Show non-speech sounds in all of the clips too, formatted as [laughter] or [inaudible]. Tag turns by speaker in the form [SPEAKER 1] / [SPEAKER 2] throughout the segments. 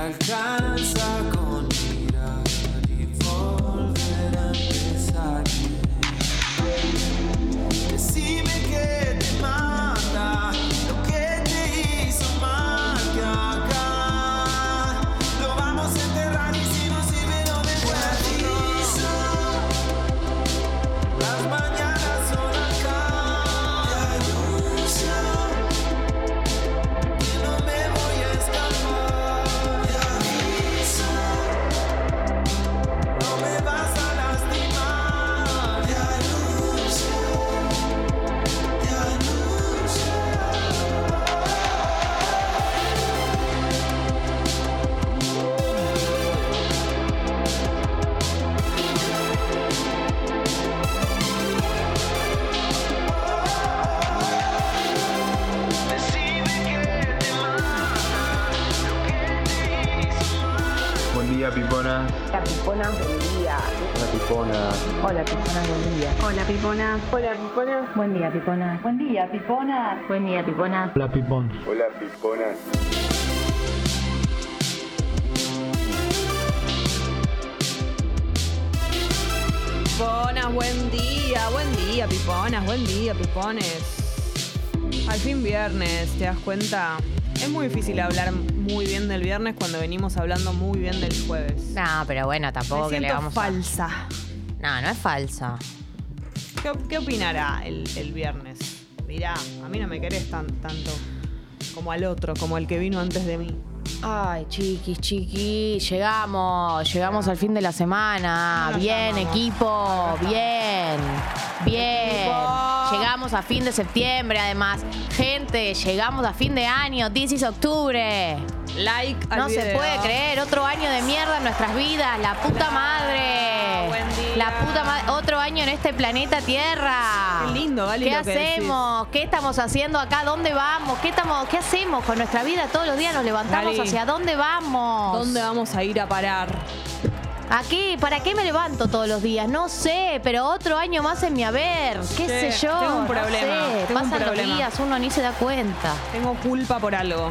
[SPEAKER 1] alcanza con mirar y volver a empezar. Decime que te mata lo que te hizo mal que acá. Lo vamos a enterrar y si no sirve no me muevo. Las mañanas son acá. Que no me voy a escapar. Te aviso. No me vas a lastimar. Te anuncio. Te anuncio.
[SPEAKER 2] Buen día, Pipona.
[SPEAKER 3] La pipona, buen día.
[SPEAKER 2] Hola, Pipona.
[SPEAKER 3] Hola, pipona, buen día. Hola, pipona. Hola, pipona. Buen día, pipona. Buen día, pipona. Buen día, pipona.
[SPEAKER 4] Hola Pipón.
[SPEAKER 2] Hola, Pipona.
[SPEAKER 5] Piponas, buen día, buen día, piponas, buen día, pipones. Al fin viernes, ¿te das cuenta? Es muy difícil hablar muy bien del viernes cuando venimos hablando muy bien del jueves.
[SPEAKER 6] No, pero bueno, tampoco
[SPEAKER 5] Me
[SPEAKER 6] que le
[SPEAKER 5] siento
[SPEAKER 6] vamos
[SPEAKER 5] falsa.
[SPEAKER 6] a. No, no es falsa.
[SPEAKER 5] ¿Qué, qué opinará el, el viernes? Mirá, a mí no me querés tan, tanto como al otro, como el que vino antes de mí.
[SPEAKER 6] Ay, chiquis, chiquis, llegamos, llegamos al fin de la semana.
[SPEAKER 5] No nos
[SPEAKER 6] bien,
[SPEAKER 5] llamamos.
[SPEAKER 6] equipo, bien, bien.
[SPEAKER 5] Equipo.
[SPEAKER 6] Llegamos a fin de septiembre, además. Gente, llegamos a fin de año, 16 de octubre.
[SPEAKER 5] Like al
[SPEAKER 6] no se
[SPEAKER 5] video.
[SPEAKER 6] puede creer, otro año de mierda en nuestras vidas, la puta
[SPEAKER 5] Claro,
[SPEAKER 6] madre.
[SPEAKER 5] buen día.
[SPEAKER 6] La puta madre, otro año en este planeta Tierra.
[SPEAKER 5] Qué lindo, Gali,
[SPEAKER 6] ¿Qué
[SPEAKER 5] lo que decís.
[SPEAKER 6] hacemos? ¿Qué estamos haciendo acá? ¿Dónde vamos? ¿Qué estamos qué hacemos con nuestra vida? Todos los días nos levantamos
[SPEAKER 5] Gali.
[SPEAKER 6] hacia dónde vamos?
[SPEAKER 5] ¿Dónde vamos a ir a parar?
[SPEAKER 6] ¿A qué? ¿Para qué me levanto todos los días? No sé, pero otro año más en mi haber. ¿Qué
[SPEAKER 5] sé,
[SPEAKER 6] sé yo?
[SPEAKER 5] tengo un
[SPEAKER 6] No
[SPEAKER 5] problema,
[SPEAKER 6] sé,
[SPEAKER 5] tengo un
[SPEAKER 6] Pasan
[SPEAKER 5] problema.
[SPEAKER 6] los días, uno ni se da cuenta.
[SPEAKER 5] Tengo culpa por algo.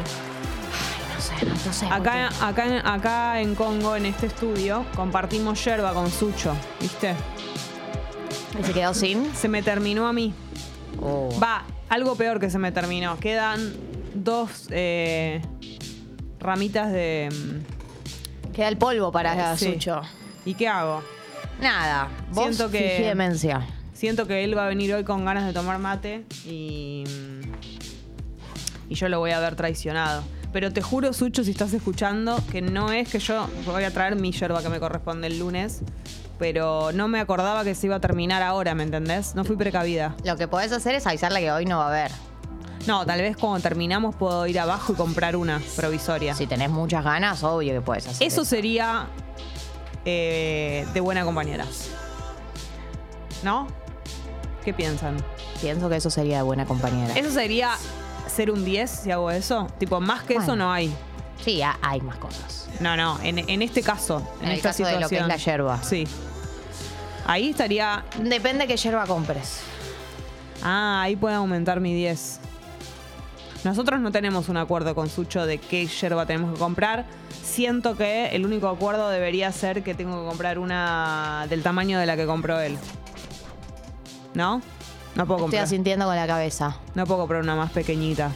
[SPEAKER 6] No sé, no, no sé.
[SPEAKER 5] Acá, acá, en- acá en Congo, en este estudio, compartimos yerba con Sucho, ¿viste?
[SPEAKER 6] ¿Y se quedó sin?
[SPEAKER 5] Se me terminó a mí.
[SPEAKER 6] Oh.
[SPEAKER 5] Va, algo peor que se me terminó. Quedan dos eh, ramitas de... mm,
[SPEAKER 6] Queda el polvo para
[SPEAKER 5] sí.
[SPEAKER 6] Sucho.
[SPEAKER 5] ¿Y qué hago?
[SPEAKER 6] Nada, vos
[SPEAKER 5] Siento que-
[SPEAKER 6] fingí demencia.
[SPEAKER 5] Siento que él va a venir hoy con ganas de tomar mate y... Y yo lo voy a haber traicionado. Pero te juro, Sucho, si estás escuchando, que no es que yo voy a traer mi yerba que me corresponde el lunes. Pero no me acordaba que se iba a terminar ahora, ¿me entendés? No fui precavida.
[SPEAKER 6] Lo que podés hacer es avisarle que hoy no va a haber.
[SPEAKER 5] No, tal vez cuando terminamos puedo ir abajo y comprar una provisoria.
[SPEAKER 6] Si tenés muchas ganas, obvio que podés hacer.
[SPEAKER 5] Eso sería eh, de buena compañera. ¿No? ¿Qué piensan?
[SPEAKER 6] Pienso que eso sería de buena compañera.
[SPEAKER 5] Eso sería ser un 10 si hago eso. Tipo, más que eso
[SPEAKER 6] Bueno.
[SPEAKER 5] no hay.
[SPEAKER 6] Sí, ha- hay más cosas.
[SPEAKER 5] No, no, en, en este caso. En,
[SPEAKER 6] En el
[SPEAKER 5] esta
[SPEAKER 6] caso de
[SPEAKER 5] situación.
[SPEAKER 6] lo que es la yerba.
[SPEAKER 5] Sí. Ahí estaría.
[SPEAKER 6] Depende qué yerba compres.
[SPEAKER 5] Ah, ahí puede aumentar mi 10. Nosotros no tenemos un acuerdo con Sucho de qué yerba tenemos que comprar. Siento que el único acuerdo debería ser que tengo que comprar una del tamaño de la que compró él. ¿No? No puedo
[SPEAKER 6] Estoy
[SPEAKER 5] comprar.
[SPEAKER 6] asintiendo con la cabeza.
[SPEAKER 5] No puedo comprar una más pequeñita.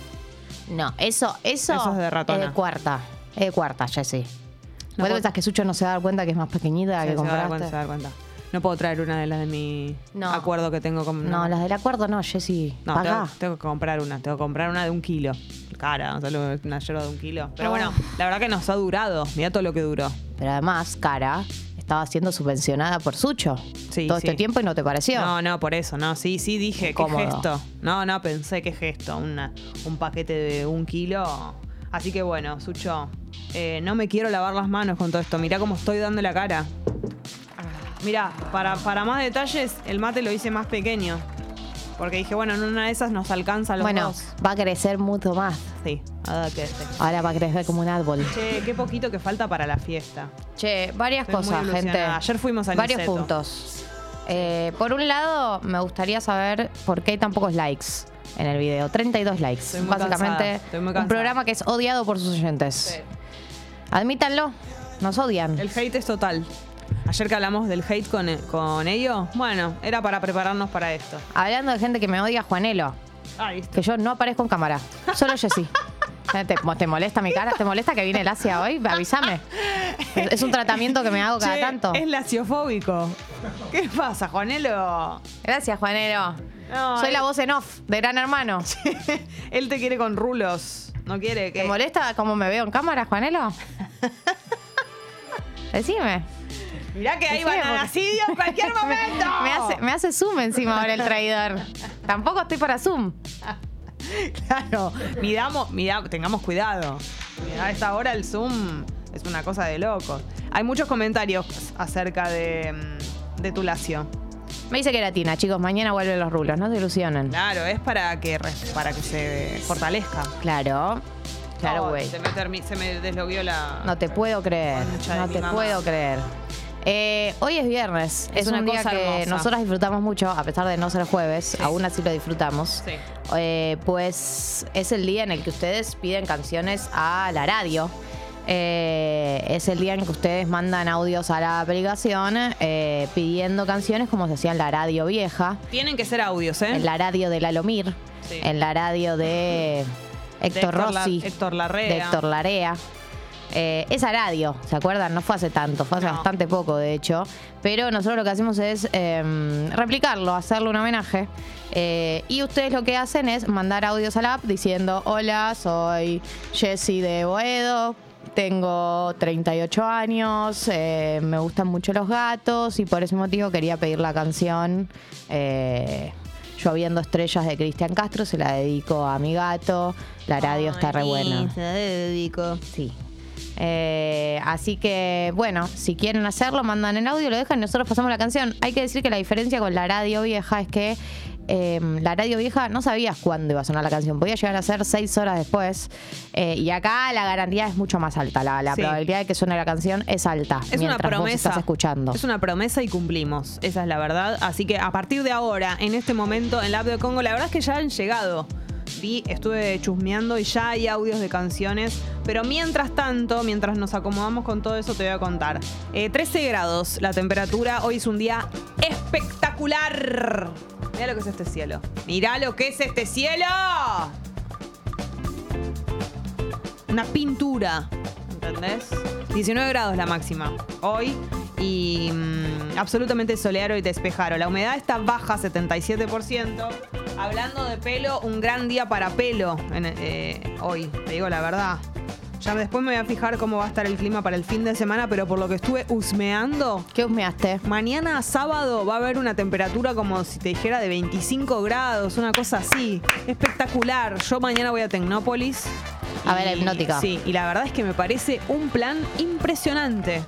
[SPEAKER 6] No, eso, eso,
[SPEAKER 5] Eso es de ratona.
[SPEAKER 6] cuarta. Es de cuarta, Jessy.
[SPEAKER 5] No
[SPEAKER 6] ¿Vos te
[SPEAKER 5] puedo-
[SPEAKER 6] pensás que Sucho no se da cuenta que es más pequeñita la
[SPEAKER 5] Sí,
[SPEAKER 6] Ah, que
[SPEAKER 5] se va a dar
[SPEAKER 6] compraste?
[SPEAKER 5] cuenta, se va a dar cuenta. No puedo traer una de las de mi
[SPEAKER 6] No.
[SPEAKER 5] acuerdo que tengo con.
[SPEAKER 6] no, las del acuerdo no, Jessy.
[SPEAKER 5] No, tengo,
[SPEAKER 6] Pagá.
[SPEAKER 5] tengo que comprar una, tengo que comprar una de un kilo. Cara, o sea, lo- una yerba de un kilo. Pero
[SPEAKER 6] Ah.
[SPEAKER 5] bueno, la verdad que nos ha durado. Mira todo lo que duró.
[SPEAKER 6] Pero además, Cara estaba siendo subvencionada por Sucho.
[SPEAKER 5] Sí,
[SPEAKER 6] Todo
[SPEAKER 5] sí.
[SPEAKER 6] este tiempo y no te pareció.
[SPEAKER 5] No, no, por eso, no, sí, sí dije, ¿qué
[SPEAKER 6] Cómodo.
[SPEAKER 5] gesto? No, no, pensé, ¿qué gesto? Una, un paquete de un kilo. Así que bueno, Sucho, eh, no me quiero lavar las manos con todo esto. Mirá cómo estoy dando la cara. Mirá, para, para más detalles, el mate lo hice más pequeño. Porque dije, bueno, en una de esas nos alcanza a los
[SPEAKER 6] bueno,
[SPEAKER 5] dos.
[SPEAKER 6] va a crecer mucho más.
[SPEAKER 5] Sí, a que este.
[SPEAKER 6] Ahora va a crecer como un árbol.
[SPEAKER 5] Che, qué poquito que falta para la fiesta.
[SPEAKER 6] Che, varias
[SPEAKER 5] Estoy muy
[SPEAKER 6] cosas, gente.
[SPEAKER 5] ilusionada. Ayer fuimos a
[SPEAKER 6] Varios
[SPEAKER 5] Niceto.
[SPEAKER 6] puntos. Eh, por un lado, me gustaría saber por qué hay tan pocos likes en el video. 32 likes.
[SPEAKER 5] Estoy muy
[SPEAKER 6] Básicamente,
[SPEAKER 5] cansada, estoy muy
[SPEAKER 6] un
[SPEAKER 5] cansada.
[SPEAKER 6] programa que es odiado por sus oyentes. Admítanlo, nos odian.
[SPEAKER 5] El hate es total. Ayer que hablamos del hate con, con ello, bueno, era para prepararnos para esto.
[SPEAKER 6] Hablando de gente que me odia, Juanelo,
[SPEAKER 5] Ah, ¿viste?
[SPEAKER 6] que yo no aparezco en cámara, solo Jessy. Eh, ¿Te, mo- te molesta mi cara? ¿Te molesta que vine el Asia hoy? Avísame. Es, es un tratamiento que me hago cada
[SPEAKER 5] Che,
[SPEAKER 6] tanto.
[SPEAKER 5] Es laciofóbico. ¿Qué pasa, Juanelo?
[SPEAKER 6] Gracias, Juanelo.
[SPEAKER 5] No,
[SPEAKER 6] Soy
[SPEAKER 5] eh.
[SPEAKER 6] la voz en off de Gran Hermano.
[SPEAKER 5] [laughs] Él te quiere con rulos. No quiere
[SPEAKER 6] ¿Te
[SPEAKER 5] que.
[SPEAKER 6] molesta cómo me veo en cámara,
[SPEAKER 5] [laughs]
[SPEAKER 6] Juanelo? Decime.
[SPEAKER 5] Mirá que hay
[SPEAKER 6] Decime, porque-
[SPEAKER 5] bananasidio en cualquier momento.
[SPEAKER 6] [laughs] me, hace, me hace Zoom encima ahora el traidor. Tampoco estoy para Zoom.
[SPEAKER 5] Claro. Midamos, mida- tengamos cuidado. A esta hora el Zoom es una cosa de locos. Hay muchos comentarios acerca de, mm, de tu lacio.
[SPEAKER 6] Me dice que era Tina, chicos. Mañana vuelven los rulos, no se ilusionen.
[SPEAKER 5] Claro, es para que, re- para que se fortalezca.
[SPEAKER 6] Claro, claro,
[SPEAKER 5] Oh,
[SPEAKER 6] güey.
[SPEAKER 5] se, me termi- se me deslogueó la.
[SPEAKER 6] No te puedo creer.
[SPEAKER 5] Concha de
[SPEAKER 6] No
[SPEAKER 5] mi
[SPEAKER 6] te
[SPEAKER 5] mamá.
[SPEAKER 6] puedo creer. Eh, hoy es viernes, es,
[SPEAKER 5] Es una
[SPEAKER 6] un día
[SPEAKER 5] cosa
[SPEAKER 6] que
[SPEAKER 5] hermosa.
[SPEAKER 6] nosotras disfrutamos mucho, a pesar de no ser jueves, aún así lo disfrutamos.
[SPEAKER 5] Sí.
[SPEAKER 6] Eh, pues es el día en el que ustedes piden canciones a la radio. Eh, es el día en que ustedes mandan audios a la aplicación eh, pidiendo canciones como se hacía en la radio vieja,
[SPEAKER 5] Tienen que ser audios, ¿eh?
[SPEAKER 6] en la radio de Lalomir,
[SPEAKER 5] Sí.
[SPEAKER 6] en la radio de
[SPEAKER 5] [laughs] De
[SPEAKER 6] Héctor,
[SPEAKER 5] La-
[SPEAKER 6] Rossi
[SPEAKER 5] Héctor Larrea.
[SPEAKER 6] de Héctor Larea. Eh, esa radio, ¿se acuerdan? No fue hace tanto, fue hace
[SPEAKER 5] No.
[SPEAKER 6] bastante poco, de hecho. Pero nosotros lo que hacemos es em, replicarlo, hacerle un homenaje. Eh, y ustedes lo que hacen es mandar audios a la app diciendo: Hola, soy Jessy de Boedo. Tengo 38 años, eh, me gustan mucho los gatos y por ese motivo quería pedir la canción eh, Lloviendo Estrellas de Cristian Castro. Se la dedico a mi gato. La radio está re buena. Sí. Eh, así que, bueno, si quieren hacerlo, mandan el audio, lo dejan y nosotros pasamos la canción. Hay que decir que la diferencia con la radio vieja es que eh, la radio vieja no sabías cuándo iba a sonar la canción, podía llegar a ser seis horas después. Eh, y acá la garantía es mucho más alta, la, la
[SPEAKER 5] Sí.
[SPEAKER 6] probabilidad de que suene la canción es alta.
[SPEAKER 5] Es una
[SPEAKER 6] mientras vos
[SPEAKER 5] promesa.
[SPEAKER 6] estás escuchando.
[SPEAKER 5] Es una promesa y cumplimos. Esa es la verdad. Así que a partir de ahora, en este momento, en la app de Congo, la verdad es que ya han llegado. Vi, estuve chusmeando y ya hay audios de canciones. Pero mientras tanto, mientras nos acomodamos con todo eso, te voy a contar. Eh, 13 grados la temperatura. Hoy es un día espectacular. Mira lo que es este cielo. Mirá lo que es este cielo. una pintura, ¿entendés? 19 grados la máxima hoy y mm, absolutamente soleado y despejado. La humedad está baja, 77%. Hablando de pelo, un gran día para pelo en, eh, hoy, te digo la verdad. Ya después me voy a fijar cómo va a estar el clima para el fin de semana, pero por lo que estuve husmeando,
[SPEAKER 6] ¿Qué husmeaste?
[SPEAKER 5] Mañana sábado va a haber una temperatura como si te dijera de 25 grados, una cosa así. Espectacular. Yo mañana voy a Tecnópolis.
[SPEAKER 6] A ver, a Hipnótica.
[SPEAKER 5] Sí, y la verdad es que me parece un plan impresionante.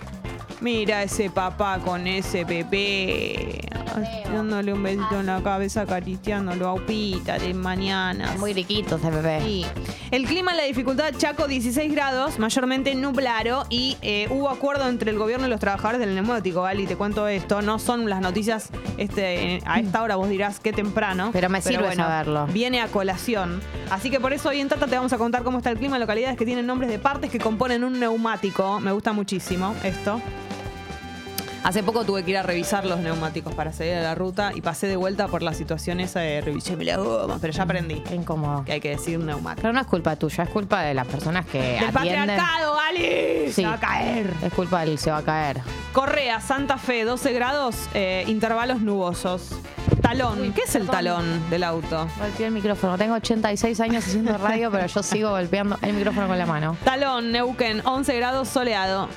[SPEAKER 5] Mira ese papá con ese bebé. Dándole un besito en la cabeza, acariciándolo a Upita de mañana.
[SPEAKER 6] Muy riquito ese bebé.
[SPEAKER 5] Sí. El clima, la dificultad, Chaco, 16 grados, mayormente nublado y eh, hubo acuerdo entre el gobierno y los trabajadores del neumático, ¿vale? Y te cuento esto, no son las noticias este, eh, a esta hora, vos dirás qué temprano.
[SPEAKER 6] Pero me sirve saberlo.
[SPEAKER 5] Viene a colación. Así que por eso hoy en Tata te vamos a contar cómo está el clima en localidades que tienen nombres de partes que componen un neumático. Me gusta muchísimo esto. Hace poco tuve que ir a revisar los neumáticos para salir a la ruta y pasé de vuelta por la situación esa de revisé las gomas, pero ya aprendí
[SPEAKER 6] Qué incómodo.
[SPEAKER 5] que hay que decir neumático.
[SPEAKER 6] Pero no es culpa tuya, es culpa de las personas que
[SPEAKER 5] Del
[SPEAKER 6] atienden.
[SPEAKER 5] patriarcado, Ali.
[SPEAKER 6] Sí.
[SPEAKER 5] Se va a caer.
[SPEAKER 6] Es culpa del se va a caer.
[SPEAKER 5] Correa, Santa Fe, 12 grados, eh, intervalos nubosos. Talón.
[SPEAKER 6] Uy,
[SPEAKER 5] ¿Qué es el
[SPEAKER 6] perdón.
[SPEAKER 5] talón del auto?
[SPEAKER 6] Golpeé el micrófono. Tengo 86 años haciendo radio, pero yo sigo golpeando el micrófono con la mano.
[SPEAKER 5] Talón, Neuquén, 11 grados soleado.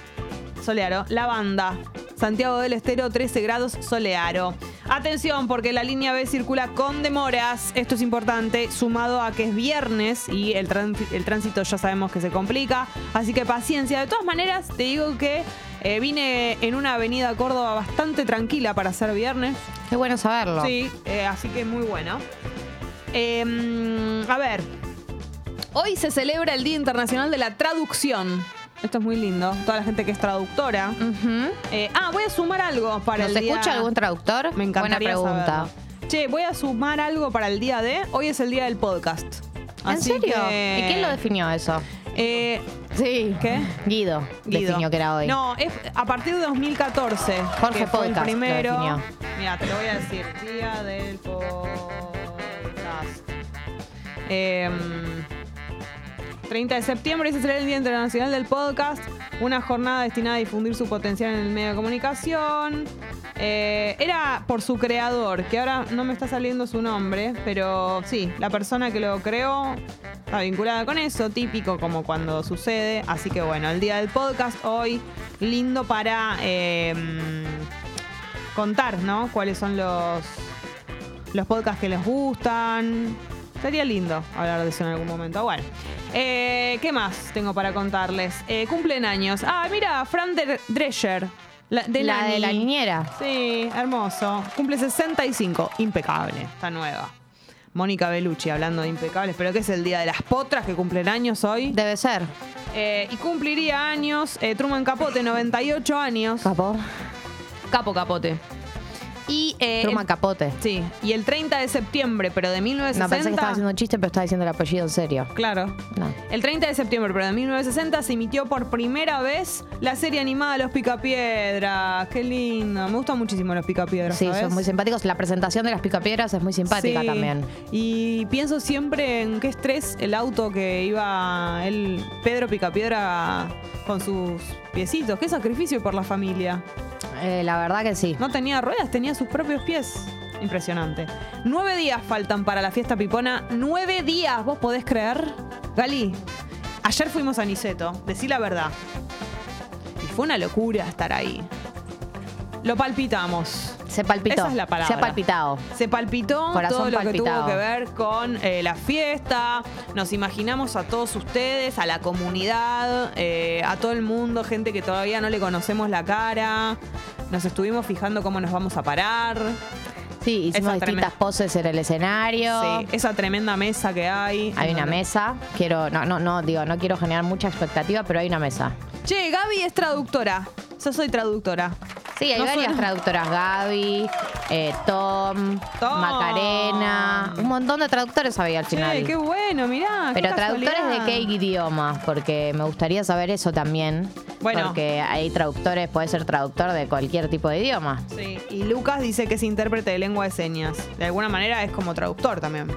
[SPEAKER 5] Solearo. Lavanda. Santiago del Estero, 13 grados solearo. Atención, porque la línea B circula con demoras. Esto es importante, sumado a que es viernes y el, tran- el tránsito ya sabemos que se complica. Así que paciencia. De todas maneras, te digo que eh, vine en una avenida Córdoba bastante tranquila para ser viernes.
[SPEAKER 6] Qué bueno saberlo.
[SPEAKER 5] Sí, eh, así que muy bueno. Eh, a ver, hoy se celebra el Día Internacional de la Traducción. Esto es muy lindo, toda la gente que es traductora.
[SPEAKER 6] Ujú.
[SPEAKER 5] Eh, ah, voy a sumar algo para
[SPEAKER 6] ¿Nos
[SPEAKER 5] el día...
[SPEAKER 6] escucha algún traductor?
[SPEAKER 5] Me encantaría
[SPEAKER 6] Buena pregunta.
[SPEAKER 5] saberlo. Che, voy a sumar algo para el día de... Hoy es el día del podcast.
[SPEAKER 6] ¿En
[SPEAKER 5] Así
[SPEAKER 6] serio?
[SPEAKER 5] que-
[SPEAKER 6] ¿Y quién lo definió eso?
[SPEAKER 5] Eh,
[SPEAKER 6] Sí.
[SPEAKER 5] ¿Qué?
[SPEAKER 6] Guido,
[SPEAKER 5] Guido.
[SPEAKER 6] definió que era hoy.
[SPEAKER 5] No, es a partir de 2014.
[SPEAKER 6] Jorge
[SPEAKER 5] que fue el
[SPEAKER 6] Podcast lo
[SPEAKER 5] primero.
[SPEAKER 6] definió.
[SPEAKER 5] Mira, te lo voy a decir. Día del podcast. Em, 30 de septiembre se celebra el Día Internacional del Podcast, una jornada destinada a difundir su potencial en el medio de comunicación. Eh, era por su creador, que ahora no me está saliendo su nombre, pero sí, la persona que lo creó está vinculada con eso, típico como cuando sucede. Así que bueno, el Día del Podcast hoy, lindo para eh, contar, ¿no? Cuáles son los, los podcasts que les gustan. Sería lindo hablar de eso en algún momento. Bueno, eh, ¿qué más tengo para contarles? Eh, cumplen años. Ah, mira, Fran Dre- Drescher. La, de
[SPEAKER 6] la de
[SPEAKER 5] Nani.
[SPEAKER 6] la niñera.
[SPEAKER 5] Sí, hermoso. Cumple 65. Impecable. Está nueva. Mónica Bellucci hablando de impecables. Pero que es el día de las potras que cumplen años hoy.
[SPEAKER 6] Debe ser.
[SPEAKER 5] Eh, y cumpliría años eh, Truman Capote, 98 años.
[SPEAKER 6] Capó.
[SPEAKER 5] Capo Capote. Y. eh,
[SPEAKER 6] Truman Capote.
[SPEAKER 5] Sí, y el 30 de septiembre, pero de
[SPEAKER 6] No,
[SPEAKER 5] 1960.
[SPEAKER 6] pensé que estaba haciendo un chiste, pero estaba diciendo el apellido en serio.
[SPEAKER 5] Claro.
[SPEAKER 6] No.
[SPEAKER 5] El 30 de septiembre, pero de 1960 se emitió por primera vez la serie animada Los Picapiedras. Qué lindo. Me gustan muchísimo los Picapiedras.
[SPEAKER 6] Sí,
[SPEAKER 5] ¿sabes?
[SPEAKER 6] son muy simpáticos. La presentación de las picapiedras es muy simpática
[SPEAKER 5] Sí.
[SPEAKER 6] también.
[SPEAKER 5] Y pienso siempre en qué estrés el auto que iba el Pedro Picapiedra con sus piecitos. Qué sacrificio por la familia.
[SPEAKER 6] Eh, la verdad que sí.
[SPEAKER 5] No tenía ruedas, tenía sus propios pies. Impresionante. Nueve días faltan para la fiesta pipona. Nueve días, ¿vos podés creer? Gali, ayer fuimos a Niceto, decí la verdad. Y fue una locura estar ahí. Lo palpitamos.
[SPEAKER 6] Se palpitó.
[SPEAKER 5] Esa es la palabra.
[SPEAKER 6] Se ha palpitado.
[SPEAKER 5] Se palpitó
[SPEAKER 6] Corazón
[SPEAKER 5] todo lo
[SPEAKER 6] palpitado.
[SPEAKER 5] que tuvo que ver con eh, la fiesta. Nos imaginamos a todos ustedes, a la comunidad, eh, a todo el mundo, gente que todavía no le conocemos la cara. Nos estuvimos fijando cómo nos vamos a parar.
[SPEAKER 6] Sí, hicimos
[SPEAKER 5] Esa
[SPEAKER 6] distintas
[SPEAKER 5] tremenda-
[SPEAKER 6] poses en el escenario.
[SPEAKER 5] Sí, esa tremenda mesa que hay.
[SPEAKER 6] Hay una
[SPEAKER 5] Donde-
[SPEAKER 6] mesa. Quiero, no, no, no, digo, no quiero generar mucha expectativa, pero hay una mesa.
[SPEAKER 5] Che, Gaby es traductora. Yo soy traductora.
[SPEAKER 6] Sí, hay
[SPEAKER 5] No
[SPEAKER 6] varias
[SPEAKER 5] suena-
[SPEAKER 6] traductoras. Gaby, eh, Tom,
[SPEAKER 5] Tom.
[SPEAKER 6] Macarena. Un montón de traductores había al final.
[SPEAKER 5] Che, qué bueno, mirá.
[SPEAKER 6] Pero
[SPEAKER 5] qué
[SPEAKER 6] traductores de
[SPEAKER 5] casualidad.
[SPEAKER 6] qué idioma, porque me gustaría saber eso también.
[SPEAKER 5] Bueno.
[SPEAKER 6] Porque hay traductores, puede ser traductor de cualquier tipo de idioma.
[SPEAKER 5] Sí, y Lucas dice que es intérprete de lengua de señas. De alguna manera es como traductor también.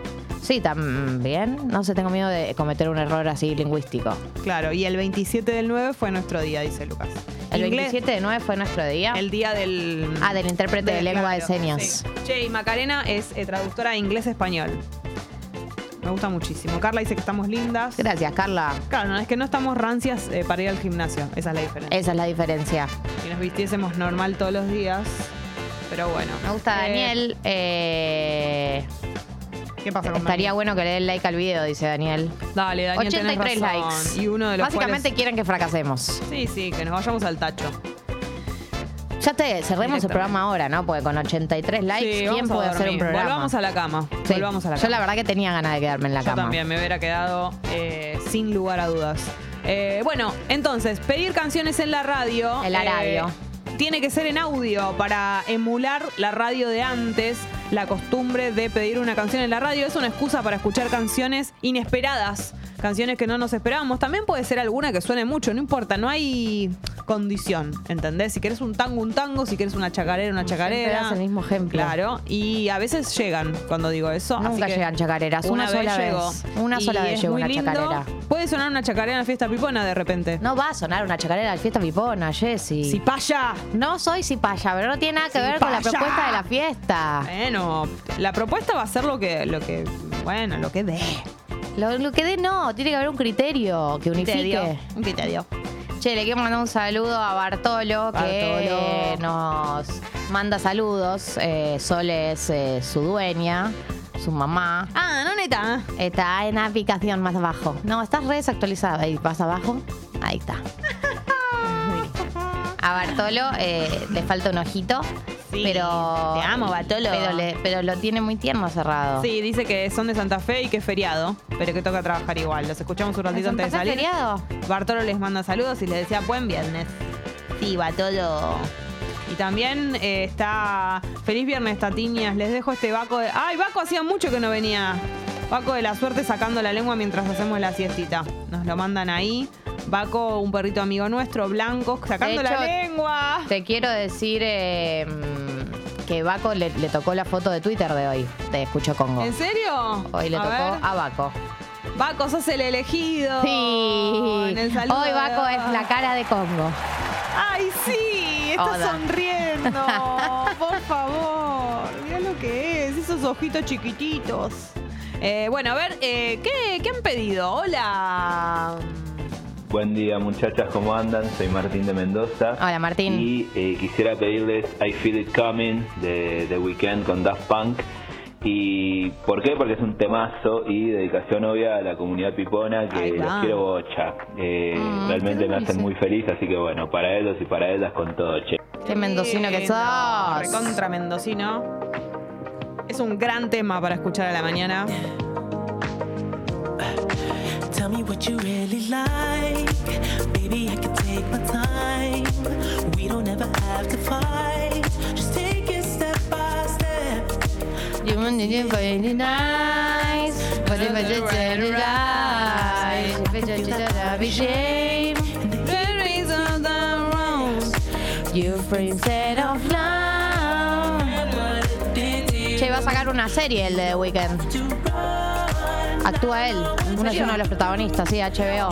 [SPEAKER 6] Sí, también. No sé, tengo miedo de cometer un error así lingüístico.
[SPEAKER 5] Claro, y el 27 del 9 fue nuestro día, dice Lucas.
[SPEAKER 6] El
[SPEAKER 5] Inglés,
[SPEAKER 6] 27 de 9 fue nuestro día.
[SPEAKER 5] El día del...
[SPEAKER 6] Ah, del intérprete de lengua de señas.
[SPEAKER 5] sí. Che, y Macarena es eh, traductora de inglés-español. Me gusta muchísimo. Carla dice que estamos lindas.
[SPEAKER 6] Gracias, Carla.
[SPEAKER 5] Claro, no, es que no estamos rancias eh, para ir al gimnasio. Esa es la diferencia.
[SPEAKER 6] Esa es la diferencia.
[SPEAKER 5] Si nos vistiésemos normal todos los días. Pero bueno.
[SPEAKER 6] Me gusta
[SPEAKER 5] Eh,
[SPEAKER 6] Daniel. eh,
[SPEAKER 5] ¿Qué pasa con
[SPEAKER 6] estaría
[SPEAKER 5] Daniel?
[SPEAKER 6] bueno que le den like al video, dice Daniel.
[SPEAKER 5] Dale, Daniel,
[SPEAKER 6] 83
[SPEAKER 5] tenés razón.
[SPEAKER 6] likes.
[SPEAKER 5] Y uno de los
[SPEAKER 6] Básicamente
[SPEAKER 5] cuales-
[SPEAKER 6] quieren que fracasemos.
[SPEAKER 5] Sí, sí, que nos vayamos al tacho.
[SPEAKER 6] Ya te cerremos el
[SPEAKER 5] Directamente.
[SPEAKER 6] programa ahora, ¿no? Porque con 83 likes,
[SPEAKER 5] sí,
[SPEAKER 6] ¿quién
[SPEAKER 5] vamos a
[SPEAKER 6] puede hacer un
[SPEAKER 5] dormir.
[SPEAKER 6] programa?
[SPEAKER 5] Volvamos a la cama.
[SPEAKER 6] Sí.
[SPEAKER 5] Volvamos a la
[SPEAKER 6] Yo
[SPEAKER 5] cama.
[SPEAKER 6] la verdad que tenía ganas de quedarme en la
[SPEAKER 5] Yo
[SPEAKER 6] cama.
[SPEAKER 5] también me hubiera quedado eh, sin lugar a dudas. Eh, bueno, entonces, pedir canciones en la radio.
[SPEAKER 6] En la
[SPEAKER 5] eh,
[SPEAKER 6] radio.
[SPEAKER 5] tiene que ser en audio para emular la radio de antes. La costumbre de pedir una canción en la radio es una excusa para escuchar canciones inesperadas, canciones que no nos esperábamos. También puede ser alguna que suene mucho, no importa, no hay condición, ¿entendés? Si quieres un tango, un tango, si quieres una chacarera, una
[SPEAKER 6] Siempre
[SPEAKER 5] chacarera.
[SPEAKER 6] das el mismo ejemplo.
[SPEAKER 5] Claro, y a veces llegan cuando digo eso. así
[SPEAKER 6] Nunca
[SPEAKER 5] que
[SPEAKER 6] llegan chacareras, una sola vez.
[SPEAKER 5] llegó.
[SPEAKER 6] Una
[SPEAKER 5] Y
[SPEAKER 6] sola vez
[SPEAKER 5] es
[SPEAKER 6] llegó
[SPEAKER 5] muy
[SPEAKER 6] una
[SPEAKER 5] lindo.
[SPEAKER 6] chacarera.
[SPEAKER 5] Puede sonar una chacarera en la fiesta pipona de repente.
[SPEAKER 6] No va a sonar una chacarera de fiesta pipona, Jessy.
[SPEAKER 5] Si paya.
[SPEAKER 6] No soy cipaya, pero no tiene nada que ver con
[SPEAKER 5] Cipaya.
[SPEAKER 6] la
[SPEAKER 5] Eh.
[SPEAKER 6] propuesta de la fiesta.
[SPEAKER 5] Bueno, la propuesta va a ser lo que, lo que, bueno, lo que dé.
[SPEAKER 6] Lo, lo que dé no, tiene que haber un criterio que unifique.
[SPEAKER 5] Un criterio.
[SPEAKER 6] Che, le quiero mandar un saludo a Bartolo, que
[SPEAKER 5] Bartolo.
[SPEAKER 6] eh, nos manda saludos. Eh, Sol es eh, su dueña, su mamá.
[SPEAKER 5] Ah, no neta.
[SPEAKER 6] Está en la aplicación más abajo. No, estás re desactualizada. Ahí vas abajo.
[SPEAKER 5] [laughs]
[SPEAKER 6] Ahí está. A Bartolo eh, le falta un ojito.
[SPEAKER 5] Sí,
[SPEAKER 6] pero.
[SPEAKER 5] te amo, Bartolo.
[SPEAKER 6] Pero, le- pero lo tiene muy tierno cerrado.
[SPEAKER 5] Sí, dice que son de Santa Fe y que es feriado, pero que toca trabajar igual. Los escuchamos un ratito
[SPEAKER 6] ¿Es un
[SPEAKER 5] antes de
[SPEAKER 6] pastel
[SPEAKER 5] salir.
[SPEAKER 6] feriado?
[SPEAKER 5] Bartolo les manda saludos y les decía buen viernes. Sí, Bartolo. Y también eh, está. Feliz viernes, Tatiñas. Les dejo este Baco de. ¡Ay, Baco hacía mucho que no venía! Baco de la suerte sacando la lengua mientras hacemos la siestita. Nos lo mandan ahí. Baco, un perrito amigo nuestro, blanco, sacando
[SPEAKER 6] hecho,
[SPEAKER 5] la lengua.
[SPEAKER 6] Te quiero decir eh, mm, que Baco le, le tocó la foto de Twitter de hoy. Te escucho Congo.
[SPEAKER 5] ¿En serio?
[SPEAKER 6] Hoy le
[SPEAKER 5] A
[SPEAKER 6] tocó
[SPEAKER 5] ver.
[SPEAKER 6] a Baco.
[SPEAKER 5] Baco, sos el elegido.
[SPEAKER 6] Sí.
[SPEAKER 5] Oh, En el saludo
[SPEAKER 6] Hoy
[SPEAKER 5] de
[SPEAKER 6] Baco es la cara de Congo.
[SPEAKER 5] ¡Ay, sí! Está
[SPEAKER 6] Hola. [laughs]
[SPEAKER 5] sonriendo. Por favor. Mirá lo que es. Esos ojitos chiquititos. Eh, bueno, a ver, eh, ¿qué, qué han pedido? Hola.
[SPEAKER 4] Buen día muchachas, ¿cómo andan? Soy Martín de Mendoza.
[SPEAKER 6] Hola, Martín.
[SPEAKER 4] Y eh, quisiera pedirles I Feel It Coming de The Weeknd con Daft Punk. ¿Y por qué? Porque es un temazo y dedicación obvia a la comunidad pipona
[SPEAKER 5] Ahí
[SPEAKER 4] que
[SPEAKER 5] va.
[SPEAKER 4] los quiero bocha. Eh,
[SPEAKER 6] Ay,
[SPEAKER 4] realmente
[SPEAKER 6] Mm, qué
[SPEAKER 4] me hacen
[SPEAKER 6] dulce.
[SPEAKER 4] muy feliz, así que bueno, para ellos y para ellas con todo, che.
[SPEAKER 6] Qué mendocino que
[SPEAKER 5] Lindo,
[SPEAKER 6] sos.
[SPEAKER 5] Recontra mendocino. Es un gran tema para escuchar a la mañana.
[SPEAKER 1] Tell me what you really like. Baby, I can take my time. We don't ever have to fight. Just take it step by step.
[SPEAKER 6] You want to do very nice, but if I just said it right, if I just said I'd be ashamed. There is nothing wrong. Your friend said of love. Che, va a sacar una serie el de The Weeknd. Actúa él, uno es
[SPEAKER 5] serio?
[SPEAKER 6] uno de los protagonistas, sí, HBO.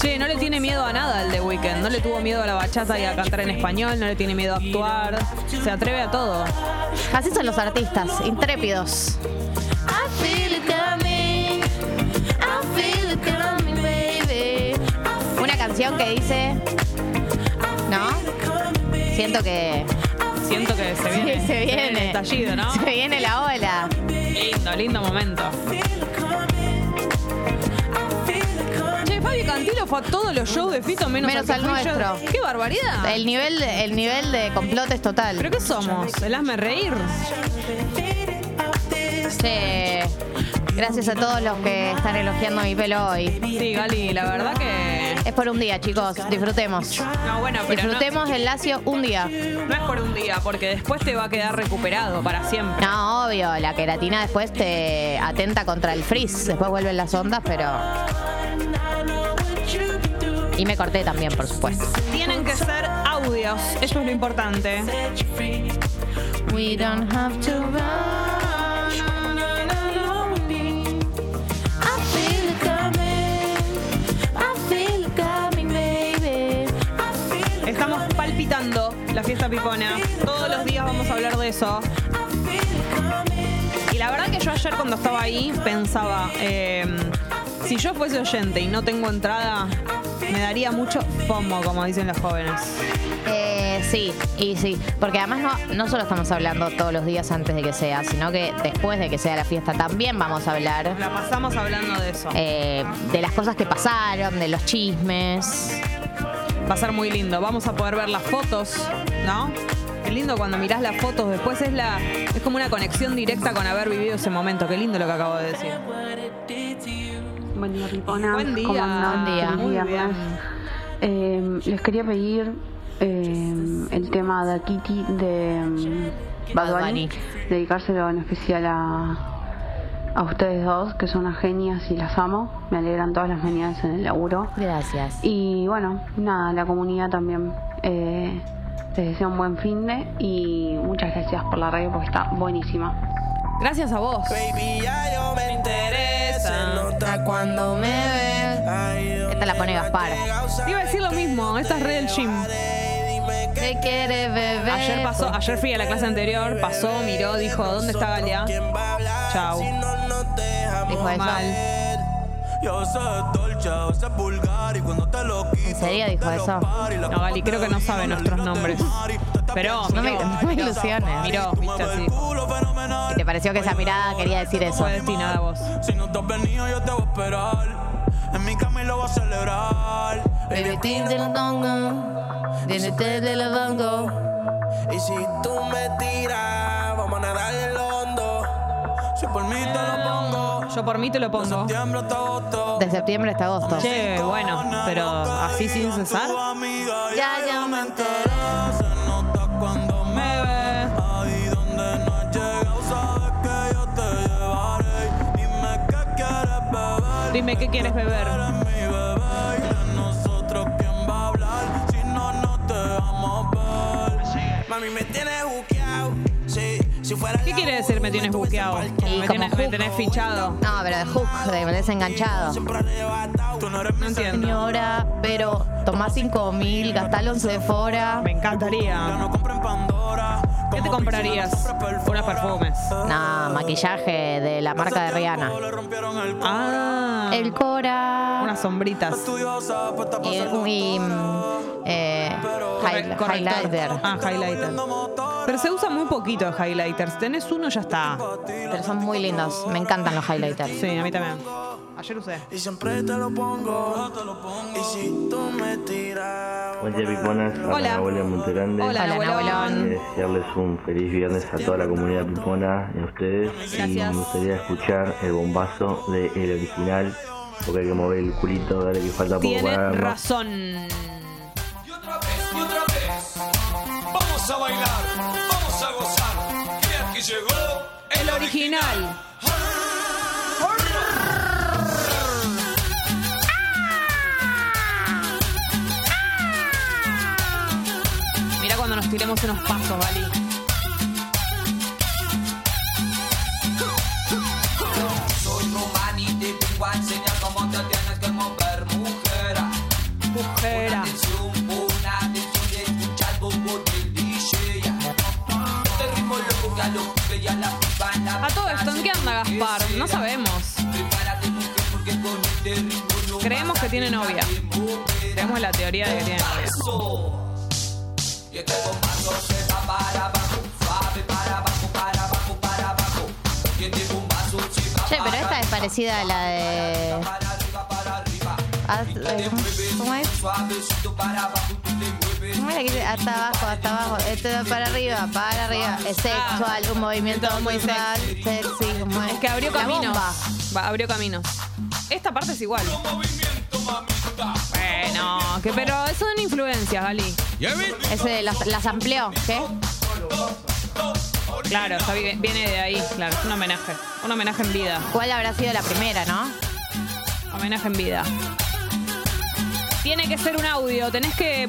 [SPEAKER 5] Che, no le tiene miedo a nada el The Weeknd. No le tuvo miedo a la bachata y a cantar en español. No le tiene miedo a actuar. Se atreve a todo.
[SPEAKER 6] Así son los artistas, intrépidos. Una canción que dice. ¿No? Siento que.
[SPEAKER 5] Siento que se
[SPEAKER 6] Sí,
[SPEAKER 5] viene.
[SPEAKER 6] [laughs] se
[SPEAKER 5] el
[SPEAKER 6] viene.
[SPEAKER 5] estallido, ¿no?
[SPEAKER 6] Se viene la ola.
[SPEAKER 5] Lindo, lindo momento. Che, Fabi Cantilo fue a todos los shows de Fito menos,
[SPEAKER 6] Menos
[SPEAKER 5] que
[SPEAKER 6] al
[SPEAKER 5] fui yo.
[SPEAKER 6] nuestro.
[SPEAKER 5] ¡Qué barbaridad!
[SPEAKER 6] El nivel, de- el nivel de complot
[SPEAKER 5] Ah.
[SPEAKER 6] es
[SPEAKER 5] ¿Pero
[SPEAKER 6] total.
[SPEAKER 5] qué somos? ¿El hazme reír?
[SPEAKER 6] Che, Gracias a todos los que están elogiando mi pelo hoy.
[SPEAKER 5] Sí, Gali, la verdad que...
[SPEAKER 6] Es por un día, chicos. Disfrutemos.
[SPEAKER 5] No, bueno, pero no-
[SPEAKER 6] Disfrutemos el lacio un día.
[SPEAKER 5] no, es por un día, porque después te va a quedar recuperado para siempre.
[SPEAKER 6] No, obvio, la queratina después te atenta contra el frizz, después vuelven las ondas, pero... Y me corté también, por supuesto.
[SPEAKER 5] Tienen que ser audios, eso es lo importante.
[SPEAKER 6] We don't have to
[SPEAKER 5] Estamos palpitando la fiesta pipona. Todos los días vamos a hablar de eso. Y la verdad que yo ayer cuando estaba ahí pensaba, eh, si yo fuese oyente y no tengo entrada, me daría mucho FOMO, como dicen los jóvenes.
[SPEAKER 6] Eh, sí, y sí, porque además no, no solo estamos hablando todos los días antes de que sea, sino que después de que sea la fiesta también vamos a hablar
[SPEAKER 5] La pasamos hablando de eso.
[SPEAKER 6] eh, de las cosas que pasaron, de los chismes.
[SPEAKER 5] Va a ser muy lindo. Vamos a poder ver las fotos, ¿no? Qué lindo cuando mirás las fotos. Después es la es como una conexión directa con haber vivido ese momento. Qué lindo lo que acabo de decir.
[SPEAKER 7] Buen día, Ripona.
[SPEAKER 5] Buen día.
[SPEAKER 7] ¿Cómo andan?
[SPEAKER 6] Buen día.
[SPEAKER 5] Muy bien.
[SPEAKER 7] Eh, les quería pedir eh, el tema de Kitty de mm, Bad
[SPEAKER 6] Bad
[SPEAKER 7] Bunny,
[SPEAKER 6] Bunny.
[SPEAKER 7] dedicárselo en especial a, a ustedes dos, que son unas genias y las amo. Me alegran todas las mañanas en el laburo.
[SPEAKER 6] Gracias.
[SPEAKER 7] Y bueno, nada, la comunidad también. Eh, les deseo un buen fin de y muchas gracias por la radio porque está buenísima.
[SPEAKER 5] Gracias a vos.
[SPEAKER 1] Baby, ya yo me enteré. Se nota cuando me ves. Ay, yo
[SPEAKER 6] Esta la pone Gaspar.
[SPEAKER 5] Te Iba a decir lo mismo. Esta es re del gym.
[SPEAKER 6] ¿Qué quieres beber?
[SPEAKER 5] Ayer pasó, ayer fui a la clase anterior, pasó, miró, dijo, ¿dónde está Galia? Chau.
[SPEAKER 6] Dijo eso.
[SPEAKER 5] Mal.
[SPEAKER 8] Yo sé es dolce, a veces es vulgar y cuando te lo quito.
[SPEAKER 6] ¿En serio dijo eso?
[SPEAKER 5] No, Gali, creo que no sabe nuestros nombres. Pero
[SPEAKER 6] No me,
[SPEAKER 5] miró,
[SPEAKER 6] [laughs] no me ilusiones.
[SPEAKER 5] miró, viste así.
[SPEAKER 6] ¿Y ¿Te pareció que esa mirada quería decir eso?
[SPEAKER 5] Fue destinada a vos.
[SPEAKER 8] Si no te has venido, yo te voy a esperar. En mi cama y lo voy a celebrar.
[SPEAKER 1] Y si tú me tiras, vamos a nadar el hondo.
[SPEAKER 8] Si por mí te lo pongo,
[SPEAKER 5] Yo por mí te lo pongo.
[SPEAKER 8] septiembre hasta agosto.
[SPEAKER 6] De septiembre hasta agosto.
[SPEAKER 5] Che, bueno, pero así sin cesar.
[SPEAKER 8] Tu amiga,
[SPEAKER 6] Ya, ya me enteré.
[SPEAKER 8] se nota cuando me
[SPEAKER 5] Me ve.
[SPEAKER 8] ahí donde no has llegado. Sabes que yo te llevaré. Dime qué
[SPEAKER 5] Dime qué quieres beber.
[SPEAKER 8] mi bebé y de nosotros quién va a hablar si no nos dejamos ver. Mami me tienes buqueado, sí, si fuera
[SPEAKER 5] ¿Qué quiere decir me tienes buqueado? Me
[SPEAKER 6] como
[SPEAKER 5] tienes, me
[SPEAKER 6] hook.
[SPEAKER 5] tenés fichado.
[SPEAKER 6] No, pero de hook, de me desenganchado.
[SPEAKER 8] tú no eres mi
[SPEAKER 5] No entiendo.
[SPEAKER 6] Señora, pero tomá 5 mil, gastalo en Sephora.
[SPEAKER 5] Me encantaría.
[SPEAKER 8] no compren Pandora.
[SPEAKER 5] ¿Qué te comprarías? Unas perfumes.
[SPEAKER 6] No, maquillaje de la marca de Rihanna.
[SPEAKER 8] Le rompieron el
[SPEAKER 5] Ah.
[SPEAKER 6] El Cora.
[SPEAKER 5] Unas sombritas.
[SPEAKER 8] estudiosa, pues está
[SPEAKER 6] Y,
[SPEAKER 8] pasando
[SPEAKER 6] y, mm, eh, high-
[SPEAKER 5] Corrector.
[SPEAKER 6] highlighter.
[SPEAKER 5] Ah, highlighter. Pero se usa muy poquito de highlighters. Tenés uno, ya está.
[SPEAKER 6] Pero son muy lindos. Me encantan los highlighters.
[SPEAKER 5] Sí, a mí también. Ayer usé.
[SPEAKER 8] Y siempre te lo pongo. Y si tú me tiras.
[SPEAKER 9] Hola Piponas,
[SPEAKER 5] Hola.
[SPEAKER 9] habla Nahuel de Monterande.
[SPEAKER 5] Hola,
[SPEAKER 6] Hola,
[SPEAKER 5] abuelón.
[SPEAKER 9] Quiero desearles un feliz viernes a toda la comunidad pipona y a ustedes.
[SPEAKER 5] Gracias.
[SPEAKER 9] Y me gustaría escuchar el bombazo del original, porque hay que mover el culito, dale que falta poco
[SPEAKER 5] Tiene
[SPEAKER 9] para darnos.
[SPEAKER 5] razón.
[SPEAKER 10] Y otra vez, vamos a bailar, vamos a gozar. Crean que llegó
[SPEAKER 5] El original. Mira cuando nos tiremos unos pasos, Vali.
[SPEAKER 10] Soy Román y te vengo a enseñar cómo te tienes que mover, mujer.
[SPEAKER 5] Mujera.
[SPEAKER 10] Atención, pon atención y escucha el bombo del DJ. Este ritmo loco que a los pibes y a las pibas la
[SPEAKER 5] A todo esto, ¿en qué anda Gaspar? No sabemos.
[SPEAKER 10] Prepárate, mujer, porque con este ritmo no
[SPEAKER 5] Creemos
[SPEAKER 10] vas
[SPEAKER 5] que
[SPEAKER 10] a
[SPEAKER 5] tiene
[SPEAKER 10] dejar
[SPEAKER 5] novia.
[SPEAKER 10] de mover.
[SPEAKER 5] Tenemos la teoría de que tiene novia.
[SPEAKER 10] Y este bombazo se va para abajo, suave para abajo, para abajo, para abajo. Y este bombazo se va
[SPEAKER 6] Che, pero
[SPEAKER 10] para
[SPEAKER 6] esta es parecida a la de.
[SPEAKER 10] para arriba, para arriba.
[SPEAKER 6] Ah,
[SPEAKER 10] Y tú te
[SPEAKER 6] eh,
[SPEAKER 10] mueves
[SPEAKER 6] ¿cómo es?
[SPEAKER 10] Suavecito para abajo, tú te mueves.
[SPEAKER 6] ¿Cómo era que dice? Hasta abajo, hasta abajo. Esto es para arriba, para arriba. Es sexual, un movimiento muy sexual, sexy. como
[SPEAKER 5] Es que abrió
[SPEAKER 6] La
[SPEAKER 5] caminos.
[SPEAKER 6] bomba.
[SPEAKER 5] Va, abrió caminos. Esta parte es igual. Bueno, que, pero son influencias, Gali.
[SPEAKER 6] Ese, las, las amplió, ¿qué?
[SPEAKER 5] Claro, está bien- viene de ahí, claro. Es un homenaje. Un homenaje en vida.
[SPEAKER 6] ¿Cuál habrá sido la primera, no?
[SPEAKER 5] Homenaje en vida. Tiene que ser un audio. Tenés que.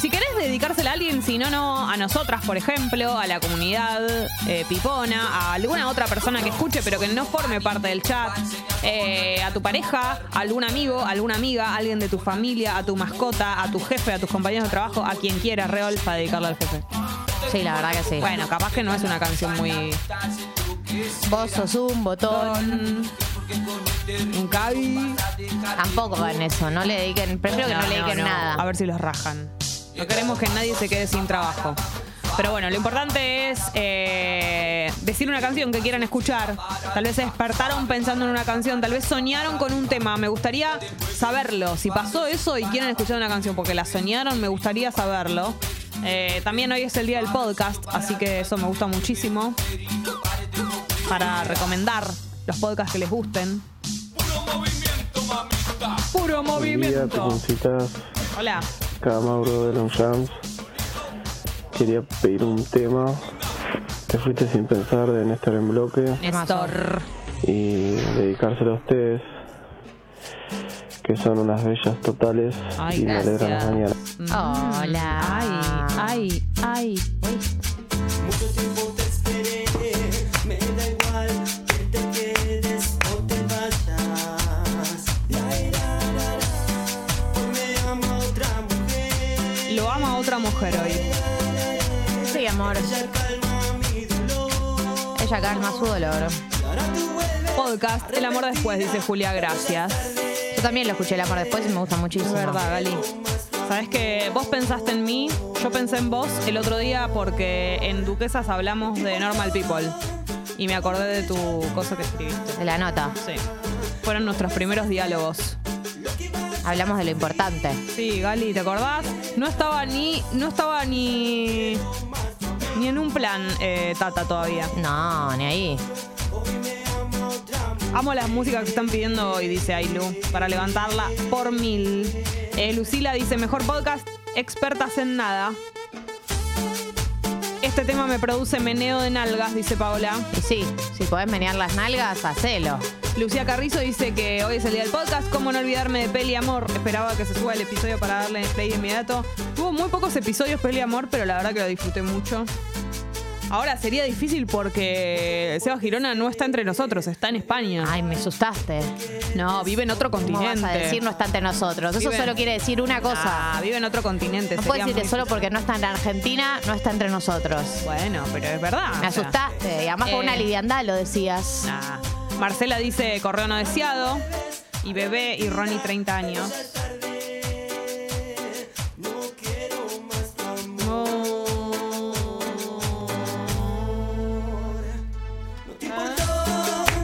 [SPEAKER 5] Si querés dedicársela a alguien, si no, no. A nosotras, por ejemplo, a la comunidad eh, pipona, a alguna otra persona que escuche, pero que no forme parte del chat. eh, a tu pareja, a algún amigo, a alguna amiga, a alguien de tu familia, a tu mascota, a tu jefe, a tus compañeros de trabajo, a quien quiera, Reol, para dedicarla al jefe.
[SPEAKER 6] Sí, la verdad que sí.
[SPEAKER 5] Bueno, capaz que no es una canción muy.
[SPEAKER 6] Vos sos un botón.
[SPEAKER 5] Un cabi.
[SPEAKER 6] Tampoco van eso, no le dediquen, prefiero que no,
[SPEAKER 5] No,
[SPEAKER 6] le
[SPEAKER 5] no,
[SPEAKER 6] dediquen
[SPEAKER 5] no.
[SPEAKER 6] nada.
[SPEAKER 5] A ver si los rajan. No queremos que nadie se quede sin trabajo. Pero bueno, lo importante es eh, decir una canción que quieran escuchar. Tal vez se despertaron pensando en una canción, tal vez soñaron con un tema. Me gustaría saberlo. Si pasó eso y quieren escuchar una canción porque la soñaron, me gustaría saberlo. Eh, también hoy es el día del podcast, así que eso me gusta muchísimo. Para recomendar los podcasts que les gusten. Puro movimiento, mamita. Puro movimiento. Hola.
[SPEAKER 11] Acá Mauro de los Jams. Quería pedir un tema. Te fuiste sin pensar de Néstor en bloque
[SPEAKER 5] Néstor.
[SPEAKER 11] y dedicárselo a ustedes, que son unas bellas totales
[SPEAKER 5] Ay,
[SPEAKER 11] y me alegran las mañanas.
[SPEAKER 5] gracias. Mm.
[SPEAKER 6] Hola.
[SPEAKER 5] Ay, ay, ay. Uy.
[SPEAKER 10] Mucho tiempo te esperé, me da igual que te quedes o te vayas. Ay, la, la, la. Hoy me ama otra mujer,
[SPEAKER 5] Lo ama otra mujer hoy.
[SPEAKER 6] Sí, amor.
[SPEAKER 10] ella calma mi dolor.
[SPEAKER 6] Ella calma su dolor.
[SPEAKER 10] Y ahora tú vuelves
[SPEAKER 5] Podcast El amor después, dice Julia, gracias.
[SPEAKER 6] Yo también lo escuché el amor después y me gusta muchísimo.
[SPEAKER 5] Es verdad, Gali. Sabes que vos pensaste en mí, yo pensé en vos el otro día porque en Duquesas hablamos de Normal People y me acordé de tu cosa que escribiste.
[SPEAKER 6] De la nota.
[SPEAKER 5] Sí. Fueron nuestros primeros diálogos.
[SPEAKER 6] Hablamos de lo importante.
[SPEAKER 5] Sí, Gali, ¿te acordás? No estaba ni. No estaba ni. Ni en un plan, eh, Tata, todavía.
[SPEAKER 6] No, ni ahí.
[SPEAKER 5] Amo las músicas que están pidiendo hoy, dice Ailu, para levantarla por mil. Eh, Lucila dice, mejor podcast, expertas en nada. Este tema me produce meneo de nalgas, dice Paola.
[SPEAKER 6] Y sí, si podés menear las nalgas, hacelo.
[SPEAKER 5] Lucía Carrizo dice que hoy es el día del podcast. ¿Cómo no olvidarme de Peli Amor? Esperaba que se suba el episodio para darle play de inmediato. Hubo muy pocos episodios Peli Amor, pero la verdad que lo disfruté mucho. Ahora sería difícil porque Seba Girona no está entre nosotros, está en España. Ay,
[SPEAKER 6] me asustaste.
[SPEAKER 5] No, vive en otro
[SPEAKER 6] ¿Cómo
[SPEAKER 5] continente.
[SPEAKER 6] vas a decir no está entre nosotros? Eso
[SPEAKER 5] Vive-
[SPEAKER 6] solo quiere decir una cosa.
[SPEAKER 5] Ah, vive en otro continente.
[SPEAKER 6] no puedo
[SPEAKER 5] sería
[SPEAKER 6] decir que
[SPEAKER 5] muy
[SPEAKER 6] solo
[SPEAKER 5] difícil.
[SPEAKER 6] porque no está en Argentina, no está entre nosotros.
[SPEAKER 5] Bueno, pero es verdad.
[SPEAKER 6] Me
[SPEAKER 5] Ah, o sea.
[SPEAKER 6] asustaste. Y además con
[SPEAKER 5] Eh.
[SPEAKER 6] una liviandad lo decías.
[SPEAKER 5] Nah. Marcela dice correo no deseado. Y bebé y Ronnie 30 años.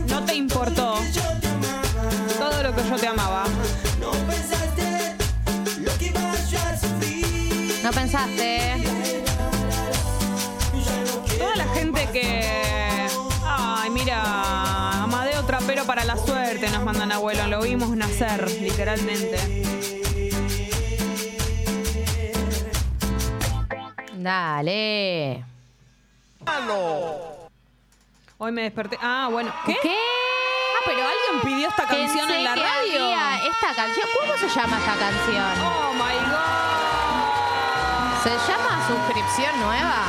[SPEAKER 5] No te importó todo lo que yo te amaba.
[SPEAKER 6] No pensaste.
[SPEAKER 5] Toda la gente que. Ay, mira, Amadeo Trapero para la suerte nos mandan abuelo. Lo vimos nacer, literalmente.
[SPEAKER 6] Dale.
[SPEAKER 5] Hoy me desperté. Ah, bueno. ¿Qué?
[SPEAKER 6] ¿Qué?
[SPEAKER 5] Ah, pero alguien pidió esta canción
[SPEAKER 6] Pensé
[SPEAKER 5] en la
[SPEAKER 6] que
[SPEAKER 5] radio.
[SPEAKER 6] había Esta canción, ¿cómo se llama esta canción?
[SPEAKER 5] Oh my god.
[SPEAKER 6] ¿Se llama suscripción nueva?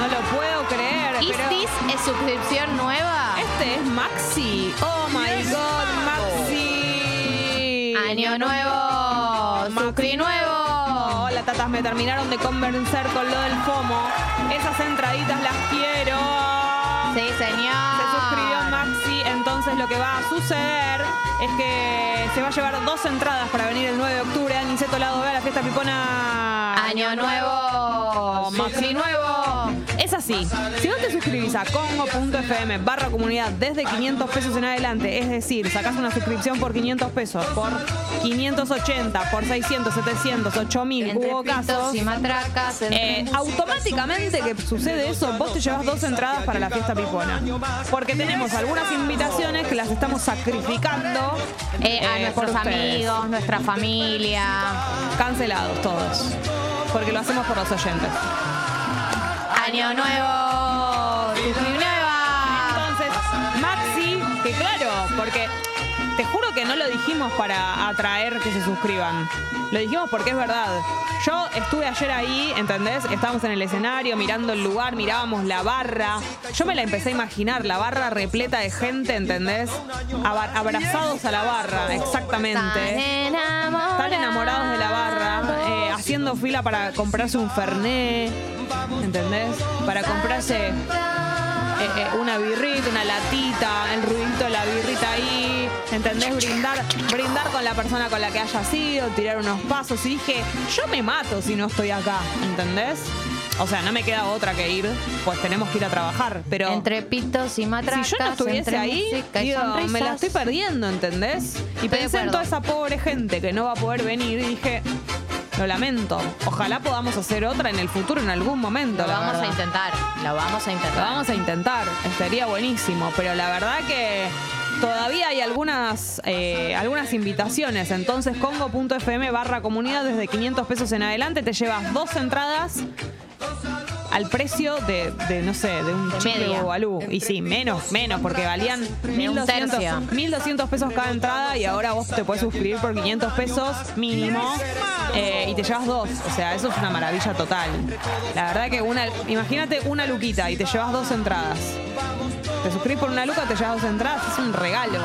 [SPEAKER 5] No lo puedo creer.
[SPEAKER 6] ¿Is
[SPEAKER 5] pero-
[SPEAKER 6] this es suscripción nueva?
[SPEAKER 5] Este es Maxi. Oh my god, Maxi.
[SPEAKER 6] Año nuevo, suscri nuevo.
[SPEAKER 5] Hola, tatas, me terminaron de convencer con lo del FOMO. Esas entraditas las quiero.
[SPEAKER 6] Sí, señor.
[SPEAKER 5] Se suscribió Maxi, entonces lo que va a suceder es que se va a llevar dos entradas para venir el 9 de octubre a Niceto Lado B a la fiesta pipona.
[SPEAKER 6] Año nuevo,
[SPEAKER 5] Maxi
[SPEAKER 6] Maxi nuevo.
[SPEAKER 5] Es así, si vos te suscribís a congo.fm barra comunidad desde 500 pesos en adelante, es decir, sacás una suscripción por 500 pesos, por 580, por 600, 700, 8000,
[SPEAKER 6] Entre
[SPEAKER 5] hubo
[SPEAKER 6] pitos
[SPEAKER 5] casos.
[SPEAKER 6] y matracas, entre
[SPEAKER 5] Eh,
[SPEAKER 6] músicas,
[SPEAKER 5] automáticamente que sucede eso, vos te llevas dos entradas para la fiesta pipona. Porque tenemos algunas invitaciones que las estamos sacrificando
[SPEAKER 6] Eh, a
[SPEAKER 5] eh, por
[SPEAKER 6] nuestros
[SPEAKER 5] ustedes.
[SPEAKER 6] amigos, nuestra familia.
[SPEAKER 5] Cancelados todos. Porque lo hacemos por los oyentes.
[SPEAKER 6] Año nuevo, suscri nueva.
[SPEAKER 5] Entonces, Maxi, que claro, porque te juro que no lo dijimos para atraer que se suscriban. Lo dijimos porque es verdad. Yo estuve ayer ahí, ¿entendés? Estábamos en el escenario, mirando el lugar, mirábamos la barra. Yo me la empecé a imaginar, la barra repleta de gente, ¿entendés? Aba- abrazados a la barra,
[SPEAKER 6] Tan eh.
[SPEAKER 5] exactamente.
[SPEAKER 6] enamorados.
[SPEAKER 5] ¿eh? Están enamorados de la barra, eh, haciendo fila para comprarse un Fernet, ¿entendés? Para comprarse eh, eh, una birrita, una latita, el ruidito de la birrita ahí, ¿entendés? Brindar, brindar con la persona con la que haya sido, tirar unos pasos. Y dije, yo me mato si no estoy acá, ¿entendés? O sea, no me queda otra que ir, pues tenemos que ir a trabajar. Pero
[SPEAKER 6] Entre pitos y matracas.
[SPEAKER 5] si yo no estuviese
[SPEAKER 6] entre
[SPEAKER 5] ahí,
[SPEAKER 6] música y
[SPEAKER 5] digo,
[SPEAKER 6] sonrisas.
[SPEAKER 5] me la estoy perdiendo, ¿entendés? Y
[SPEAKER 6] de
[SPEAKER 5] pensé en
[SPEAKER 6] acuerdo.
[SPEAKER 5] toda esa pobre gente que no va a poder venir y dije, lo lamento. Ojalá podamos hacer otra en el futuro, en algún momento.
[SPEAKER 6] Lo
[SPEAKER 5] la
[SPEAKER 6] vamos a
[SPEAKER 5] verdad.
[SPEAKER 6] intentar. Lo vamos a
[SPEAKER 5] Lo
[SPEAKER 6] intentar.
[SPEAKER 5] vamos a intentar, estaría buenísimo, pero la verdad que todavía hay algunas, eh, algunas invitaciones. Entonces, congo.fm barra comunidad desde 500 pesos en adelante, te llevas dos entradas al precio de, de, no sé, de un
[SPEAKER 6] De
[SPEAKER 5] chicle
[SPEAKER 6] media.
[SPEAKER 5] bobalú. Y sí, menos, menos, porque valían
[SPEAKER 6] un
[SPEAKER 5] 1200,
[SPEAKER 6] tercio.
[SPEAKER 5] 1.200 pesos cada entrada y ahora vos te puedes suscribir por 500 pesos mínimo eh, y te llevas dos. O sea, eso es una maravilla total. La verdad que una, imagínate una luquita y te llevas dos entradas. Te suscribís por una luca, te llevas dos entradas, es un regalo.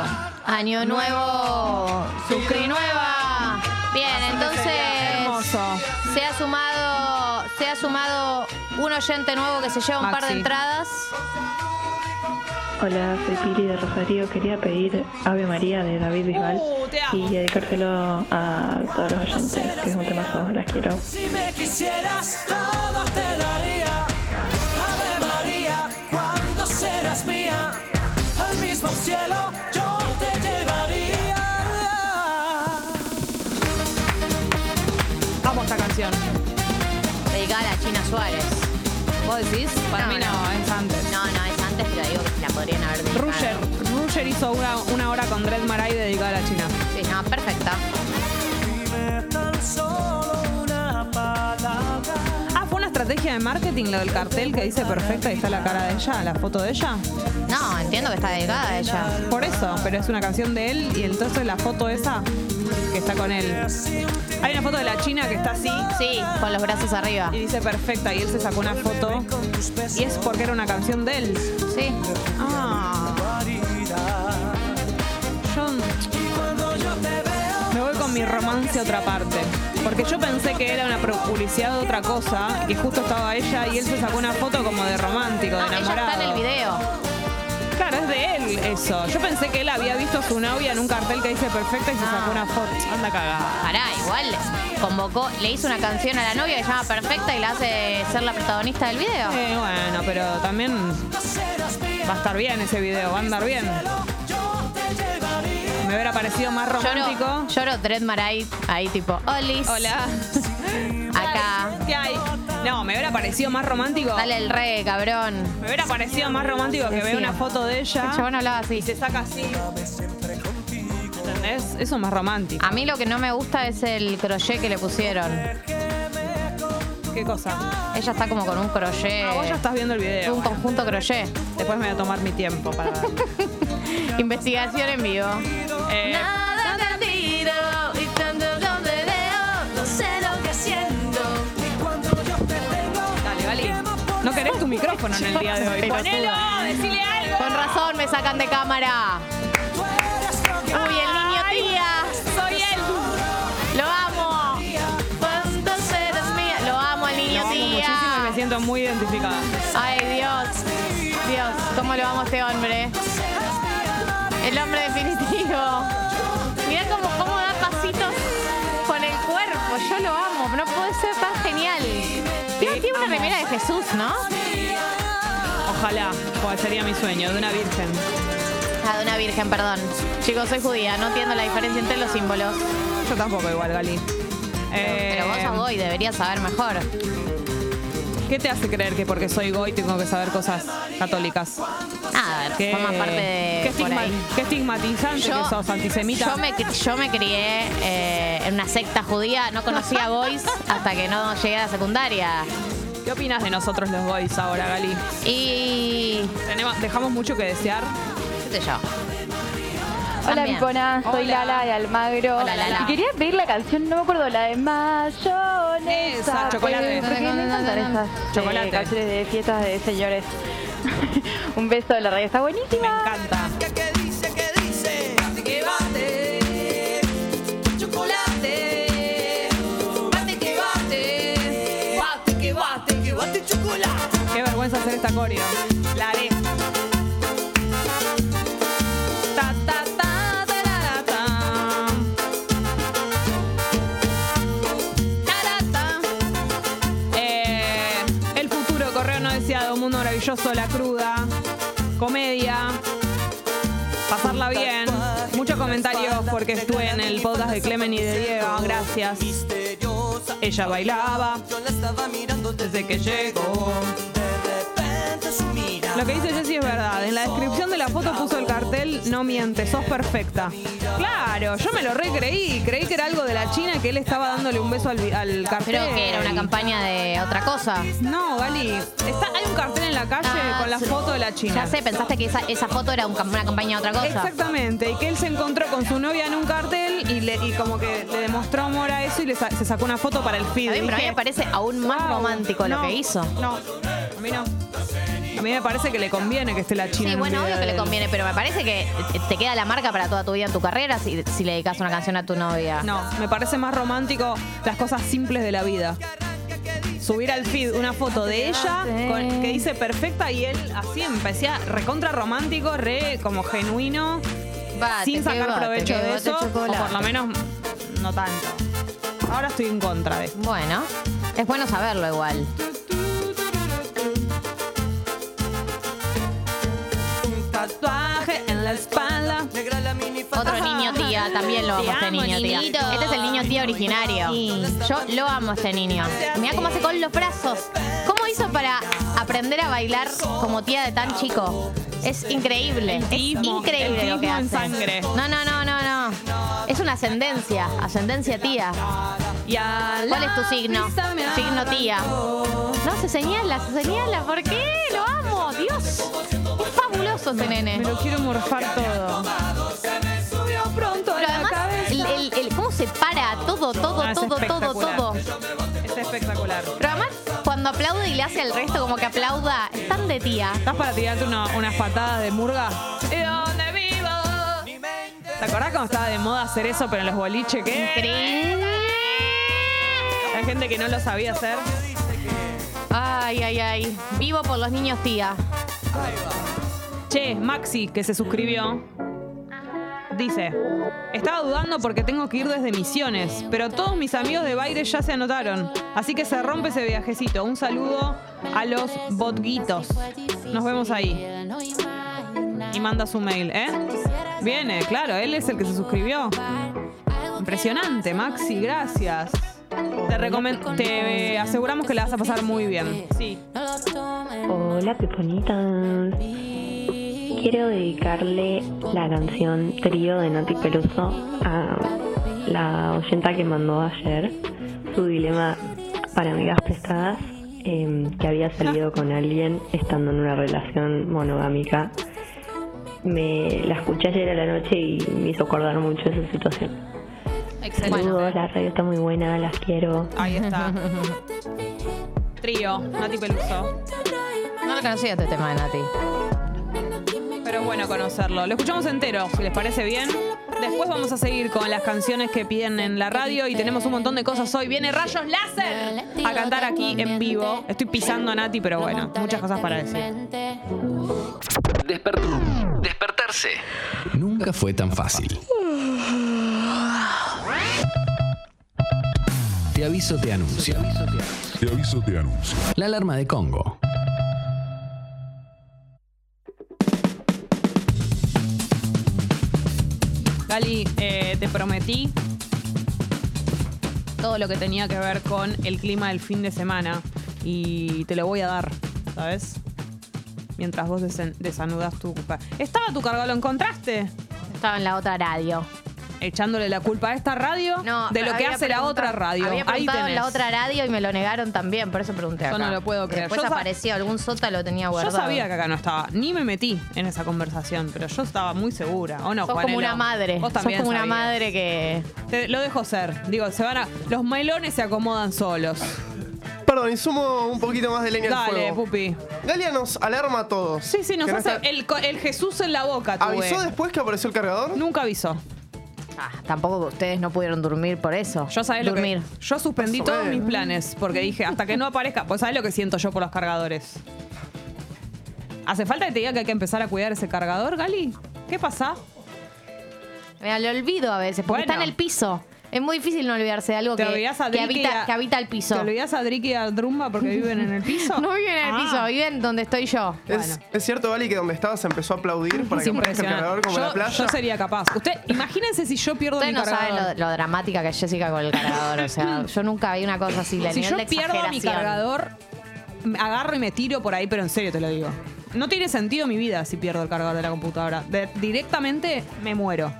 [SPEAKER 6] Año nuevo, suscri nueva. Bien, entonces
[SPEAKER 5] Hermoso.
[SPEAKER 6] se ha sumado, se ha sumado un oyente nuevo que se lleva un par
[SPEAKER 5] Maxi.
[SPEAKER 6] de entradas.
[SPEAKER 12] Hola, soy Pili de Rosario. Quería pedir Ave María de David Bisbal y dedicárselo a todos los oyentes, que es un temazo. Las quiero.
[SPEAKER 10] Si me quisieras, todo te daría. Ave María, cuando serás mía, al mismo cielo yo te llevaría.
[SPEAKER 5] Amo esta canción.
[SPEAKER 6] Dedicada a China Suárez.
[SPEAKER 5] ¿Vos decís? Para
[SPEAKER 6] No,
[SPEAKER 5] mí no,
[SPEAKER 6] no.
[SPEAKER 5] es antes.
[SPEAKER 6] No, no, es antes, pero digo que se la podrían haber dedicado.
[SPEAKER 5] Ruger, Ruger hizo una, una hora con Dread Maray dedicada a la China.
[SPEAKER 6] Sí, no, perfecta.
[SPEAKER 10] Tan solo una palabra.
[SPEAKER 5] Ah, fue una estrategia de marketing lo del cartel que dice perfecta y está la cara de ella, la foto de ella?
[SPEAKER 6] No, entiendo que está delgada ella.
[SPEAKER 5] Por eso, pero es una canción de él y entonces la foto esa que está con él. Hay una foto de la china que está así.
[SPEAKER 6] Sí, con los brazos arriba.
[SPEAKER 5] Y dice perfecta y él se sacó una foto y es porque era una canción de él.
[SPEAKER 6] Sí.
[SPEAKER 5] Ah. Yo me voy con mi romance a otra parte. Porque yo pensé que era una pro- publicidad de otra cosa y justo estaba ella y él se sacó una foto como de romántico, de
[SPEAKER 6] No, Ah, ella
[SPEAKER 5] enamorado.
[SPEAKER 6] está en el video.
[SPEAKER 5] Claro, es de él eso. Yo pensé que él había visto a su novia en un cartel que dice perfecta y se sacó una foto. Anda cagada.
[SPEAKER 6] Pará, igual convocó, le hizo una canción a la novia que se llama Perfecta y la hace ser la protagonista del video.
[SPEAKER 5] Eh, bueno, pero también va a estar bien ese video, va a andar bien. Me hubiera parecido más romántico.
[SPEAKER 6] Lloro, lloro Dread Maray ahí tipo, Olis.
[SPEAKER 5] Hola.
[SPEAKER 6] Acá.
[SPEAKER 5] [laughs] ¿Qué hay? No, me hubiera parecido más romántico.
[SPEAKER 6] Dale el re, cabrón.
[SPEAKER 5] Me hubiera parecido más romántico que
[SPEAKER 6] Sí.
[SPEAKER 5] vea una foto de ella.
[SPEAKER 6] El chabón hablaba así.
[SPEAKER 5] Y se saca así. ¿Entendés? Eso es más romántico.
[SPEAKER 6] A mí lo que no me gusta es el crochet que le pusieron.
[SPEAKER 5] ¿Qué cosa?
[SPEAKER 6] Ella está como con un crochet.
[SPEAKER 5] Ah, vos ya estás viendo el video.
[SPEAKER 6] Eh. Un conjunto crochet.
[SPEAKER 5] Después me voy a tomar mi tiempo para ver.
[SPEAKER 6] Investigación en vivo.
[SPEAKER 5] Eh,
[SPEAKER 6] Nada perdido y tanto donde veo, no sé lo que siento.
[SPEAKER 5] Dale, vale. No querés tu micrófono en el día de hoy.
[SPEAKER 6] Pelotuda.
[SPEAKER 5] Ponelo, decile algo.
[SPEAKER 6] Con razón me sacan de cámara. Uy, el niño tía.
[SPEAKER 5] Soy él.
[SPEAKER 6] Lo amo. Cuando serás mía. Lo amo al niño
[SPEAKER 5] Lo amo muchísimo y
[SPEAKER 6] tía.
[SPEAKER 5] me siento muy identificada.
[SPEAKER 6] Ay, Dios. Dios, cómo lo amo a este hombre. El hombre definitivo. Mirá cómo, cómo da pasitos con el cuerpo. Yo lo amo. No puede ser tan genial. Tiene, tiene una remera de Jesús, ¿no?
[SPEAKER 5] Ojalá, pues sería mi sueño, de una virgen.
[SPEAKER 6] Ah, de una virgen, perdón. Chicos, soy judía. No entiendo la diferencia entre los símbolos.
[SPEAKER 5] Yo tampoco igual, Gali. Eh,
[SPEAKER 6] Pero vos sos goy, deberías saber mejor.
[SPEAKER 5] ¿Qué te hace creer que porque soy goy tengo que saber cosas católicas?
[SPEAKER 6] Nada,
[SPEAKER 5] ¿Qué,
[SPEAKER 6] Ah, forma parte de.
[SPEAKER 5] qué,
[SPEAKER 6] por
[SPEAKER 5] estigma-
[SPEAKER 6] ahí.
[SPEAKER 5] qué estigmatizante
[SPEAKER 6] Yo-
[SPEAKER 5] que sos, antisemita.
[SPEAKER 6] Yo me, yo me crié eh, en una secta judía, no conocía boys hasta que no llegué a la secundaria.
[SPEAKER 5] ¿Qué opinas de nosotros los goys ahora, Gali?
[SPEAKER 6] Y.
[SPEAKER 5] Tenemos, dejamos mucho que desear.
[SPEAKER 6] ¿Qué sé yo?
[SPEAKER 13] Hola,
[SPEAKER 6] También.
[SPEAKER 13] Pipona. Soy
[SPEAKER 5] Hola.
[SPEAKER 13] Lala de Almagro.
[SPEAKER 6] Hola, Lala.
[SPEAKER 13] Y quería pedir la canción, no me acuerdo, la de mayonesa.
[SPEAKER 5] Esa, chocolate.
[SPEAKER 13] ¿Por qué me encantan esas, eh,
[SPEAKER 5] Chocolate.
[SPEAKER 13] canciones de fiestas de señores. [laughs] Un beso de la radio, está buenísima.
[SPEAKER 5] Me encanta.
[SPEAKER 1] que dice, que dice, que bate, chocolate, bate que bate, bate que bate, que bate chocolate.
[SPEAKER 5] Qué vergüenza hacer esta coreo. La haré. Ta, ta, ta, tarara, tam. Tarata. Eh, el futuro, correo no deseado, mundo maravilloso, la cruda, comedia, pasarla bien. Muchos comentarios porque estuve en el podcast de Clemen y de Diego, gracias. Ella bailaba desde que llegó. Lo que dice Jessy es verdad. En la descripción de la foto puso el cartel, no mientes, sos perfecta. Claro, yo me lo recreí. Creí que era algo de la China que él estaba dándole un beso al, vi- al cartel.
[SPEAKER 6] Pero que era una campaña de otra cosa.
[SPEAKER 5] No, Gali. Está, hay un cartel en la calle con la foto de la China.
[SPEAKER 6] Ah, Ya sé, pensaste que esa, esa foto era un cam- una campaña de otra cosa.
[SPEAKER 5] Exactamente, y que él se encontró con su novia en un cartel y, le, y como que le demostró amor a eso y le sa- se sacó una foto para el feed.
[SPEAKER 6] Está bien, pero a mí
[SPEAKER 5] Dije,
[SPEAKER 6] me parece aún más romántico lo
[SPEAKER 5] no,
[SPEAKER 6] que hizo.
[SPEAKER 5] No, a mí no. A mí me parece que le conviene que esté la China. en
[SPEAKER 6] Sí,
[SPEAKER 5] un
[SPEAKER 6] bueno,
[SPEAKER 5] video
[SPEAKER 6] obvio que
[SPEAKER 5] de
[SPEAKER 6] le
[SPEAKER 5] él.
[SPEAKER 6] conviene, pero me parece que te queda la marca para toda tu vida en tu carrera si, si le dedicas una canción a tu novia.
[SPEAKER 5] No, me parece más romántico las cosas simples de la vida. Subir al feed una foto
[SPEAKER 6] Ah,
[SPEAKER 5] de ella con- que dice perfecta y él así empecé a- recontra romántico, re como genuino,
[SPEAKER 6] Bate,
[SPEAKER 5] sin
[SPEAKER 6] que
[SPEAKER 5] sacar
[SPEAKER 6] bate,
[SPEAKER 5] provecho
[SPEAKER 6] que
[SPEAKER 5] de
[SPEAKER 6] bate
[SPEAKER 5] eso, o por
[SPEAKER 6] chocolate.
[SPEAKER 5] lo menos no tanto. Ahora estoy en contra de.
[SPEAKER 6] Bueno, es bueno saberlo igual.
[SPEAKER 5] Tatuaje en la espalda.
[SPEAKER 6] Otro niño tía, también lo amo a este niño tía. Este es el niño tía originario. Yo lo amo a este niño. Mira cómo hace con los brazos. ¿Cómo hizo para aprender a bailar como tía de tan chico? Es increíble. Es
[SPEAKER 5] tismo,
[SPEAKER 6] increíble
[SPEAKER 5] el
[SPEAKER 6] lo que
[SPEAKER 5] tismo en
[SPEAKER 6] hace.
[SPEAKER 5] sangre.
[SPEAKER 6] No, no, no, no, no. Es una ascendencia, ascendencia tía. ¿Cuál es tu signo? Signo tía. No, se señala, se señala. ¿Por qué? Lo amo, Dios. Es fabuloso ese nene. Me lo quiero morfar todo.
[SPEAKER 5] pronto
[SPEAKER 6] Pero además, el, el- el- ¿cómo se para? Todo, todo,
[SPEAKER 5] Ah, es
[SPEAKER 6] todo, todo,
[SPEAKER 5] espectacular.
[SPEAKER 6] todo.
[SPEAKER 5] Es espectacular.
[SPEAKER 6] Pero además, cuando aplaude y le hace al resto como que aplauda, es tan de tía.
[SPEAKER 5] ¿Estás para tirarte una- unas patadas de murga? ¿Y dónde vivo? ¿Te acordás cuando estaba de moda hacer eso, pero en los boliches? ¿Qué? Hay gente que no lo sabía hacer.
[SPEAKER 6] Ay, ay, ay. Vivo por los niños tía.
[SPEAKER 5] Che, Maxi, que se suscribió, dice: Estaba dudando porque tengo que ir desde Misiones, pero todos mis amigos de Baile ya se anotaron. Así que se rompe ese viajecito. Un saludo a los botguitos. Nos vemos ahí. Y manda su mail, ¿eh? Viene, claro, él es el que se suscribió. Impresionante, Maxi, gracias. Te, recomen- te aseguramos que la vas a pasar muy bien. Sí.
[SPEAKER 12] Hola Peponitas. Quiero dedicarle la canción Trío de Nati Peluso a la oyenta que mandó ayer su dilema para amigas prestadas, eh, que había salido con alguien estando en una relación monogámica. Me la escuché ayer a la noche y me hizo acordar mucho esa situación. Saludos, la radio está muy buena, las quiero.
[SPEAKER 5] Ahí está. Trío, Nati Peluso.
[SPEAKER 6] No lo conocía este tema de Nati.
[SPEAKER 5] Pero es bueno conocerlo. Lo escuchamos entero, si les parece bien. Después vamos a seguir con las canciones que piden en la radio y tenemos un montón de cosas hoy. Viene Rayos Láser a cantar aquí en vivo. Estoy pisando a Nati, pero bueno, muchas cosas para decir.
[SPEAKER 14] Despertarse. Nunca fue tan fácil. Te aviso, te anuncio. Te aviso, te anuncio. La alarma de Congo.
[SPEAKER 5] Gali, eh, te prometí todo lo que tenía que ver con el clima del fin de semana y te lo voy a dar, ¿sabes? Mientras vos desen- desanudas tu culpa. ¿Estaba tu cargo? ¿Lo encontraste?
[SPEAKER 6] Estaba en la otra radio.
[SPEAKER 5] Echándole la culpa a esta radio de lo
[SPEAKER 6] pero
[SPEAKER 5] que
[SPEAKER 6] había
[SPEAKER 5] hace la
[SPEAKER 6] preguntado-
[SPEAKER 5] otra radio.
[SPEAKER 6] Había
[SPEAKER 5] Ahí
[SPEAKER 6] preguntado en
[SPEAKER 5] tenés.
[SPEAKER 6] la otra radio y me lo negaron también, por eso pregunté
[SPEAKER 5] Yo
[SPEAKER 6] acá.
[SPEAKER 5] no lo puedo creer.
[SPEAKER 6] Después
[SPEAKER 5] Yo sab-
[SPEAKER 6] aparecía algún sota lo tenía
[SPEAKER 5] Yo
[SPEAKER 6] guardado.
[SPEAKER 5] sabía que acá no estaba, ni me metí en esa conversación, pero yo estaba muy segura. ¿O no,
[SPEAKER 6] Sos como
[SPEAKER 5] Juanelo?
[SPEAKER 6] una madre.
[SPEAKER 5] Vos
[SPEAKER 6] Sos
[SPEAKER 5] también
[SPEAKER 6] como una
[SPEAKER 5] sabías.
[SPEAKER 6] madre que...
[SPEAKER 5] Te- lo dejo ser. Digo, se van a, los melones se acomodan solos.
[SPEAKER 15] Perdón, y sumo Oh, un poquito más de leña al
[SPEAKER 5] Dale,
[SPEAKER 15] fuego.
[SPEAKER 5] pupi.
[SPEAKER 15] Galia nos alarma a todos.
[SPEAKER 5] Sí, sí, nos
[SPEAKER 15] Que no
[SPEAKER 5] hace
[SPEAKER 15] está-
[SPEAKER 5] el, co- el Jesús en la boca. tuve.
[SPEAKER 15] ¿Avisó después que apareció el cargador?
[SPEAKER 5] Nunca avisó.
[SPEAKER 6] Ah, Tampoco ustedes no pudieron dormir por eso.
[SPEAKER 5] Yo sabés lo que-
[SPEAKER 6] dormir.
[SPEAKER 5] yo suspendí todos mis planes porque dije, hasta que no aparezca, pues sabes lo que siento yo por los cargadores. ¿Hace falta que te diga que hay que empezar a cuidar ese cargador, Gali? ¿Qué pasa?
[SPEAKER 6] Mira, lo olvido a veces, porque
[SPEAKER 5] Bueno.
[SPEAKER 6] está en el piso. Es muy difícil no olvidarse de algo
[SPEAKER 5] ¿Te
[SPEAKER 6] que,
[SPEAKER 5] olvidás a
[SPEAKER 6] que
[SPEAKER 5] Drake y
[SPEAKER 6] habita,
[SPEAKER 5] a-
[SPEAKER 6] que habita el piso.
[SPEAKER 5] ¿Te olvidás a Drake y a Drumba porque viven en el piso?
[SPEAKER 6] [laughs] No viven en el
[SPEAKER 5] Ah.
[SPEAKER 6] piso, viven donde estoy yo.
[SPEAKER 15] Es, es cierto, Gali, que donde estabas empezó a aplaudir para
[SPEAKER 5] Es
[SPEAKER 15] que aparezca el cargador
[SPEAKER 5] impresionante.
[SPEAKER 15] como en la
[SPEAKER 5] Yo,
[SPEAKER 15] playa.
[SPEAKER 5] yo sería capaz. Usted, imagínense si yo pierdo
[SPEAKER 6] Ustedes
[SPEAKER 5] mi
[SPEAKER 6] no
[SPEAKER 5] cargador.
[SPEAKER 6] saben lo, lo dramática que es Jessica con el cargador.
[SPEAKER 5] [laughs]
[SPEAKER 6] O sea, yo nunca vi una cosa así. la
[SPEAKER 5] si
[SPEAKER 6] nivel
[SPEAKER 5] yo
[SPEAKER 6] de
[SPEAKER 5] pierdo mi
[SPEAKER 6] exageración.
[SPEAKER 5] cargador, me agarro y me tiro por ahí, pero en serio te lo digo. No tiene sentido mi vida si pierdo el cargador de la computadora. De- directamente me muero.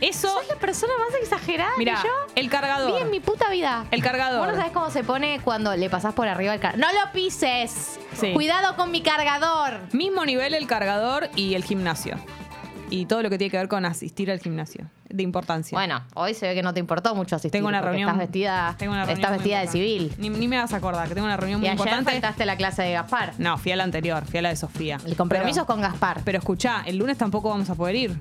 [SPEAKER 5] Eso.
[SPEAKER 6] Sos la persona más exagerada
[SPEAKER 5] Mira,
[SPEAKER 6] que yo.
[SPEAKER 5] el cargador.
[SPEAKER 6] Vi en mi puta vida.
[SPEAKER 5] El cargador.
[SPEAKER 6] Vos no sabés cómo se pone cuando le pasás por arriba el cargador. ¡No lo pises!
[SPEAKER 5] Sí.
[SPEAKER 6] Cuidado con mi cargador.
[SPEAKER 5] Mismo nivel el cargador y el gimnasio. Y todo lo que tiene que ver con asistir al gimnasio. De importancia.
[SPEAKER 6] Bueno, hoy se ve que no te importó mucho asistir.
[SPEAKER 5] Tengo una
[SPEAKER 6] porque
[SPEAKER 5] reunión-
[SPEAKER 6] Estás vestida,
[SPEAKER 5] tengo una reunión
[SPEAKER 6] estás
[SPEAKER 5] muy
[SPEAKER 6] vestida de
[SPEAKER 5] importante.
[SPEAKER 6] civil.
[SPEAKER 5] Ni, ni me vas a acordar que tengo una reunión
[SPEAKER 6] Y
[SPEAKER 5] muy
[SPEAKER 6] ayer
[SPEAKER 5] importante.
[SPEAKER 6] faltaste la clase de Gaspar.
[SPEAKER 5] No, fui a la anterior, fui a la de Sofía. El
[SPEAKER 6] compromiso es con Gaspar.
[SPEAKER 5] Pero escuchá, el lunes tampoco vamos a poder ir.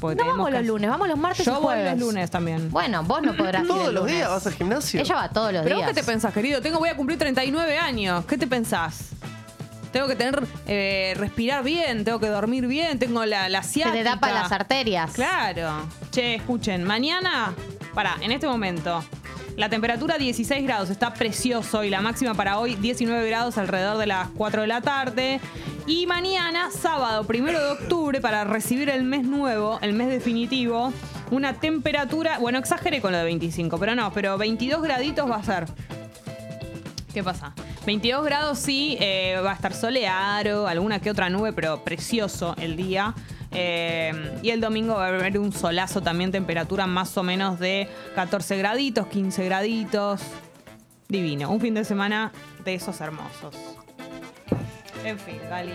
[SPEAKER 5] Porque
[SPEAKER 6] No
[SPEAKER 5] tenemos
[SPEAKER 6] vamos
[SPEAKER 5] que-
[SPEAKER 6] los lunes, vamos los martes
[SPEAKER 5] Yo
[SPEAKER 6] y
[SPEAKER 5] voy
[SPEAKER 6] jueves.
[SPEAKER 5] los lunes también.
[SPEAKER 6] Bueno, vos no podrás ir
[SPEAKER 15] ¿Todos
[SPEAKER 6] el
[SPEAKER 15] los
[SPEAKER 6] lunes.
[SPEAKER 15] días vas al gimnasio?
[SPEAKER 6] Ella va todos los
[SPEAKER 5] ¿Pero vos
[SPEAKER 6] días.
[SPEAKER 5] qué te pensás, querido? Tengo, voy a cumplir 39 años. ¿Qué te pensás? Tengo que tener, eh, respirar bien, tengo que dormir bien, tengo la, la
[SPEAKER 6] Se
[SPEAKER 5] ciática.
[SPEAKER 6] te tapa las arterias.
[SPEAKER 5] Claro. Che, escuchen, mañana, pará, en este momento, la temperatura 16 grados, está precioso y la máxima para hoy 19 grados alrededor de las 4 de la tarde. Y mañana, sábado, primero de octubre, para recibir el mes nuevo, el mes definitivo, una temperatura, bueno, exageré con lo de 25, pero no, pero 22 graditos va a ser. ¿Qué pasa? 22 grados sí, eh, va a estar soleado, alguna que otra nube, pero precioso el día. Eh, y el domingo va a haber un solazo también, temperatura más o menos de 14 graditos, 15 graditos. Divino. Un fin de semana de esos hermosos. En fin, Gali.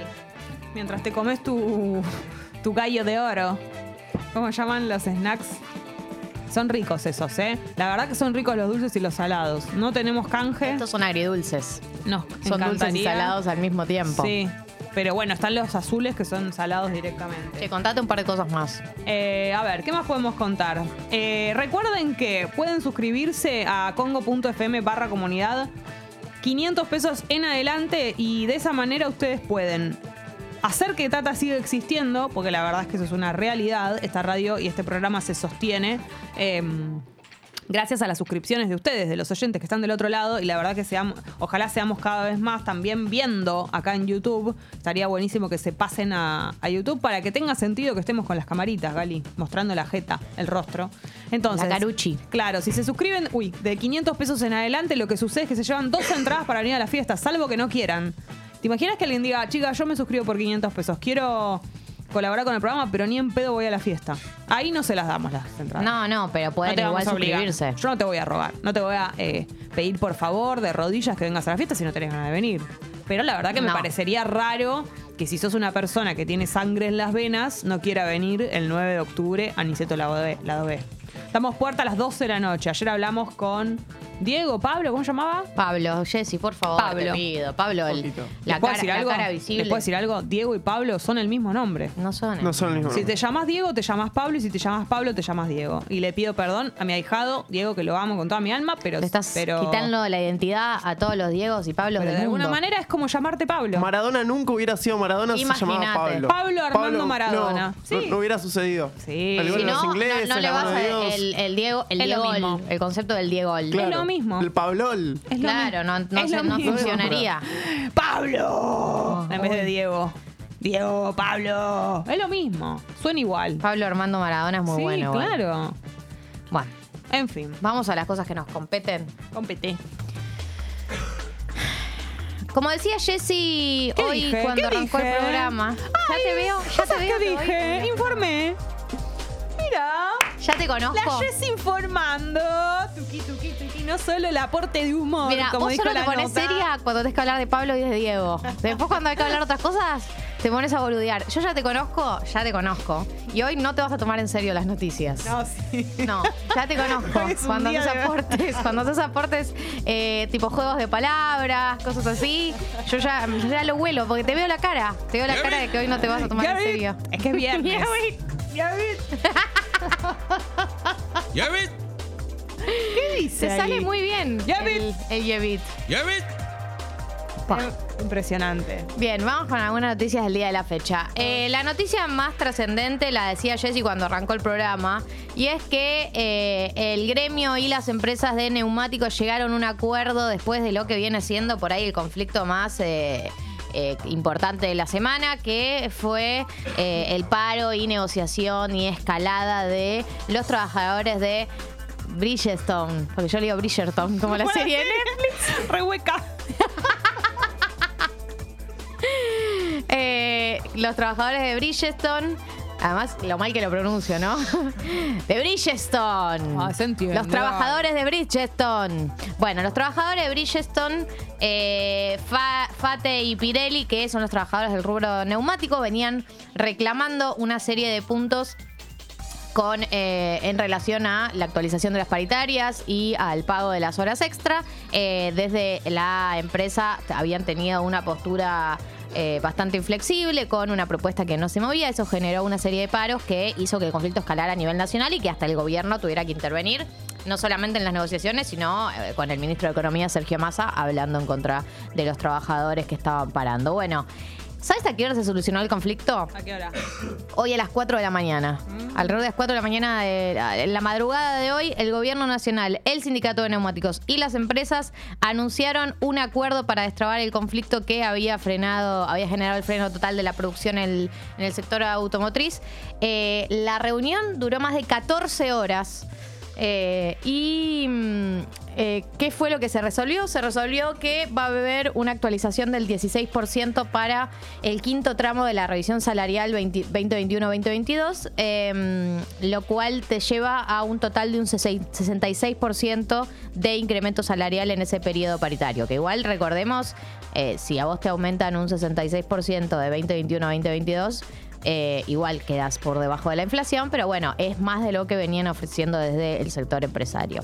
[SPEAKER 5] Mientras te comes tu, tu gallo de oro. ¿Cómo llaman los snacks? Son ricos esos, ¿eh? La verdad que son ricos los dulces y los salados. No tenemos canje. Estos
[SPEAKER 6] son agridulces.
[SPEAKER 5] No,
[SPEAKER 6] Son dulces y salados al mismo tiempo.
[SPEAKER 5] Sí. Pero bueno, están los azules que son salados directamente. Te
[SPEAKER 6] contate un par de cosas más.
[SPEAKER 5] a ver, ¿qué más podemos contar? Eh, recuerden que pueden suscribirse a congo.fm barra comunidad. 500 pesos en adelante y de esa manera ustedes pueden hacer que Tata siga existiendo, porque la verdad es que eso es una realidad. Esta radio y este programa se sostiene. em, gracias a las suscripciones de ustedes, de los oyentes que están del otro lado, y la verdad que seamos, ojalá seamos cada vez más también viendo acá en YouTube. Estaría buenísimo que se pasen a, a YouTube para que tenga sentido que estemos con las camaritas, Gali, mostrando la jeta, el rostro. Entonces,
[SPEAKER 6] La
[SPEAKER 5] caruchi. Claro, si se suscriben, uy, de 500 pesos en adelante, lo que sucede es que se llevan dos entradas para venir a la fiesta, salvo que no quieran. ¿Te imaginas que alguien diga, chica, yo me suscribo por 500 pesos, quiero colaborar con el programa, pero ni en pedo voy a la fiesta? Ahí no se las damos las entradas.
[SPEAKER 6] No, no, pero pueden
[SPEAKER 5] No te vamos
[SPEAKER 6] igual
[SPEAKER 5] a obligar.
[SPEAKER 6] suscribirse.
[SPEAKER 5] Yo no te voy a rogar, no te voy a eh, pedir por favor de rodillas que vengas a la fiesta si no tenés ganas de venir. Pero la verdad que me
[SPEAKER 6] No.
[SPEAKER 5] parecería raro que si sos una persona que tiene sangre en las venas, no quiera venir el 9 de octubre a Niceto Lado B. Lado B. Estamos puerta a las 12 de la noche. Ayer hablamos con Diego, Pablo, ¿cómo se llamaba?
[SPEAKER 6] Pablo, Jessy, por favor, te pido. Pablo, el- la,
[SPEAKER 5] ¿Les puedo
[SPEAKER 6] cara,
[SPEAKER 5] decir
[SPEAKER 6] la
[SPEAKER 5] algo?
[SPEAKER 6] cara
[SPEAKER 5] ¿Les puedo
[SPEAKER 6] visible.
[SPEAKER 5] decir algo? Diego y Pablo son el mismo nombre.
[SPEAKER 6] No son.
[SPEAKER 15] No son el mismo
[SPEAKER 5] Si
[SPEAKER 15] nombre.
[SPEAKER 5] te llamas Diego, te llamas Pablo. Y si te llamas Pablo, te llamas Diego. Y le pido perdón a mi ahijado, Diego, que lo amo con toda mi alma, pero.
[SPEAKER 6] Estás
[SPEAKER 5] pero,
[SPEAKER 6] quitando la identidad a todos los Diegos y Pablos
[SPEAKER 5] pero
[SPEAKER 6] del
[SPEAKER 5] de alguna
[SPEAKER 6] mundo.
[SPEAKER 5] manera es como llamarte Pablo.
[SPEAKER 15] Maradona nunca hubiera sido Maradona si se llamaba
[SPEAKER 5] Imagínate.
[SPEAKER 15] Pablo.
[SPEAKER 5] Pablo Armando
[SPEAKER 15] no,
[SPEAKER 5] Maradona.
[SPEAKER 15] No,
[SPEAKER 5] Sí.
[SPEAKER 15] no hubiera sucedido.
[SPEAKER 5] Sí.
[SPEAKER 15] El gol
[SPEAKER 6] Si
[SPEAKER 15] de
[SPEAKER 6] no,
[SPEAKER 15] los
[SPEAKER 6] no-
[SPEAKER 15] ingleses,
[SPEAKER 6] no le
[SPEAKER 15] la
[SPEAKER 6] vas
[SPEAKER 15] mano
[SPEAKER 6] a
[SPEAKER 15] de Dios.
[SPEAKER 6] el, el Diego, el
[SPEAKER 5] Es lo
[SPEAKER 6] Diego,
[SPEAKER 5] mismo.
[SPEAKER 6] el concepto del Diego.
[SPEAKER 15] Claro. El Pablol.
[SPEAKER 5] Es lo
[SPEAKER 6] Claro, no, no
[SPEAKER 5] Es
[SPEAKER 6] se-
[SPEAKER 5] lo
[SPEAKER 6] no
[SPEAKER 5] mismo.
[SPEAKER 6] funcionaría.
[SPEAKER 5] ¡Pablo! En vez de Diego. Diego, Pablo. Es lo mismo. Suena igual.
[SPEAKER 6] Pablo Armando Maradona es muy
[SPEAKER 5] sí,
[SPEAKER 6] bueno. igual.
[SPEAKER 5] claro.
[SPEAKER 6] Bueno.
[SPEAKER 5] En fin.
[SPEAKER 6] Vamos a las cosas que nos competen.
[SPEAKER 5] Compete.
[SPEAKER 6] Como decía Jessy
[SPEAKER 5] ¿Qué
[SPEAKER 6] hoy
[SPEAKER 5] dije?
[SPEAKER 6] cuando
[SPEAKER 5] ¿Qué
[SPEAKER 6] arrancó
[SPEAKER 5] dije?
[SPEAKER 6] el programa.
[SPEAKER 5] Ay,
[SPEAKER 6] ya te veo, ya te
[SPEAKER 5] cosas
[SPEAKER 6] veo.
[SPEAKER 5] que
[SPEAKER 6] hoy-
[SPEAKER 5] dije. Informé. Mira.
[SPEAKER 6] Ya te conozco.
[SPEAKER 5] La Jess informando. Tuqui, tuqui, tuqui. No solo el aporte de humor,
[SPEAKER 6] Mira,
[SPEAKER 5] como
[SPEAKER 6] vos
[SPEAKER 5] dijo
[SPEAKER 6] solo
[SPEAKER 5] la
[SPEAKER 6] te pones
[SPEAKER 5] nota.
[SPEAKER 6] seria cuando tenés que hablar de Pablo y de Diego. Después cuando hay que hablar otras cosas, te pones a boludear. Yo ya te conozco, ya te conozco. Y hoy no te vas a tomar en serio las noticias.
[SPEAKER 5] No, sí.
[SPEAKER 6] No, ya te conozco.
[SPEAKER 5] Hoy [laughs] es un
[SPEAKER 6] cuando
[SPEAKER 5] día
[SPEAKER 6] haces
[SPEAKER 5] de-
[SPEAKER 6] aportes, cuando haces aportes eh, tipo juegos de palabras, cosas así, yo ya, ya lo vuelo porque te veo la cara. Te veo la cara de que hoy no te vas a tomar en
[SPEAKER 5] Garrett,
[SPEAKER 6] serio.
[SPEAKER 5] Es que es
[SPEAKER 6] [laughs]
[SPEAKER 5] viernes.
[SPEAKER 6] Garrett,
[SPEAKER 16] ¿Ya ves?
[SPEAKER 5] ¿Qué dice?
[SPEAKER 6] Se
[SPEAKER 5] ahí?
[SPEAKER 6] sale muy bien el, el Yevit.
[SPEAKER 16] ¿Ya ves?
[SPEAKER 5] Eh, Impresionante.
[SPEAKER 6] Bien, vamos con algunas noticias del día de la fecha. Eh, la noticia más trascendente la decía Jessy cuando arrancó el programa, y es que eh, el gremio y las empresas de neumáticos llegaron a un acuerdo después de lo que viene siendo por ahí el conflicto más eh, eh, importante de la semana, que fue eh, el paro y negociación y escalada de los trabajadores de Bridgestone, porque yo le digo Bridgerton, como la
[SPEAKER 5] Bueno,
[SPEAKER 6] serie de
[SPEAKER 5] sí, Re hueca.
[SPEAKER 6] Eh, los trabajadores de Bridgestone. Además, lo mal que lo pronuncio, ¿no? [laughs] De Bridgestone.
[SPEAKER 5] Ah, se entiende,
[SPEAKER 6] Los trabajadores de Bridgestone. Bueno, los trabajadores de Bridgestone, eh, Fa- Fate y Pirelli, que son los trabajadores del rubro neumático, venían reclamando una serie de puntos con eh, en relación a la actualización de las paritarias y al pago de las horas extra. Eh, desde la empresa habían tenido una postura eh, bastante inflexible con una propuesta que no se movía. Eso generó una serie de paros que hizo que el conflicto escalara a nivel nacional y que hasta el gobierno tuviera que intervenir. No solamente en las negociaciones, sino eh, con el ministro de Economía, Sergio Massa, hablando en contra de los trabajadores que estaban parando. Bueno, ¿sabes a qué hora se solucionó el conflicto?
[SPEAKER 5] ¿A qué hora?
[SPEAKER 6] hoy a las 4 de la mañana. Alrededor de las 4 de la mañana, de, en la madrugada de hoy, el Gobierno Nacional, el Sindicato de Neumáticos y las empresas anunciaron un acuerdo para destrabar el conflicto que había frenado, había generado el freno total de la producción en el, en el sector automotriz. Eh, la reunión duró más de 14 horas. Eh, y mm, eh, ¿qué fue lo que se resolvió? Se resolvió que va a haber una actualización del 16% para el quinto tramo de la revisión salarial 20 2021-2022, eh, lo cual te lleva a un total de un 66% de incremento salarial en ese periodo paritario, que igual recordemos, eh, si a vos te aumentan un 66% de 2021 a 2022, eh, igual quedas por debajo de la inflación, pero bueno, es más de lo que venían ofreciendo desde el sector empresario.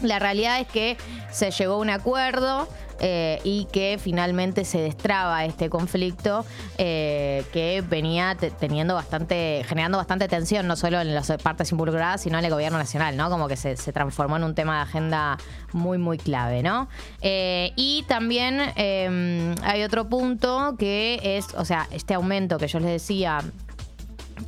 [SPEAKER 6] La realidad es que se llegó a un acuerdo eh, y que finalmente se destraba este conflicto eh, que venía te- teniendo bastante, generando bastante tensión, no solo en las partes involucradas, sino en el gobierno nacional, ¿no? Como que se, se transformó en un tema de agenda muy, muy clave, ¿no? Eh, y también eh, hay otro punto que es, o sea, este aumento que yo les decía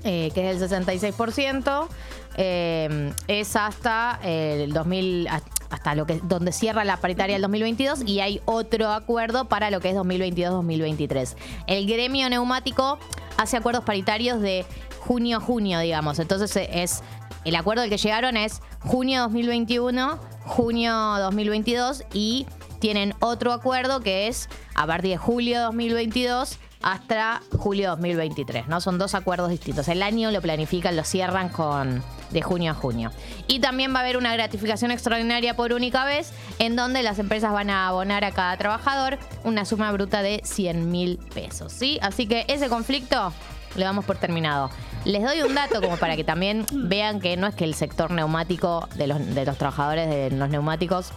[SPEAKER 6] eh, que es del 66%, eh, es hasta el 2000, hasta lo que donde cierra la paritaria del 2022 y hay otro acuerdo para lo que es 2022-2023. El gremio neumático hace acuerdos paritarios de junio a junio, digamos. Entonces eh, es el acuerdo al que llegaron es junio 2021, junio 2022 y tienen otro acuerdo que es a partir de julio 2022 hasta julio 2023, ¿no? Son dos acuerdos distintos. El año lo planifican, lo cierran con de junio a junio. Y también va a haber una gratificación extraordinaria por única vez, en donde las empresas van a abonar a cada trabajador una suma bruta de 100 mil pesos, ¿sí? Así que ese conflicto lo damos por terminado. Les doy un dato como para que también vean que no es que el sector neumático de los, de los trabajadores de los neumáticos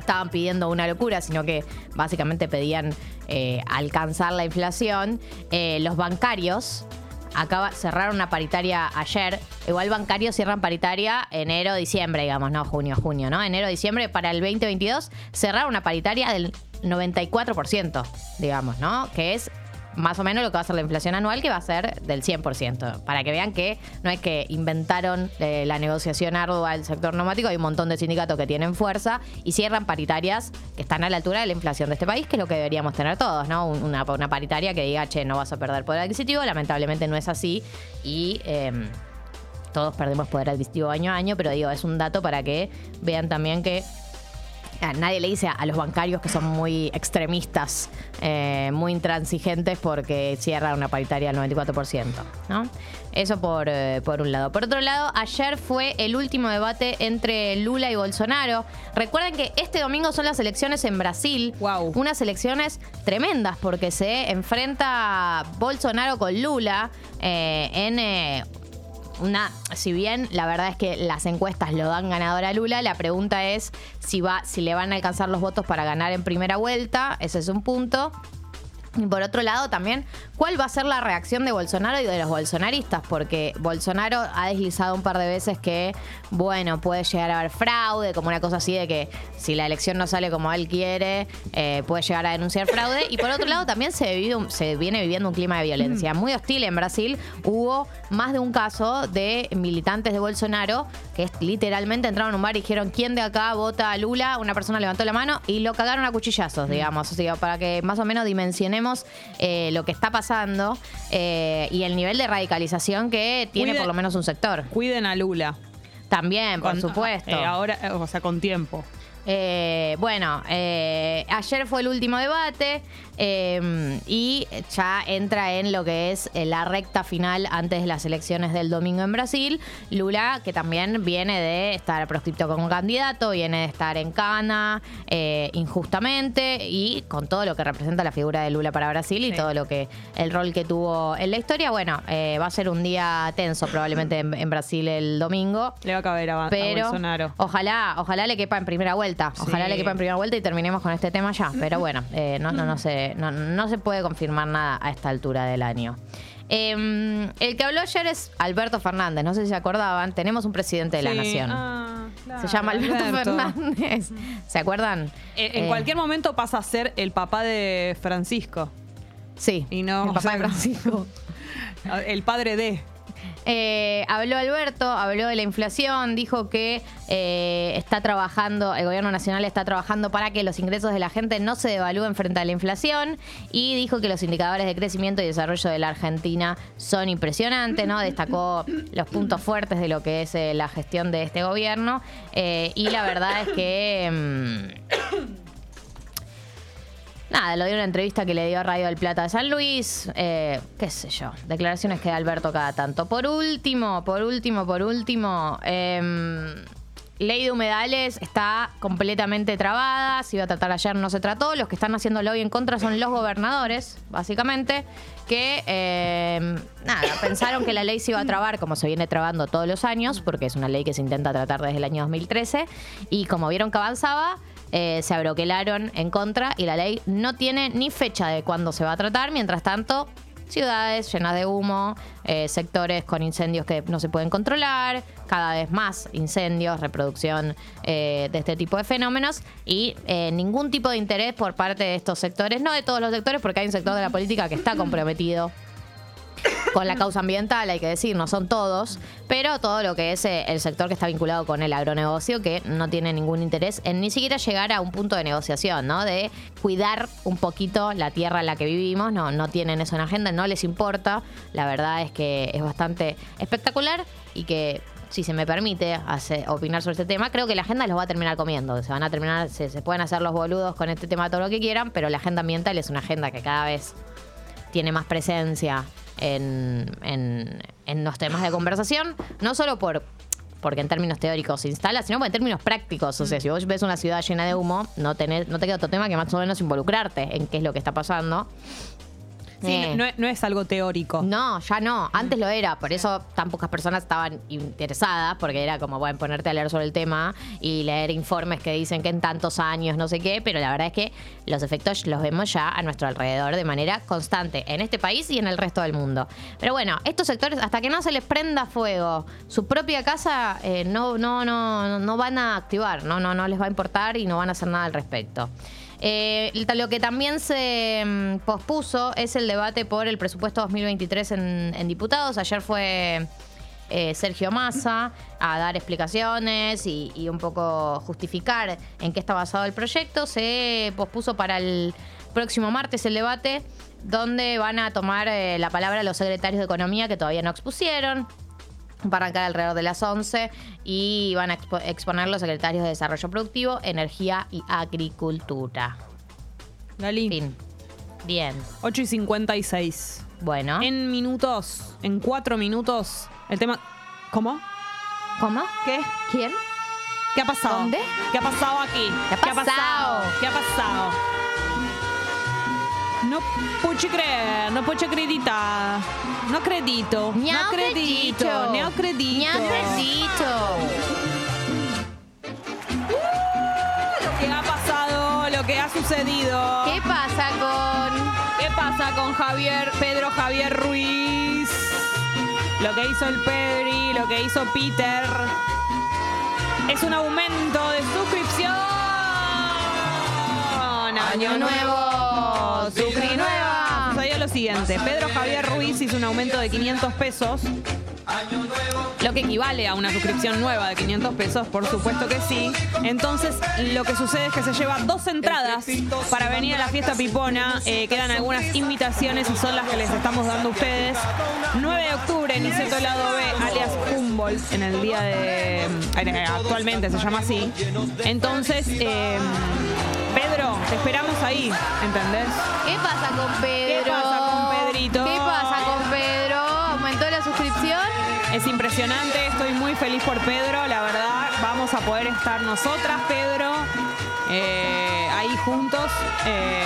[SPEAKER 6] estaban pidiendo una locura, sino que básicamente pedían eh, alcanzar la inflación. Eh, los bancarios acaba, cerraron una paritaria ayer. Igual bancarios cierran paritaria enero-diciembre, digamos, no junio-junio, ¿no? Enero-diciembre para el 2022 cerraron una paritaria del 94%, digamos, ¿no? Que es más o menos lo que va a ser la inflación anual, que va a ser del 100%. Para que vean que no es que inventaron eh, la negociación ardua del sector neumático, hay un montón de sindicatos que tienen fuerza y cierran paritarias que están a la altura de la inflación de este país, que es lo que deberíamos tener todos, ¿no? Un- Una, una paritaria que diga, che, no vas a perder poder adquisitivo, lamentablemente no es así y... em, todos perdemos poder adquisitivo año a año, pero digo, es un dato para que vean también que a nadie le dice a, a los bancarios que son muy extremistas, eh, muy intransigentes porque cierran una paritaria al 94%, ¿no? Eso por, eh, por un lado. Por otro lado, ayer fue el último debate entre Lula y Bolsonaro. Recuerden que este domingo son las elecciones en Brasil. Wow. Unas elecciones tremendas porque se enfrenta Bolsonaro con Lula eh, en... eh, una, si bien la verdad es que las encuestas lo dan ganador a Lula, la pregunta es si va, si le van a alcanzar los votos para ganar en primera vuelta, ese es un punto. Y por otro lado también, ¿cuál va a ser la reacción de Bolsonaro y de los bolsonaristas? Porque Bolsonaro ha deslizado un par de veces que, bueno, puede llegar a haber fraude, como una cosa así de que si la elección no sale como él quiere, eh, puede llegar a denunciar fraude. Y por otro lado también se, vive un- se viene viviendo un clima de violencia muy hostil en Brasil. Hubo más de un caso de militantes de Bolsonaro que es- literalmente entraron a un bar y dijeron, ¿quién de acá vota a Lula? Una persona levantó la mano y lo cagaron a cuchillazos, digamos. O sea, para que más o menos dimensionemos eh, lo que está pasando eh, y el nivel de radicalización que tiene
[SPEAKER 5] Cuide-
[SPEAKER 6] por lo menos un sector.
[SPEAKER 5] Cuiden a Lula.
[SPEAKER 6] También, por
[SPEAKER 5] Con-
[SPEAKER 6] supuesto.
[SPEAKER 5] eh, ahora, eh, o sea, con tiempo.
[SPEAKER 6] Eh, bueno, eh, ayer fue el último debate eh, y ya entra en lo que es eh, la recta final antes de las elecciones del domingo en Brasil. Lula, que también viene de estar proscripto como candidato, viene de estar en cana eh, injustamente y con todo lo que representa la figura de Lula para Brasil y todo lo que el rol que tuvo en la historia. Bueno, eh, va a ser un día tenso probablemente en, en Brasil el domingo.
[SPEAKER 5] Le va a caber a, a
[SPEAKER 6] Pero
[SPEAKER 5] Bolsonaro.
[SPEAKER 6] Ojalá, ojalá le quepa en primera vuelta. Ojalá
[SPEAKER 5] Sí.
[SPEAKER 6] le quepa en primera vuelta y terminemos con este tema ya. Pero bueno, eh, no, no, no, se, no, no se puede confirmar nada a esta altura del año. Em, el que habló ayer es Alberto Fernández. No sé si se acordaban. Tenemos un presidente de la
[SPEAKER 5] Sí.
[SPEAKER 6] nación.
[SPEAKER 5] Ah, claro,
[SPEAKER 6] se llama Alberto,
[SPEAKER 5] Alberto.
[SPEAKER 6] Fernández. ¿Se acuerdan?
[SPEAKER 5] Eh, en
[SPEAKER 6] Eh,
[SPEAKER 5] cualquier momento pasa a ser el papá de Francisco.
[SPEAKER 6] Sí.
[SPEAKER 5] Y no. [laughs]
[SPEAKER 6] el papá de Francisco.
[SPEAKER 5] El padre de.
[SPEAKER 6] Eh, habló Alberto, habló de la inflación, dijo que eh, está trabajando, el gobierno nacional está trabajando para que los ingresos de la gente no se devalúen frente a la inflación y dijo que los indicadores de crecimiento y desarrollo de la Argentina son impresionantes, ¿no? Destacó los puntos fuertes de lo que es eh, la gestión de este gobierno eh, y la verdad es que... mm, Nada, lo dio en una entrevista que le dio a Radio del Plata de San Luis, eh, qué sé yo, declaraciones que da Alberto cada tanto. Por último, por último, por último, em, ley de humedales está completamente trabada, se iba a tratar ayer, no se trató, los que están haciendo lobby en contra son los gobernadores, básicamente, que, em, nada, pensaron que la ley se iba a trabar como se viene trabando todos los años, porque es una ley que se intenta tratar desde el año 2013, y como vieron que avanzaba, eh, se abroquelaron en contra y la ley no tiene ni fecha de cuándo se va a tratar. Mientras tanto, ciudades llenas de humo, eh, sectores con incendios que no se pueden controlar, cada vez más incendios, reproducción eh, de este tipo de fenómenos y eh, ningún tipo de interés por parte de estos sectores, no de todos los sectores, porque hay un sector de la política que está comprometido con la causa ambiental, hay que decir, no son todos, pero todo lo que es eh, el sector que está vinculado con el agronegocio, que no tiene ningún interés en ni siquiera llegar a un punto de negociación, ¿no? De cuidar un poquito la tierra en la que vivimos, no, no tienen eso en agenda, no les importa, la verdad es que es bastante espectacular y que... Si se me permite hace- opinar sobre este tema, creo que la agenda los va a terminar comiendo. Se van a terminar, se, se pueden hacer los boludos con este tema todo lo que quieran, pero la agenda ambiental es una agenda que cada vez tiene más presencia en, en- en los temas de conversación, no solo por porque en términos teóricos se instala, sino porque en términos prácticos.
[SPEAKER 5] Mm.
[SPEAKER 6] O sea, si vos ves una ciudad llena de humo, no, tenés, no te queda otro tema que más o menos involucrarte en qué es lo que está pasando.
[SPEAKER 5] Sí, no-
[SPEAKER 6] es algo teórico. Eh. No, ya no. Antes lo era. Por eso tan pocas personas estaban interesadas, porque era como, bueno, ponerte a leer sobre el tema y leer informes que dicen que en tantos años, no sé qué. Pero la verdad es que los efectos los vemos ya a nuestro alrededor de manera constante, en este país y en el resto del mundo. Pero bueno, estos sectores, hasta que no se les prenda fuego su propia casa, eh, no, no, no, no van a activar, no, no, no les va a importar y no van a hacer nada al respecto. Eh, lo que también se mm, pospuso es el debate por el presupuesto 2023 en, en diputados. Ayer fue eh, Sergio Massa a dar explicaciones y, y un poco justificar en qué está basado el proyecto. Se pospuso para el próximo martes el debate donde van a tomar eh, la palabra los secretarios de Economía que todavía no expusieron. Va a arrancar alrededor de las 11 y van a expo- exponer los secretarios de Desarrollo Productivo, Energía y Agricultura.
[SPEAKER 5] Dalí.
[SPEAKER 6] Bien.
[SPEAKER 5] 8 y 56.
[SPEAKER 6] Bueno.
[SPEAKER 5] En minutos, en cuatro minutos, el tema. ¿Cómo?
[SPEAKER 6] ¿Cómo?
[SPEAKER 5] ¿Qué?
[SPEAKER 6] ¿Quién?
[SPEAKER 5] ¿Qué ha pasado? ¿Dónde? ¿Qué ha pasado aquí?
[SPEAKER 6] ¿Qué ha pasado?
[SPEAKER 5] ¿Qué ha pasado? No puedo creer, no puedo creditar. No acredito. no acredito. No acredito.
[SPEAKER 6] No acredito.
[SPEAKER 5] Lo que ha pasado, lo que ha sucedido.
[SPEAKER 6] ¿Qué pasa con...?
[SPEAKER 5] ¿Qué pasa con Javier, Pedro Javier Ruiz? Lo que hizo el Pedri, lo que hizo Peter. Es un aumento de suscripción. Año
[SPEAKER 6] nuevo,
[SPEAKER 5] suscri nueva. Sucedió lo siguiente. Pedro Javier Ruiz hizo un aumento de 500 pesos. Lo que equivale a una suscripción nueva de 500 pesos, por supuesto que sí. Entonces, lo que sucede es que se lleva dos entradas para venir a la fiesta pipona. Eh, quedan algunas invitaciones y son las que les estamos dando a ustedes. 9 de octubre, en Niceto Lado B, alias Humboldt, en el día de. eh, Actualmente se llama así. Entonces, eh, Pedro, te esperamos ahí, ¿entendés?
[SPEAKER 6] ¿Qué pasa con Pedro?
[SPEAKER 5] ¿Qué pasa con Pedrito?
[SPEAKER 6] ¿Qué pasa con Pedro? ¿Aumentó la suscripción?
[SPEAKER 5] Es impresionante, estoy muy feliz por Pedro, la verdad. Vamos a poder estar nosotras, Pedro, eh, ahí juntos, eh,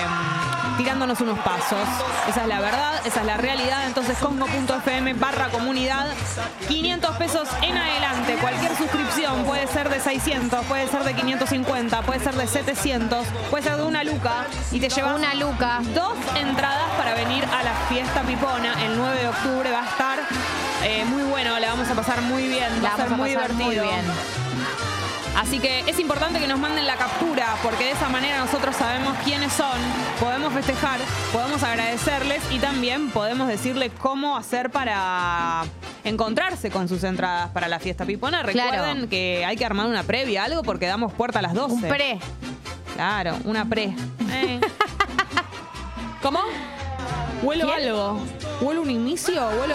[SPEAKER 5] tirándonos unos pasos. Esa es la verdad, esa es la realidad. Entonces, congo.fm barra comunidad, 500 pesos en adelante. Cualquier suscripción puede ser de 600, puede ser de 550, puede ser de 700, puede ser de una luca. Y te llevas
[SPEAKER 6] Una luca.
[SPEAKER 5] dos entradas para venir a la fiesta pipona el 9 de octubre. Va a estar eh, muy bueno, la vamos a pasar muy bien, va
[SPEAKER 6] La
[SPEAKER 5] a ser
[SPEAKER 6] vamos a
[SPEAKER 5] muy
[SPEAKER 6] pasar muy
[SPEAKER 5] divertido.
[SPEAKER 6] bien.
[SPEAKER 5] Así que es importante que nos manden la captura porque de esa manera nosotros sabemos quiénes son, podemos festejar, podemos agradecerles y también podemos decirle cómo hacer para encontrarse con sus entradas para la fiesta pipona.
[SPEAKER 6] Claro.
[SPEAKER 5] Recuerden que hay que armar una previa, algo porque damos puerta a las 12.
[SPEAKER 6] Un pre.
[SPEAKER 5] Claro, una pre. Eh. [laughs] ¿Cómo? Huelo algo. ¿Huelo un inicio? ¿Huelo?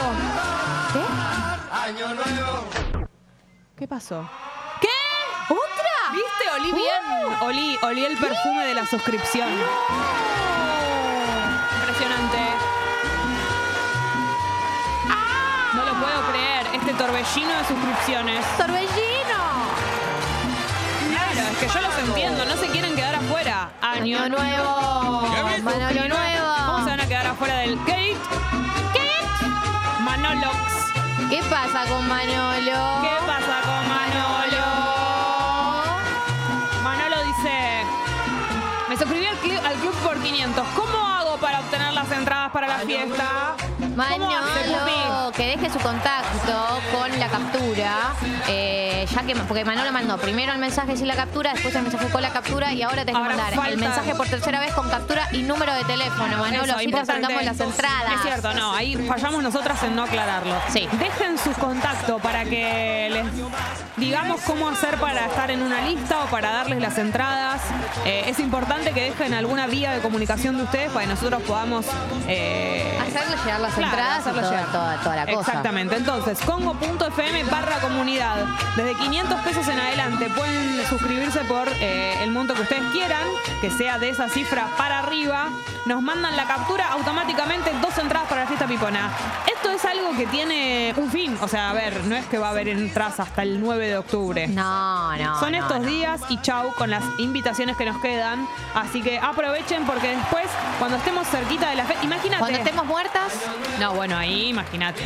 [SPEAKER 1] Año nuevo.
[SPEAKER 5] ¿Qué pasó? ¿Qué? ¿Otra? Uh. ¿Viste? Olí bien. Olí, olí el perfume de la suscripción. Impresionante. No lo puedo creer, este torbellino de suscripciones.
[SPEAKER 6] ¡Torbellino!
[SPEAKER 5] Claro, es que yo los entiendo, no se quieren quedar afuera. Año nuevo. Manolo nuevo. ¿Cómo se van a quedar afuera del Kate? Kate. Manolox.
[SPEAKER 6] ¿Qué pasa con Manolo?
[SPEAKER 5] ¿Qué pasa con Manolo? Manolo dice, me suscribí al, clu- al club por 500. ¿Cómo hago para obtener las entradas para la fiesta? ¿Cómo hace,
[SPEAKER 6] Manolo, que deje su contacto con la captura, eh, ya que porque Manolo mandó primero el mensaje sin la captura, después el mensaje con la captura y ahora tenés que
[SPEAKER 5] Ahora
[SPEAKER 6] mandar
[SPEAKER 5] falta-
[SPEAKER 6] el mensaje por tercera vez con captura y número de teléfono, Manolo,
[SPEAKER 5] Eso,
[SPEAKER 6] así te
[SPEAKER 5] importante.
[SPEAKER 6] sacamos las entradas.
[SPEAKER 5] Es cierto, no, ahí fallamos nosotras en no aclararlo. Sí. Dejen su contacto para que les digamos cómo hacer para estar en una lista o para darles las entradas. Eh, es importante que dejen alguna vía de comunicación de ustedes para que nosotros podamos eh,
[SPEAKER 6] Hacerle llegar las
[SPEAKER 5] Claro,
[SPEAKER 6] entradas y
[SPEAKER 5] hacerlo
[SPEAKER 6] toda-
[SPEAKER 5] llegar.
[SPEAKER 6] toda- toda la cosa.
[SPEAKER 5] Exactamente. Entonces, congo.fm barra comunidad. Desde 500 pesos en adelante pueden suscribirse por eh, el monto que ustedes quieran, que sea de esa cifra para arriba. Nos mandan la captura automáticamente dos entradas para la fiesta pipona. Esto es algo que tiene un fin. O sea, a ver, no es que va a haber entradas hasta el 9 de octubre.
[SPEAKER 6] No, no,
[SPEAKER 5] Son
[SPEAKER 6] no,
[SPEAKER 5] estos
[SPEAKER 6] no.
[SPEAKER 5] días y chau con las invitaciones que nos quedan. Así que aprovechen porque después, cuando estemos cerquita de la fiesta, imagínate.
[SPEAKER 6] Cuando estemos muertas,
[SPEAKER 5] No, bueno, ahí imagínate.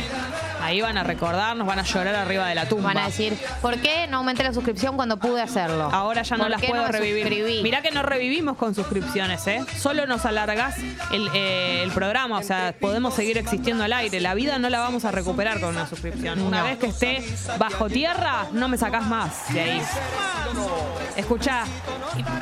[SPEAKER 5] Ahí van a recordarnos, van a llorar arriba de la tumba.
[SPEAKER 6] van a decir, ¿por qué no aumenté la suscripción cuando pude hacerlo?
[SPEAKER 5] Ahora ya no
[SPEAKER 6] ¿Por
[SPEAKER 5] las
[SPEAKER 6] qué
[SPEAKER 5] puedo
[SPEAKER 6] me
[SPEAKER 5] revivir.
[SPEAKER 6] suscribí?
[SPEAKER 5] Mirá que no revivimos con suscripciones, ¿eh? Solo nos alargás el, eh, el programa, o sea, podemos seguir existiendo al aire. La vida no la vamos a recuperar con una suscripción. Una
[SPEAKER 6] No.
[SPEAKER 5] vez que esté bajo tierra, no me sacás más de ahí. Escuchá,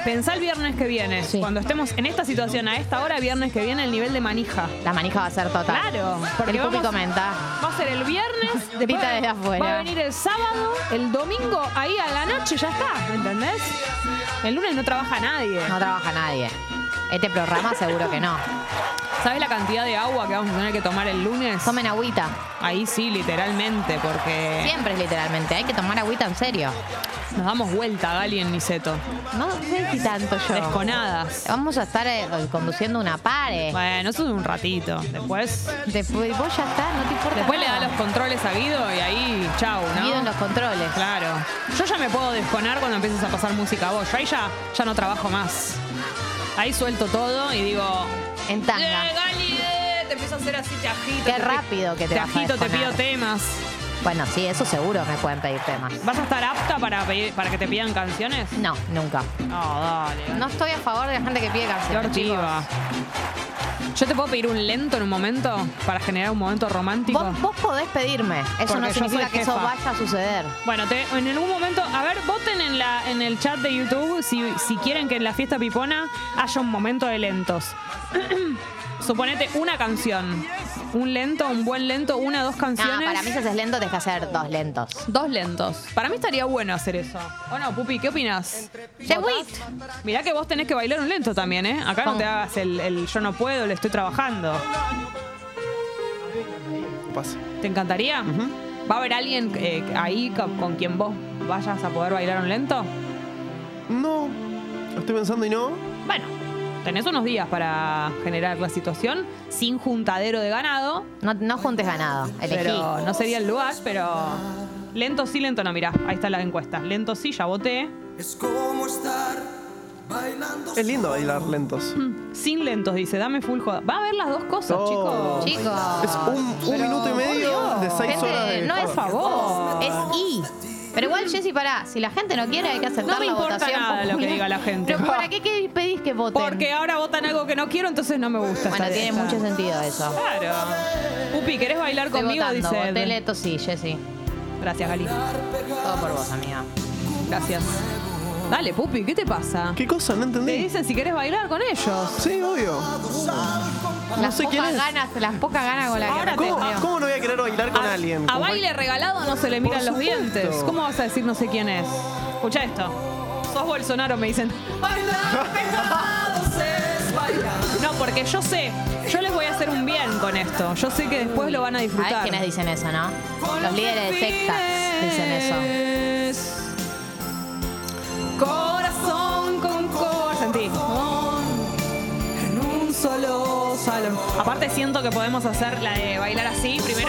[SPEAKER 5] pensá el viernes que viene. Cuando estemos en esta situación, a esta hora, viernes que viene, el nivel de manija.
[SPEAKER 6] La manija va a ser total.
[SPEAKER 5] Claro, porque
[SPEAKER 6] el público
[SPEAKER 5] vamos-
[SPEAKER 6] aumenta.
[SPEAKER 5] Va a ser el viernes, después
[SPEAKER 6] Pita desde afuera.
[SPEAKER 5] va a venir el sábado, el domingo, ahí a la noche ya está, ¿me entendés? El lunes no trabaja nadie.
[SPEAKER 6] No trabaja nadie. Este programa seguro que no.
[SPEAKER 5] ¿Sabes la cantidad de agua que vamos a tener que tomar el lunes?
[SPEAKER 6] Tomen agüita.
[SPEAKER 5] Ahí sí, literalmente, porque
[SPEAKER 6] Siempre es literalmente. Hay que tomar agüita en serio.
[SPEAKER 5] nos damos vuelta, Gali, en Niceto.
[SPEAKER 6] No sé si tanto yo.
[SPEAKER 5] Desconadas.
[SPEAKER 6] Vamos a estar eh, conduciendo una pare.
[SPEAKER 5] Bueno, eso es un ratito. Después.
[SPEAKER 6] Después vos ya estás, no te importa.
[SPEAKER 5] Después le
[SPEAKER 6] nada.
[SPEAKER 5] da los controles a Guido y ahí, chau, ¿no?
[SPEAKER 6] Guido en los controles.
[SPEAKER 5] Claro. Yo ya me puedo desconar cuando empieces a pasar música a vos. Yo ahí ya, ya no trabajo más. Ahí suelto todo y digo.
[SPEAKER 6] En tanga.
[SPEAKER 5] "Eh, Gali, eh", te empiezo a hacer así, te agito.
[SPEAKER 6] Qué
[SPEAKER 5] te-
[SPEAKER 6] rápido que te
[SPEAKER 5] Te
[SPEAKER 6] vas a
[SPEAKER 5] agito, te pido
[SPEAKER 6] desconar.
[SPEAKER 5] temas.
[SPEAKER 6] Bueno, sí, eso seguro me pueden pedir temas.
[SPEAKER 5] ¿Vas a estar apta para, pedir- para que te pidan canciones?
[SPEAKER 6] No, nunca.
[SPEAKER 5] No, dale.
[SPEAKER 6] No estoy a favor de la gente que pide
[SPEAKER 5] Qué
[SPEAKER 6] canciones. chicos.
[SPEAKER 5] hortiva. ¿Yo te puedo pedir un lento en un momento para generar un momento romántico?
[SPEAKER 6] Vos, vos podés pedirme. Eso
[SPEAKER 5] Porque
[SPEAKER 6] no
[SPEAKER 5] yo
[SPEAKER 6] significa
[SPEAKER 5] soy
[SPEAKER 6] que eso
[SPEAKER 5] jefa.
[SPEAKER 6] vaya a suceder.
[SPEAKER 5] Bueno, te- en algún momento, a ver, voten en, la, en el chat de YouTube si, si quieren que en la fiesta pipona haya un momento de lentos. [clears throat] Suponete una canción. Un lento, un buen lento, una, dos
[SPEAKER 6] No,
[SPEAKER 5] canciones.
[SPEAKER 6] para mí si haces lento tenés que hacer dos lentos.
[SPEAKER 5] Dos lentos. Para mí estaría bueno hacer eso. ¿O no, Pupi? ¿Qué opinas?
[SPEAKER 6] The Wit.
[SPEAKER 5] Mirá que vos tenés que bailar un lento también, ¿eh? Acá no
[SPEAKER 6] Con-
[SPEAKER 5] te hagas el, el yo no puedo, le estoy trabajando.
[SPEAKER 15] Pasa.
[SPEAKER 5] ¿Te encantaría? ¿Va a haber alguien eh, ahí con, con quien vos vayas a poder bailar un lento?
[SPEAKER 15] No, estoy pensando y no.
[SPEAKER 5] Bueno, tenés unos días para generar la situación sin juntadero de ganado.
[SPEAKER 6] No, no juntes ganado. Elegí.
[SPEAKER 5] Pero no sería el lugar, pero. Lento sí, lento no, mirá. Ahí está la encuesta. Lento sí, ya voté.
[SPEAKER 1] Es como estar bailando.
[SPEAKER 15] Es lindo bailar lentos.
[SPEAKER 5] Sin lentos, dice. Dame full joda. Va a haber las dos cosas,
[SPEAKER 15] Oh.
[SPEAKER 5] chicos.
[SPEAKER 6] Chicos.
[SPEAKER 15] Es un, un minuto y medio de seis
[SPEAKER 6] Gente,
[SPEAKER 15] horas de
[SPEAKER 6] no es
[SPEAKER 15] joda.
[SPEAKER 6] favor, es I. Pero igual, Jessy, pará, si la gente no quiere, hay que aceptar
[SPEAKER 5] No me
[SPEAKER 6] la
[SPEAKER 5] importa
[SPEAKER 6] votación.
[SPEAKER 5] nada lo que
[SPEAKER 6] popular.
[SPEAKER 5] diga la gente.
[SPEAKER 6] Pero ¿para qué, qué pedís que voten?
[SPEAKER 5] Porque ahora votan algo que no quiero, entonces no me gusta.
[SPEAKER 6] Bueno,
[SPEAKER 5] esta
[SPEAKER 6] tiene
[SPEAKER 5] lista.
[SPEAKER 6] mucho sentido eso.
[SPEAKER 5] Claro. Pupi, ¿querés bailar
[SPEAKER 6] Estoy
[SPEAKER 5] conmigo?
[SPEAKER 6] votando,
[SPEAKER 5] Dice. Ed.
[SPEAKER 6] voté Leto, sí, Jessy.
[SPEAKER 5] Gracias, Gali.
[SPEAKER 6] Todo por vos, amiga.
[SPEAKER 5] Gracias. Dale, Pupi, ¿qué te pasa? ¿Qué cosa? No entendí. Te dicen si querés bailar con ellos.
[SPEAKER 15] Sí, obvio.
[SPEAKER 6] Las pocas ganas, las pocas ganas con la que
[SPEAKER 15] ¿Cómo,
[SPEAKER 1] Ah,
[SPEAKER 6] aprendió.
[SPEAKER 15] cómo no voy a querer bailar
[SPEAKER 5] Ah,
[SPEAKER 15] con alguien?
[SPEAKER 5] A baile regalado no se le miran
[SPEAKER 15] Por
[SPEAKER 5] los
[SPEAKER 15] supuesto.
[SPEAKER 5] dientes. ¿Cómo vas a decir no sé quién es? Escucha esto. Sos Bolsonaro, me dicen. Bailar pegados es bailar. No, porque yo sé, yo les voy a hacer un bien con esto. Yo sé que después lo van a disfrutar.
[SPEAKER 6] ¿Sabes quiénes dicen eso, no? Los líderes de sectas dicen eso.
[SPEAKER 5] Corazón con corazón. Sentí. En un solo salón. Aparte siento que podemos hacer la de bailar así primero.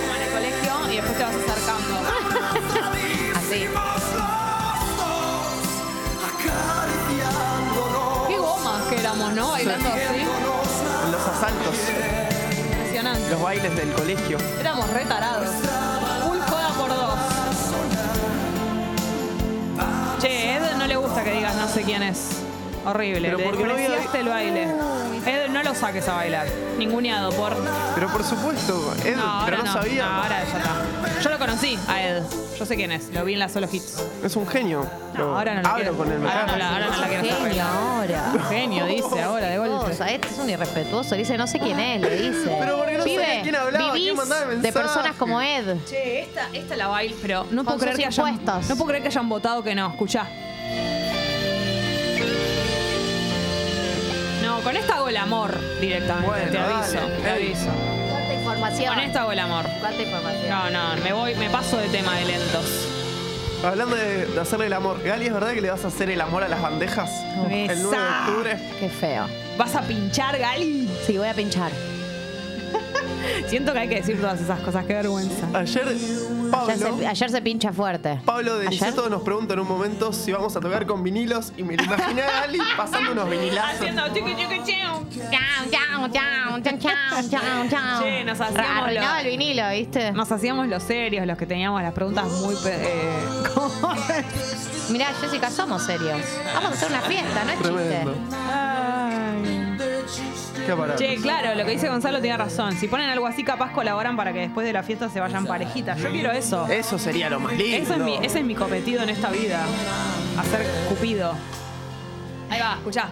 [SPEAKER 5] Como en el colegio y después te vas acercando. así. Qué gomas que éramos, ¿no? Bailando así.
[SPEAKER 15] Los asaltos.
[SPEAKER 5] Impresionante.
[SPEAKER 15] Los bailes del colegio.
[SPEAKER 5] Éramos retarados. Full joda por dos. Che, Ed no le gusta que digas no sé quién es. Horrible.
[SPEAKER 15] Pero
[SPEAKER 5] Le
[SPEAKER 15] porque no había-
[SPEAKER 5] despreciaste el baile. Ed, no lo saques a bailar. Ninguneado por.
[SPEAKER 15] Pero por supuesto, Edu,
[SPEAKER 5] no, ahora
[SPEAKER 15] pero no,
[SPEAKER 5] no.
[SPEAKER 15] sabía.
[SPEAKER 5] No, ahora ya está. Yo lo conocí a Ed. Yo sé quién es. Lo vi en la solo hits.
[SPEAKER 15] Es un genio.
[SPEAKER 5] No, ahora no lo
[SPEAKER 15] Hablo
[SPEAKER 5] quiero.
[SPEAKER 15] con él. me
[SPEAKER 5] Ahora no,
[SPEAKER 15] cago.
[SPEAKER 5] la- ahora no la quiero hacer
[SPEAKER 6] Genio
[SPEAKER 5] bailar.
[SPEAKER 6] ahora.
[SPEAKER 5] Genio, dice ahora, de golpe.
[SPEAKER 6] Cosa, Este es un irrespetuoso, le dice, no sé quién es, le dice.
[SPEAKER 5] Pero porque no
[SPEAKER 6] Pibe,
[SPEAKER 5] sabía quién hablaba, quién
[SPEAKER 6] vivís
[SPEAKER 5] mandaba el
[SPEAKER 6] de
[SPEAKER 5] mensaje.
[SPEAKER 6] personas como Ed.
[SPEAKER 5] Che, esta, esta la bail, pero no
[SPEAKER 6] Con
[SPEAKER 5] puedo, creer
[SPEAKER 6] sus
[SPEAKER 5] que hayan,
[SPEAKER 6] impuestos.
[SPEAKER 5] no puedo creer que hayan votado que no. Escuchá. No, con esta hago el amor directamente.
[SPEAKER 6] Bueno,
[SPEAKER 5] te
[SPEAKER 6] dale,
[SPEAKER 5] aviso, te
[SPEAKER 6] ey.
[SPEAKER 5] aviso.
[SPEAKER 6] ¿Cuánta información?
[SPEAKER 5] Con esta hago el amor.
[SPEAKER 6] ¿Cuánta información?
[SPEAKER 5] No, no, me voy, me paso de tema de lentos.
[SPEAKER 15] Hablando de, de hacerle el amor, Gali, ¿es verdad que le vas a hacer el amor a las bandejas? El 9 de
[SPEAKER 5] Besá.
[SPEAKER 15] octubre.
[SPEAKER 6] Qué feo.
[SPEAKER 5] ¿Vas a pinchar, Gali?
[SPEAKER 6] Sí, voy a pinchar.
[SPEAKER 5] Siento que hay que decir todas esas cosas, qué vergüenza.
[SPEAKER 15] Ayer,
[SPEAKER 6] Ayer se,
[SPEAKER 15] Pablo,
[SPEAKER 6] ayer se pincha fuerte.
[SPEAKER 15] Pablo de Niceto nos pregunta en un momento si vamos a tocar con vinilos y me [laughs] lo imaginé a Gali pasando unos
[SPEAKER 6] [laughs]
[SPEAKER 15] vinilazos.
[SPEAKER 5] Haciendo chiqui chiqui chau.
[SPEAKER 6] Chau, chau, chau, chau, chau, chau, chau.
[SPEAKER 5] Che, nos hacíamos
[SPEAKER 6] Arruinaba
[SPEAKER 5] lo-
[SPEAKER 6] el vinilo, ¿viste?
[SPEAKER 5] Nos hacíamos los serios, los que teníamos las preguntas muy. pe- eh, [laughs] ¿cómo es?
[SPEAKER 6] Mirá, Jessica, somos serios. Vamos a hacer una fiesta, no es chiste.
[SPEAKER 15] Qué parada.
[SPEAKER 5] Che, claro, lo que dice Gonzalo tiene razón. Si ponen algo así, capaz colaboran para que después de la fiesta se vayan parejitas. Yo quiero eso.
[SPEAKER 15] Eso sería lo más lindo.
[SPEAKER 5] Eso es mi, ese es mi cometido en esta vida. Hacer cupido. Ahí va, escuchá.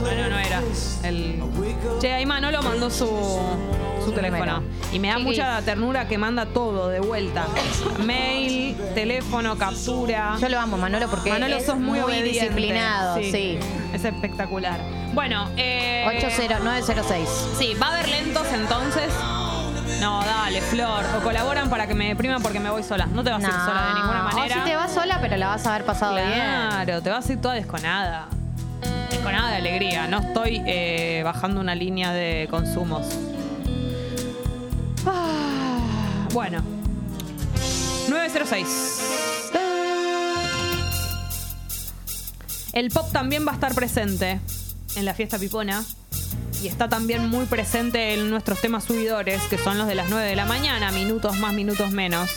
[SPEAKER 5] Bueno, no era. El... Che, ahí Manolo mandó su, su teléfono. Y me da mucha ternura que manda todo de vuelta. Mail, teléfono, captura.
[SPEAKER 6] Yo lo amo, Manolo, porque
[SPEAKER 5] Manolo
[SPEAKER 6] es
[SPEAKER 5] sos muy,
[SPEAKER 6] muy
[SPEAKER 5] obediente.
[SPEAKER 6] disciplinado, sí.
[SPEAKER 5] Es espectacular. Bueno, eh...
[SPEAKER 6] 80906.
[SPEAKER 5] Sí, va a haber lentos entonces. No, dale, Flor. O colaboran para que me deprima porque me voy sola. No te vas a ir sola de ninguna
[SPEAKER 6] No,
[SPEAKER 5] manera.
[SPEAKER 6] sí te vas sola, pero la vas a haber pasado bien.
[SPEAKER 5] Claro, te vas a ir toda desconada. Desconada de alegría. No estoy eh, bajando una línea de consumos. Ah, bueno. 906. El pop también va a estar presente en la fiesta pipona. Y está también muy presente en nuestros temas subidores, que son los de las 9 de la mañana, minutos más, minutos menos.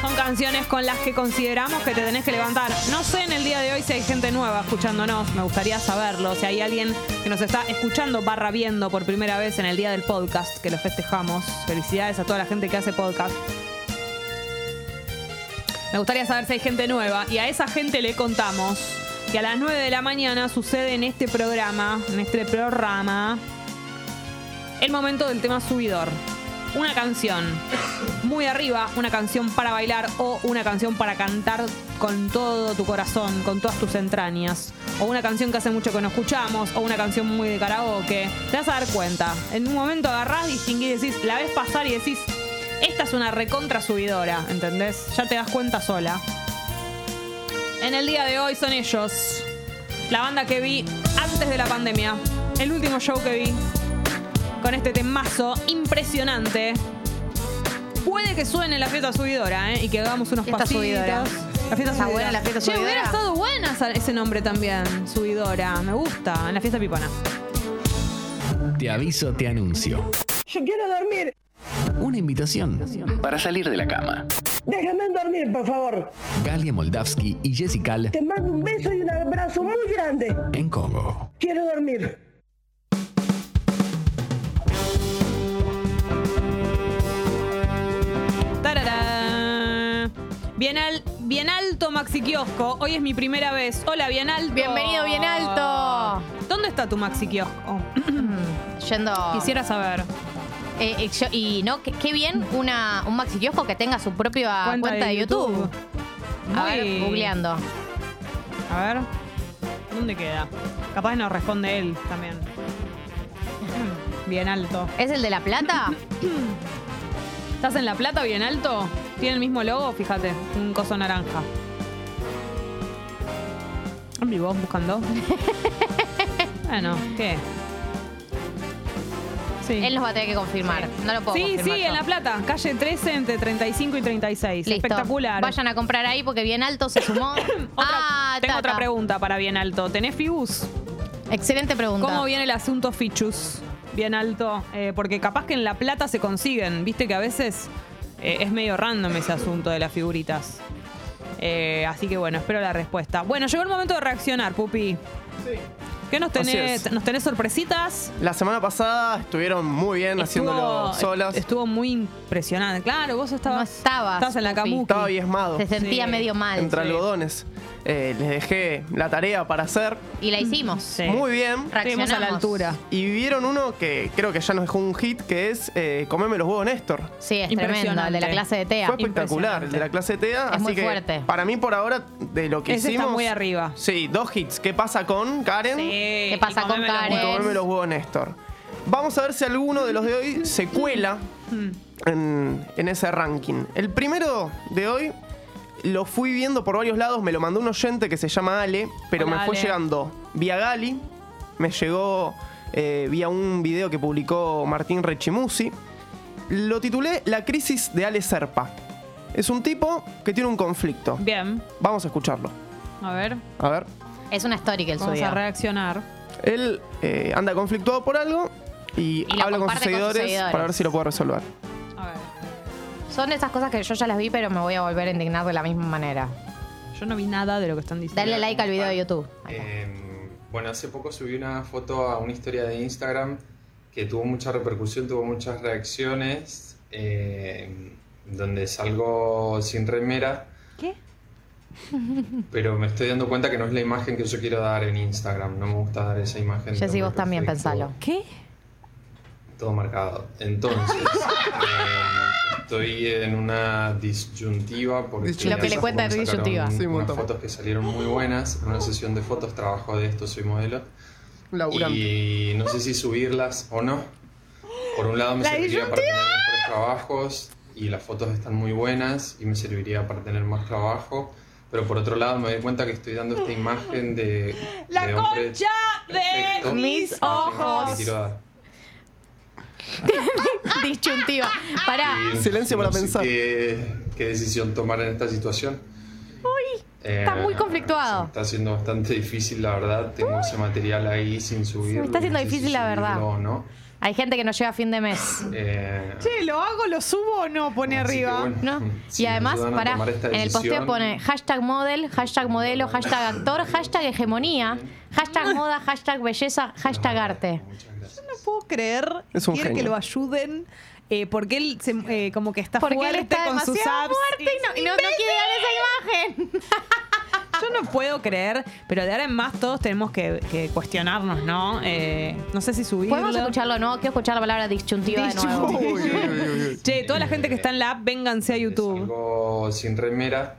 [SPEAKER 5] Son canciones con las que consideramos que te tenés que levantar. No sé en el día de hoy si hay gente nueva escuchándonos, me gustaría saberlo. Si hay alguien que nos está escuchando barra viendo por primera vez en el día del podcast, que lo festejamos. Felicidades a toda la gente que hace podcast. Me gustaría saber si hay gente nueva. Y a esa gente le contamos que a las 9 de la mañana sucede en este programa, en este programa, el momento del tema subidor. Una canción muy arriba, una canción para bailar o una canción para cantar con todo tu corazón, con todas tus entrañas. O una canción que hace mucho que no escuchamos, o una canción muy de karaoke. Te vas a dar cuenta. En un momento agarrás, distinguís, decís, la ves pasar y decís, esta es una recontra subidora, ¿entendés? Ya te das cuenta sola. En el día de hoy son ellos. La banda que vi antes de la pandemia. El último show que vi. Con este temazo impresionante. Puede que suene la fiesta subidora, ¿eh? Y que hagamos unos
[SPEAKER 6] Fiesta
[SPEAKER 5] pasitos.
[SPEAKER 6] subidora.
[SPEAKER 5] La fiesta
[SPEAKER 6] Está
[SPEAKER 5] subidora.
[SPEAKER 6] buena la fiesta
[SPEAKER 5] Che, hubiera
[SPEAKER 6] subidora.
[SPEAKER 5] estado buena esa- ese nombre también. Subidora. Me gusta. En la fiesta pipona.
[SPEAKER 14] Te aviso, te anuncio.
[SPEAKER 17] Yo quiero dormir.
[SPEAKER 14] Una invitación para salir de la cama.
[SPEAKER 17] Déjame dormir, por favor.
[SPEAKER 14] Galia Moldavsky y Jessica
[SPEAKER 17] Te mando un beso y un abrazo muy grande.
[SPEAKER 14] en Congo.
[SPEAKER 17] Quiero dormir.
[SPEAKER 5] Bien, al, bien alto Maxi Kiosco. Hoy es mi primera vez. Hola, bien alto.
[SPEAKER 6] Bienvenido, bien alto.
[SPEAKER 5] ¿Dónde está tu Maxi Kiosco?
[SPEAKER 6] Yendo.
[SPEAKER 5] Quisiera saber.
[SPEAKER 6] Eh, eh, yo- y no, qué, qué bien una, un maxi kiosco que tenga su propia
[SPEAKER 5] Ah,
[SPEAKER 6] cuenta, de, YouTube. A ver,
[SPEAKER 5] Muy-
[SPEAKER 6] googleando.
[SPEAKER 5] A ver. ¿Dónde queda? Capaz nos responde él también. [clears throat] Bien alto.
[SPEAKER 6] ¿Es el de La Plata?
[SPEAKER 5] ¿Estás en La Plata bien alto? Tiene el mismo logo, fíjate. Un coso naranja. ¿Y vos
[SPEAKER 6] [laughs]
[SPEAKER 5] buscando? bueno, ¿qué? Sí.
[SPEAKER 6] Él nos va a tener que confirmar. No lo puedo
[SPEAKER 5] Sí,
[SPEAKER 6] confirmar
[SPEAKER 5] sí,
[SPEAKER 6] yo.
[SPEAKER 5] en La Plata, calle 13 entre 35 y 36.
[SPEAKER 6] Listo.
[SPEAKER 5] Espectacular.
[SPEAKER 6] Vayan a comprar ahí porque bien alto
[SPEAKER 5] [coughs]
[SPEAKER 6] se sumó. ah,
[SPEAKER 5] Tengo otra
[SPEAKER 6] Tata.
[SPEAKER 5] pregunta para Bien Alto. ¿Tenés Fibus?
[SPEAKER 6] Excelente pregunta.
[SPEAKER 5] ¿Cómo viene el asunto Fichus? Bien alto. Eh, porque capaz que en La Plata se consiguen. Viste que a veces eh, es medio random ese asunto de las figuritas. Eh, así que bueno, espero la respuesta. Bueno, llegó el momento de reaccionar, Pupi. Sí. ¿Qué nos
[SPEAKER 15] Así
[SPEAKER 5] tenés?
[SPEAKER 15] es.
[SPEAKER 5] ¿Nos tenés sorpresitas?
[SPEAKER 15] La semana pasada estuvieron muy bien haciéndolo
[SPEAKER 5] Estuvo-
[SPEAKER 15] solas.
[SPEAKER 5] Estuvo muy impresionante. Claro, vos estabas.
[SPEAKER 6] No estabas.
[SPEAKER 5] Estabas en la
[SPEAKER 6] Pupi.
[SPEAKER 5] camuca.
[SPEAKER 15] Estaba diezmado.
[SPEAKER 6] Se sentía
[SPEAKER 5] Sí.
[SPEAKER 6] medio mal.
[SPEAKER 15] Entre
[SPEAKER 6] Sí.
[SPEAKER 15] algodones. Eh, les dejé la tarea para hacer.
[SPEAKER 6] Y la hicimos.
[SPEAKER 15] Muy bien.
[SPEAKER 6] Reaccionamos.
[SPEAKER 15] Y vieron uno que creo que ya nos dejó un hit, que es eh, Comeme los huevos, Néstor.
[SPEAKER 6] Sí, es tremendo. El de la clase de TEA.
[SPEAKER 15] Fue espectacular, el de la clase de TEA.
[SPEAKER 6] Es
[SPEAKER 15] así
[SPEAKER 6] muy
[SPEAKER 15] que
[SPEAKER 6] fuerte.
[SPEAKER 15] Para mí, por ahora, de lo que
[SPEAKER 5] Ese está
[SPEAKER 15] hicimos.
[SPEAKER 5] muy arriba.
[SPEAKER 15] Sí, dos hits. ¿Qué pasa con Karen?
[SPEAKER 18] Eh,
[SPEAKER 5] ¿Qué
[SPEAKER 6] pasa con
[SPEAKER 15] Y Comeme
[SPEAKER 6] Karen?
[SPEAKER 15] los huevos, Néstor. Vamos a ver si alguno de los de hoy se cuela en, en ese ranking. El primero de hoy lo fui viendo por varios lados, me lo mandó un oyente que se llama Ale, pero
[SPEAKER 18] Hola,
[SPEAKER 15] me fue
[SPEAKER 18] Ale.
[SPEAKER 15] llegando vía Gali, me llegó eh, vía un video que publicó Martín Rechimusi. Lo titulé La crisis de Ale Serpa. Es un tipo que tiene un conflicto.
[SPEAKER 5] Bien.
[SPEAKER 15] Vamos a escucharlo.
[SPEAKER 5] A ver,
[SPEAKER 15] A ver.
[SPEAKER 6] Es una story que él
[SPEAKER 5] vamos
[SPEAKER 6] subió.
[SPEAKER 5] a reaccionar.
[SPEAKER 15] Él eh, anda conflictuado por algo y,
[SPEAKER 6] Y lo
[SPEAKER 15] habla con sus,
[SPEAKER 6] comparte con sus
[SPEAKER 15] seguidores
[SPEAKER 6] seguidores.
[SPEAKER 15] para ver si lo puede resolver.
[SPEAKER 6] Son esas cosas que yo ya las vi, pero me voy a volver a indignar de la misma manera.
[SPEAKER 5] Yo no vi nada de lo que están diciendo.
[SPEAKER 6] Dale like al video de YouTube.
[SPEAKER 18] Eh, bueno, hace poco subí una foto a una historia de Instagram que tuvo mucha repercusión, tuvo muchas reacciones, eh, donde salgo sin remera, pero me estoy dando cuenta que no es la imagen que yo quiero dar en Instagram, no me gusta dar esa imagen. de
[SPEAKER 6] Jessy,
[SPEAKER 18] hombre
[SPEAKER 6] vos también pensalo.
[SPEAKER 5] ¿Qué?
[SPEAKER 18] todo marcado. Entonces, eh, estoy en una disyuntiva porque
[SPEAKER 6] Disyuntiva. Lo que le cuenta de
[SPEAKER 18] sacaron
[SPEAKER 6] disyuntiva. Sí, un
[SPEAKER 18] unas
[SPEAKER 6] montón.
[SPEAKER 18] fotos que salieron muy buenas, una sesión de fotos, trabajo de esto, soy modelo.
[SPEAKER 15] Laburante.
[SPEAKER 18] Y no sé si subirlas o no. Por un lado me
[SPEAKER 15] La
[SPEAKER 18] serviría para
[SPEAKER 15] disyuntiva.
[SPEAKER 18] tener mejores trabajos y las fotos están muy buenas y me serviría para tener más trabajo. Pero por otro lado me doy cuenta que estoy dando esta imagen de, de hombre perfecto,
[SPEAKER 6] mis
[SPEAKER 18] que
[SPEAKER 6] ojos.
[SPEAKER 18] quiero dar.
[SPEAKER 6] Disyuntiva. Pará.
[SPEAKER 18] Y
[SPEAKER 15] Silencio
[SPEAKER 18] no
[SPEAKER 15] para
[SPEAKER 18] sé
[SPEAKER 15] pensar.
[SPEAKER 18] Qué, qué decisión tomar en esta situación. Eh,
[SPEAKER 6] Está muy conflictuado.
[SPEAKER 18] Está siendo bastante difícil, la verdad. Tengo ese material ahí sin subir.
[SPEAKER 6] me está haciendo difícil, la verdad.
[SPEAKER 18] ¿no?
[SPEAKER 6] Hay gente que no llega a fin de mes.
[SPEAKER 18] Eh,
[SPEAKER 5] Che, ¿lo hago, lo subo o no? Pone arriba.
[SPEAKER 6] ¿No? y además,
[SPEAKER 18] ayudan a
[SPEAKER 6] pará,
[SPEAKER 18] tomar esta
[SPEAKER 6] en el posteo
[SPEAKER 18] decisión.
[SPEAKER 6] pone hashtag model, hashtag modelo, hashtag actor, hashtag hegemonía, hashtag moda, hashtag belleza, hashtag arte.
[SPEAKER 5] No puedo creer.
[SPEAKER 6] Es un
[SPEAKER 5] Quiere
[SPEAKER 6] genio.
[SPEAKER 5] que lo ayuden. eh, porque él se- eh, como que está
[SPEAKER 6] Porque él
[SPEAKER 5] fuerte
[SPEAKER 6] está
[SPEAKER 5] con sus
[SPEAKER 6] demasiado
[SPEAKER 5] apps.
[SPEAKER 6] fuerte y no-
[SPEAKER 5] Es un
[SPEAKER 6] y no- no quiere dar
[SPEAKER 5] imbécil. [laughs] Yo no puedo creer, pero de ahora en más todos tenemos que, que cuestionarnos, ¿no? Eh, no sé si subirlo.
[SPEAKER 6] ¿Podemos escucharlo no? Quiero escuchar la palabra disyuntiva de nuevo.
[SPEAKER 5] [laughs] Che, toda la gente que está en la app, vénganse a YouTube.
[SPEAKER 18] Salgo sin remera.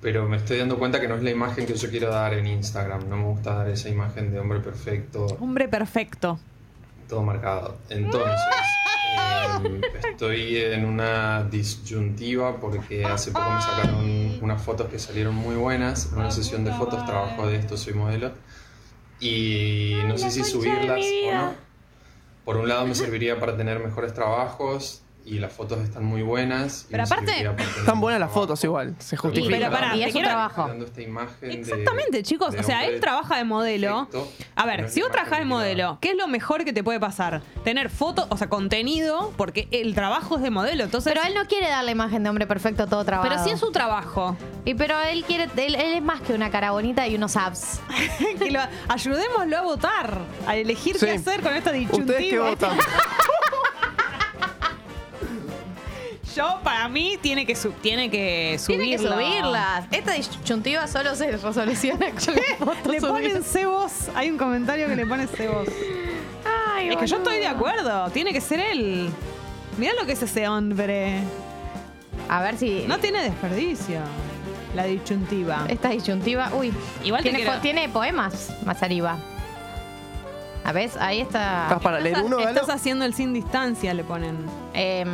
[SPEAKER 18] Pero me estoy dando cuenta que no es la imagen que yo quiero dar en Instagram. No me gusta dar esa imagen de hombre perfecto,
[SPEAKER 5] Hombre perfecto.
[SPEAKER 18] todo marcado. Entonces, eh, estoy en una disyuntiva porque hace poco me sacaron unas fotos que salieron muy buenas, una sesión de fotos, trabajo de esto, soy modelo. Y no sé si subirlas o no. Por un lado me serviría para tener mejores trabajos y las fotos están muy buenas. y
[SPEAKER 5] Pero
[SPEAKER 18] me
[SPEAKER 5] aparte-
[SPEAKER 18] serviría para tener
[SPEAKER 15] Están buenas las fotos igual, se justifica.
[SPEAKER 5] pero pará, Y es te un quiero- trabajo.
[SPEAKER 18] dando esta imagen de-
[SPEAKER 5] Exactamente, chicos.
[SPEAKER 18] de
[SPEAKER 5] O sea,
[SPEAKER 18] hombre
[SPEAKER 5] él trabaja de modelo. A ver, si vos trabajás de modelo, ¿qué es lo mejor que te puede pasar? Tener fotos, o sea, contenido, porque el trabajo es de modelo. Entonces, Ah.
[SPEAKER 6] Pero él no quiere dar la imagen de hombre perfecto todo trabajo.
[SPEAKER 5] Pero sí es su trabajo.
[SPEAKER 6] Y pero él quiere, él, él es más que una cara bonita y unos abs.
[SPEAKER 5] [laughs] que lo, ayudémoslo a votar, a elegir
[SPEAKER 6] Sí.
[SPEAKER 5] qué hacer con esta disyuntiva.
[SPEAKER 6] ¿Ustedes qué votan?
[SPEAKER 5] [laughs] Yo, para mí, tiene que, su- tiene que subirlo.
[SPEAKER 6] Tiene que subirlas. Esta disyuntiva solo se [laughs] resoluciona con la foto
[SPEAKER 5] Le ponen
[SPEAKER 6] subida.
[SPEAKER 5] cebos. Hay un comentario que le pone cebos.
[SPEAKER 6] Ay,
[SPEAKER 5] es que yo
[SPEAKER 6] boludo.
[SPEAKER 5] estoy de acuerdo. Tiene que ser él. Mirá lo que es ese hombre.
[SPEAKER 6] A ver si.
[SPEAKER 5] No tiene desperdicio. La disyuntiva.
[SPEAKER 6] Esta disyuntiva. Uy.
[SPEAKER 5] Igual te
[SPEAKER 6] tiene,
[SPEAKER 5] quiero-
[SPEAKER 6] po- tiene poemas más arriba. A ver, ahí está.
[SPEAKER 5] Estás Estás haciendo el sin distancia, le ponen.
[SPEAKER 6] Em,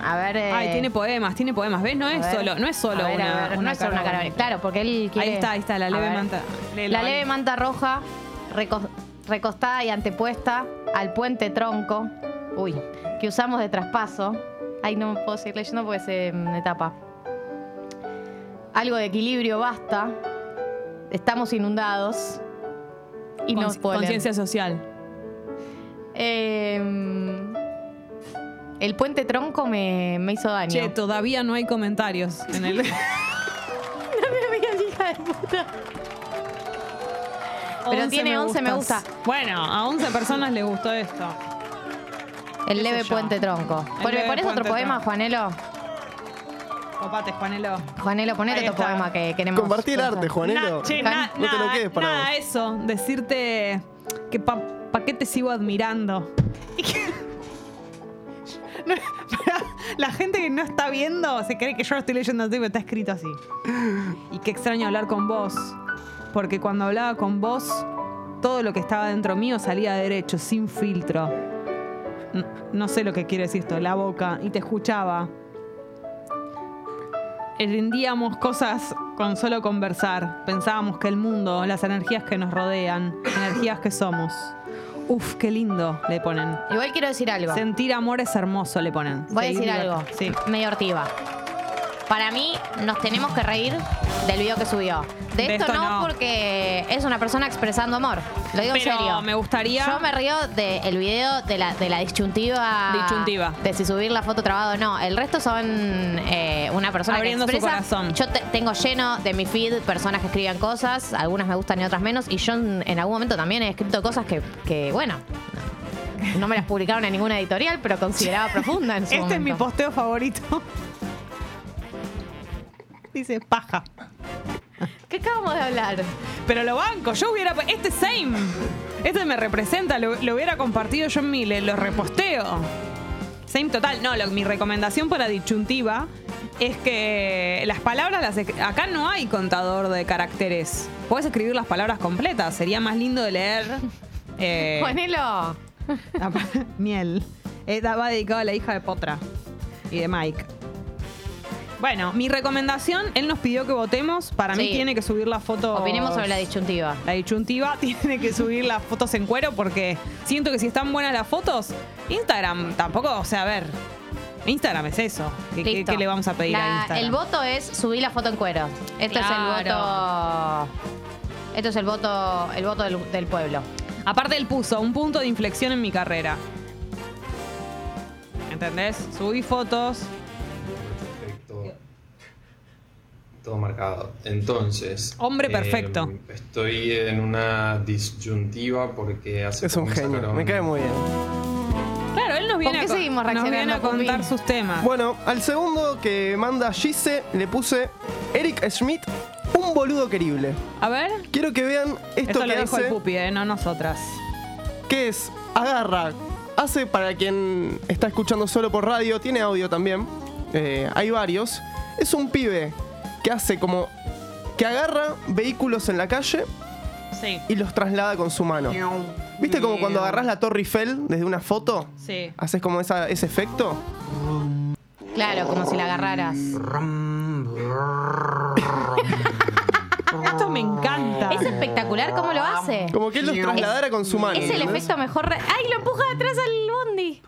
[SPEAKER 6] a ver.
[SPEAKER 5] Ay, tiene poemas, tiene poemas. ¿Ves? No es
[SPEAKER 6] ver.
[SPEAKER 5] solo, no es solo
[SPEAKER 6] Eh. A ver,
[SPEAKER 5] una,
[SPEAKER 6] a ver, no es solo una cara bonita. Claro, porque él quiere-
[SPEAKER 5] Ahí está, ahí está, la
[SPEAKER 6] A
[SPEAKER 5] leve
[SPEAKER 6] ver.
[SPEAKER 5] manta. léelo,
[SPEAKER 6] La
[SPEAKER 5] Ale.
[SPEAKER 6] leve manta roja, reco- recostada y antepuesta al puente tronco, uy, que usamos de traspaso. Ay, no puedo seguir leyendo porque se me tapa. Algo de equilibrio basta. Estamos inundados. Y no
[SPEAKER 5] Cons-
[SPEAKER 6] puedo leer.
[SPEAKER 5] Conciencia social.
[SPEAKER 6] Em, el puente tronco me, me hizo daño. [laughs]
[SPEAKER 5] Che, todavía no hay comentarios en el.
[SPEAKER 6] Pero
[SPEAKER 5] 11
[SPEAKER 6] tiene 11 me
[SPEAKER 5] gustas.
[SPEAKER 6] gusta.
[SPEAKER 5] Bueno, a 11 personas le gustó esto. qué
[SPEAKER 6] El
[SPEAKER 5] sé
[SPEAKER 6] leve
[SPEAKER 5] yo.
[SPEAKER 6] puente tronco.
[SPEAKER 5] El
[SPEAKER 6] ¿Por,
[SPEAKER 5] leve
[SPEAKER 6] ¿Ponés otro
[SPEAKER 5] puente
[SPEAKER 6] poema,
[SPEAKER 5] tronco.
[SPEAKER 6] Juanelo?
[SPEAKER 5] Copate, Juanelo.
[SPEAKER 6] Juanelo, ponete
[SPEAKER 5] Ahí
[SPEAKER 6] tu
[SPEAKER 5] está.
[SPEAKER 6] poema que queremos.
[SPEAKER 5] Compartir
[SPEAKER 15] arte, Juanelo.
[SPEAKER 5] Na- che,
[SPEAKER 6] Can-
[SPEAKER 5] na-
[SPEAKER 15] no te lo
[SPEAKER 5] nada-
[SPEAKER 15] quedes para
[SPEAKER 5] nada
[SPEAKER 15] vos.
[SPEAKER 5] eso. Decirte que pa, pa' qué te sigo admirando. [laughs] Y que- No, pará, La gente que no está viendo se cree que yo lo estoy leyendo así, pero está escrito así. Y qué extraño hablar con vos. Porque cuando hablaba con vos, todo lo que estaba dentro mío salía derecho, sin filtro. No, no sé lo que quiere decir esto, la boca. Y te escuchaba. eh, Rendíamos cosas con solo conversar. Pensábamos que el mundo, las energías que nos rodean, energías que somos. Uf, qué lindo, le ponen.
[SPEAKER 6] Igual quiero decir algo.
[SPEAKER 5] Sentir amor es hermoso, le ponen.
[SPEAKER 6] Voy a
[SPEAKER 5] Seguir
[SPEAKER 6] decir
[SPEAKER 5] divert-
[SPEAKER 6] algo.
[SPEAKER 5] Sí.
[SPEAKER 6] Medio ortiva. Para mí, nos tenemos que reír del video que subió. De,
[SPEAKER 5] De
[SPEAKER 6] esto,
[SPEAKER 5] esto
[SPEAKER 6] no,
[SPEAKER 5] no.
[SPEAKER 6] porque es una persona expresando amor. Lo digo
[SPEAKER 5] Pero
[SPEAKER 6] en serio.
[SPEAKER 5] me gustaría-
[SPEAKER 6] Yo me río del video de la, de la disyuntiva.
[SPEAKER 5] Disyuntiva.
[SPEAKER 6] De si subir la foto trabada o no. El resto son eh, una persona
[SPEAKER 5] Abriendo su
[SPEAKER 6] que expresa.
[SPEAKER 5] corazón.
[SPEAKER 6] Yo te- tengo lleno de mi feed personas que escriban cosas. Algunas me gustan y otras menos. Y yo en, en algún momento también he escrito cosas que, que bueno. No me las publicaron en ninguna editorial, pero consideraba profunda en su
[SPEAKER 5] Este es mi
[SPEAKER 6] momento.
[SPEAKER 5] posteo favorito. [laughs] Dice paja.
[SPEAKER 6] ¿Qué acabamos de hablar?
[SPEAKER 5] Pero lo banco, yo hubiera. Este same. Este me representa, lo, lo hubiera compartido yo en mi. le- lo reposteo. Same total. No, lo- mi recomendación para disyuntiva es que las palabras las. esc- Acá no hay contador de caracteres. Puedes escribir las palabras completas. Sería más lindo de leer.
[SPEAKER 6] [laughs]
[SPEAKER 5] eh,
[SPEAKER 6] Ponelo.
[SPEAKER 5] [laughs] Miel. Esta va dedicada a la hija de Potra y de Mike. Bueno, mi recomendación, él nos pidió que votemos. Para mí
[SPEAKER 6] Sí.
[SPEAKER 5] tiene que subir la foto.
[SPEAKER 6] Opinemos sobre la disyuntiva.
[SPEAKER 5] La disyuntiva [laughs] tiene que subir las fotos en cuero porque siento que si están buenas las fotos, Instagram tampoco, o sea, a ver. Instagram es eso. ¿Qué, qué-
[SPEAKER 6] Listo.
[SPEAKER 5] qué le vamos a pedir a
[SPEAKER 6] La-
[SPEAKER 5] Instagram?
[SPEAKER 6] El voto es subir la foto en cuero. Esto es el
[SPEAKER 5] Claro.
[SPEAKER 6] voto. Esto es el voto, el voto del, del pueblo.
[SPEAKER 5] Aparte él puso un punto de inflexión en mi carrera. ¿Entendés? Subí fotos.
[SPEAKER 18] Todo marcado. Entonces.
[SPEAKER 5] Hombre
[SPEAKER 19] eh,
[SPEAKER 5] perfecto.
[SPEAKER 18] Estoy en una disyuntiva porque hace
[SPEAKER 15] Es un
[SPEAKER 18] poco
[SPEAKER 15] genio,
[SPEAKER 18] sacaron-
[SPEAKER 15] me cae muy bien.
[SPEAKER 5] Claro, él nos viene,
[SPEAKER 6] qué
[SPEAKER 5] a, co-
[SPEAKER 6] seguimos
[SPEAKER 5] nos viene
[SPEAKER 6] reaccionando,
[SPEAKER 5] a contar sus temas.
[SPEAKER 15] Bueno, al segundo que manda Gise le puse Eric Schmidt, un boludo querible.
[SPEAKER 5] A ver.
[SPEAKER 15] Quiero que vean esto,
[SPEAKER 5] Esto
[SPEAKER 15] que
[SPEAKER 5] lo dijo
[SPEAKER 15] hace,
[SPEAKER 5] el pupi, eh, no nosotras.
[SPEAKER 15] que es agarra, hace para quien está escuchando solo por radio, tiene audio también, eh, hay varios. Es un pibe que hace como que agarra vehículos en la calle
[SPEAKER 5] Sí.
[SPEAKER 15] y los traslada con su mano. ¿Viste como cuando agarras la Torre Eiffel desde una foto?
[SPEAKER 5] Sí.
[SPEAKER 15] ¿Haces como esa- ese efecto?
[SPEAKER 6] Claro, como si la agarraras.
[SPEAKER 5] Ah, Esto me encanta.
[SPEAKER 6] Es espectacular cómo lo hace.
[SPEAKER 15] Como que él los trasladara con su mano,
[SPEAKER 6] Es el
[SPEAKER 15] ¿entendés?
[SPEAKER 6] efecto mejor. re- ¡Ay, lo empuja atrás al bondi!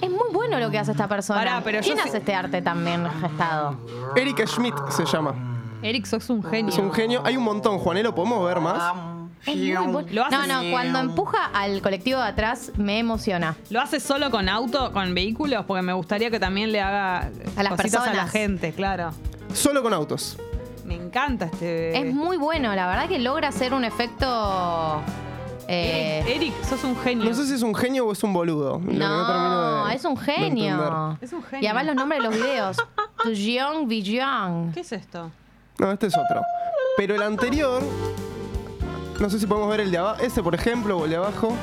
[SPEAKER 6] Es muy bueno lo que hace esta persona.
[SPEAKER 15] yo
[SPEAKER 6] ¿Quién
[SPEAKER 15] sé-
[SPEAKER 6] hace este arte también gestado?
[SPEAKER 15] Erika Schmidt se llama.
[SPEAKER 5] Eric, sos un genio.
[SPEAKER 15] Es un genio. Hay un montón, Juanelo, ¿podemos ver más?
[SPEAKER 6] Es muy bueno.
[SPEAKER 5] Lo hace-
[SPEAKER 6] No, no, cuando empuja al colectivo de atrás me emociona.
[SPEAKER 5] ¿Lo hace solo con auto, con vehículos? Porque me gustaría que también le haga
[SPEAKER 6] A las
[SPEAKER 5] cositas a la
[SPEAKER 6] personas.
[SPEAKER 5] gente, claro.
[SPEAKER 15] Solo con autos.
[SPEAKER 5] Me encanta este.
[SPEAKER 6] Es muy bueno, la verdad que logra hacer un efecto Eh,
[SPEAKER 5] Eric, sos un genio.
[SPEAKER 15] No sé si es un genio o es un boludo. Lo que
[SPEAKER 6] No,
[SPEAKER 15] termino de-
[SPEAKER 6] es un
[SPEAKER 15] de entender.
[SPEAKER 6] genio.
[SPEAKER 5] Es un genio.
[SPEAKER 6] Y además los nombres de
[SPEAKER 5] [laughs]
[SPEAKER 6] los videos. Tujong Vijong.
[SPEAKER 5] ¿Qué es esto?
[SPEAKER 15] No, este es otro. Pero el anterior, no sé si podemos ver el de abajo, ese por ejemplo, o el de abajo.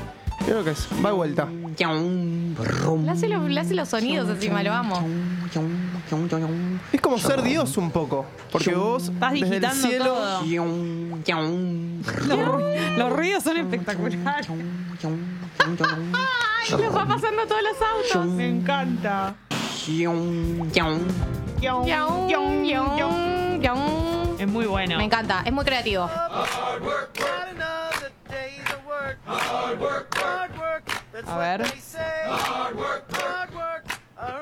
[SPEAKER 15] Creo que es, va y vuelta.
[SPEAKER 6] Le hace los, le hace los sonidos encima, lo amo.
[SPEAKER 15] Es como ser Dios un poco, porque vos
[SPEAKER 5] Estás
[SPEAKER 15] desde el
[SPEAKER 5] digitando
[SPEAKER 15] cielo.
[SPEAKER 5] todo. Los, los ruidos
[SPEAKER 15] [laughs]
[SPEAKER 5] son espectaculares. Los va pasando a todos los autos. Me encanta.
[SPEAKER 6] Yaun, yaun, yaun.
[SPEAKER 5] Es muy bueno.
[SPEAKER 6] Me encanta, es muy creativo.
[SPEAKER 5] A ver.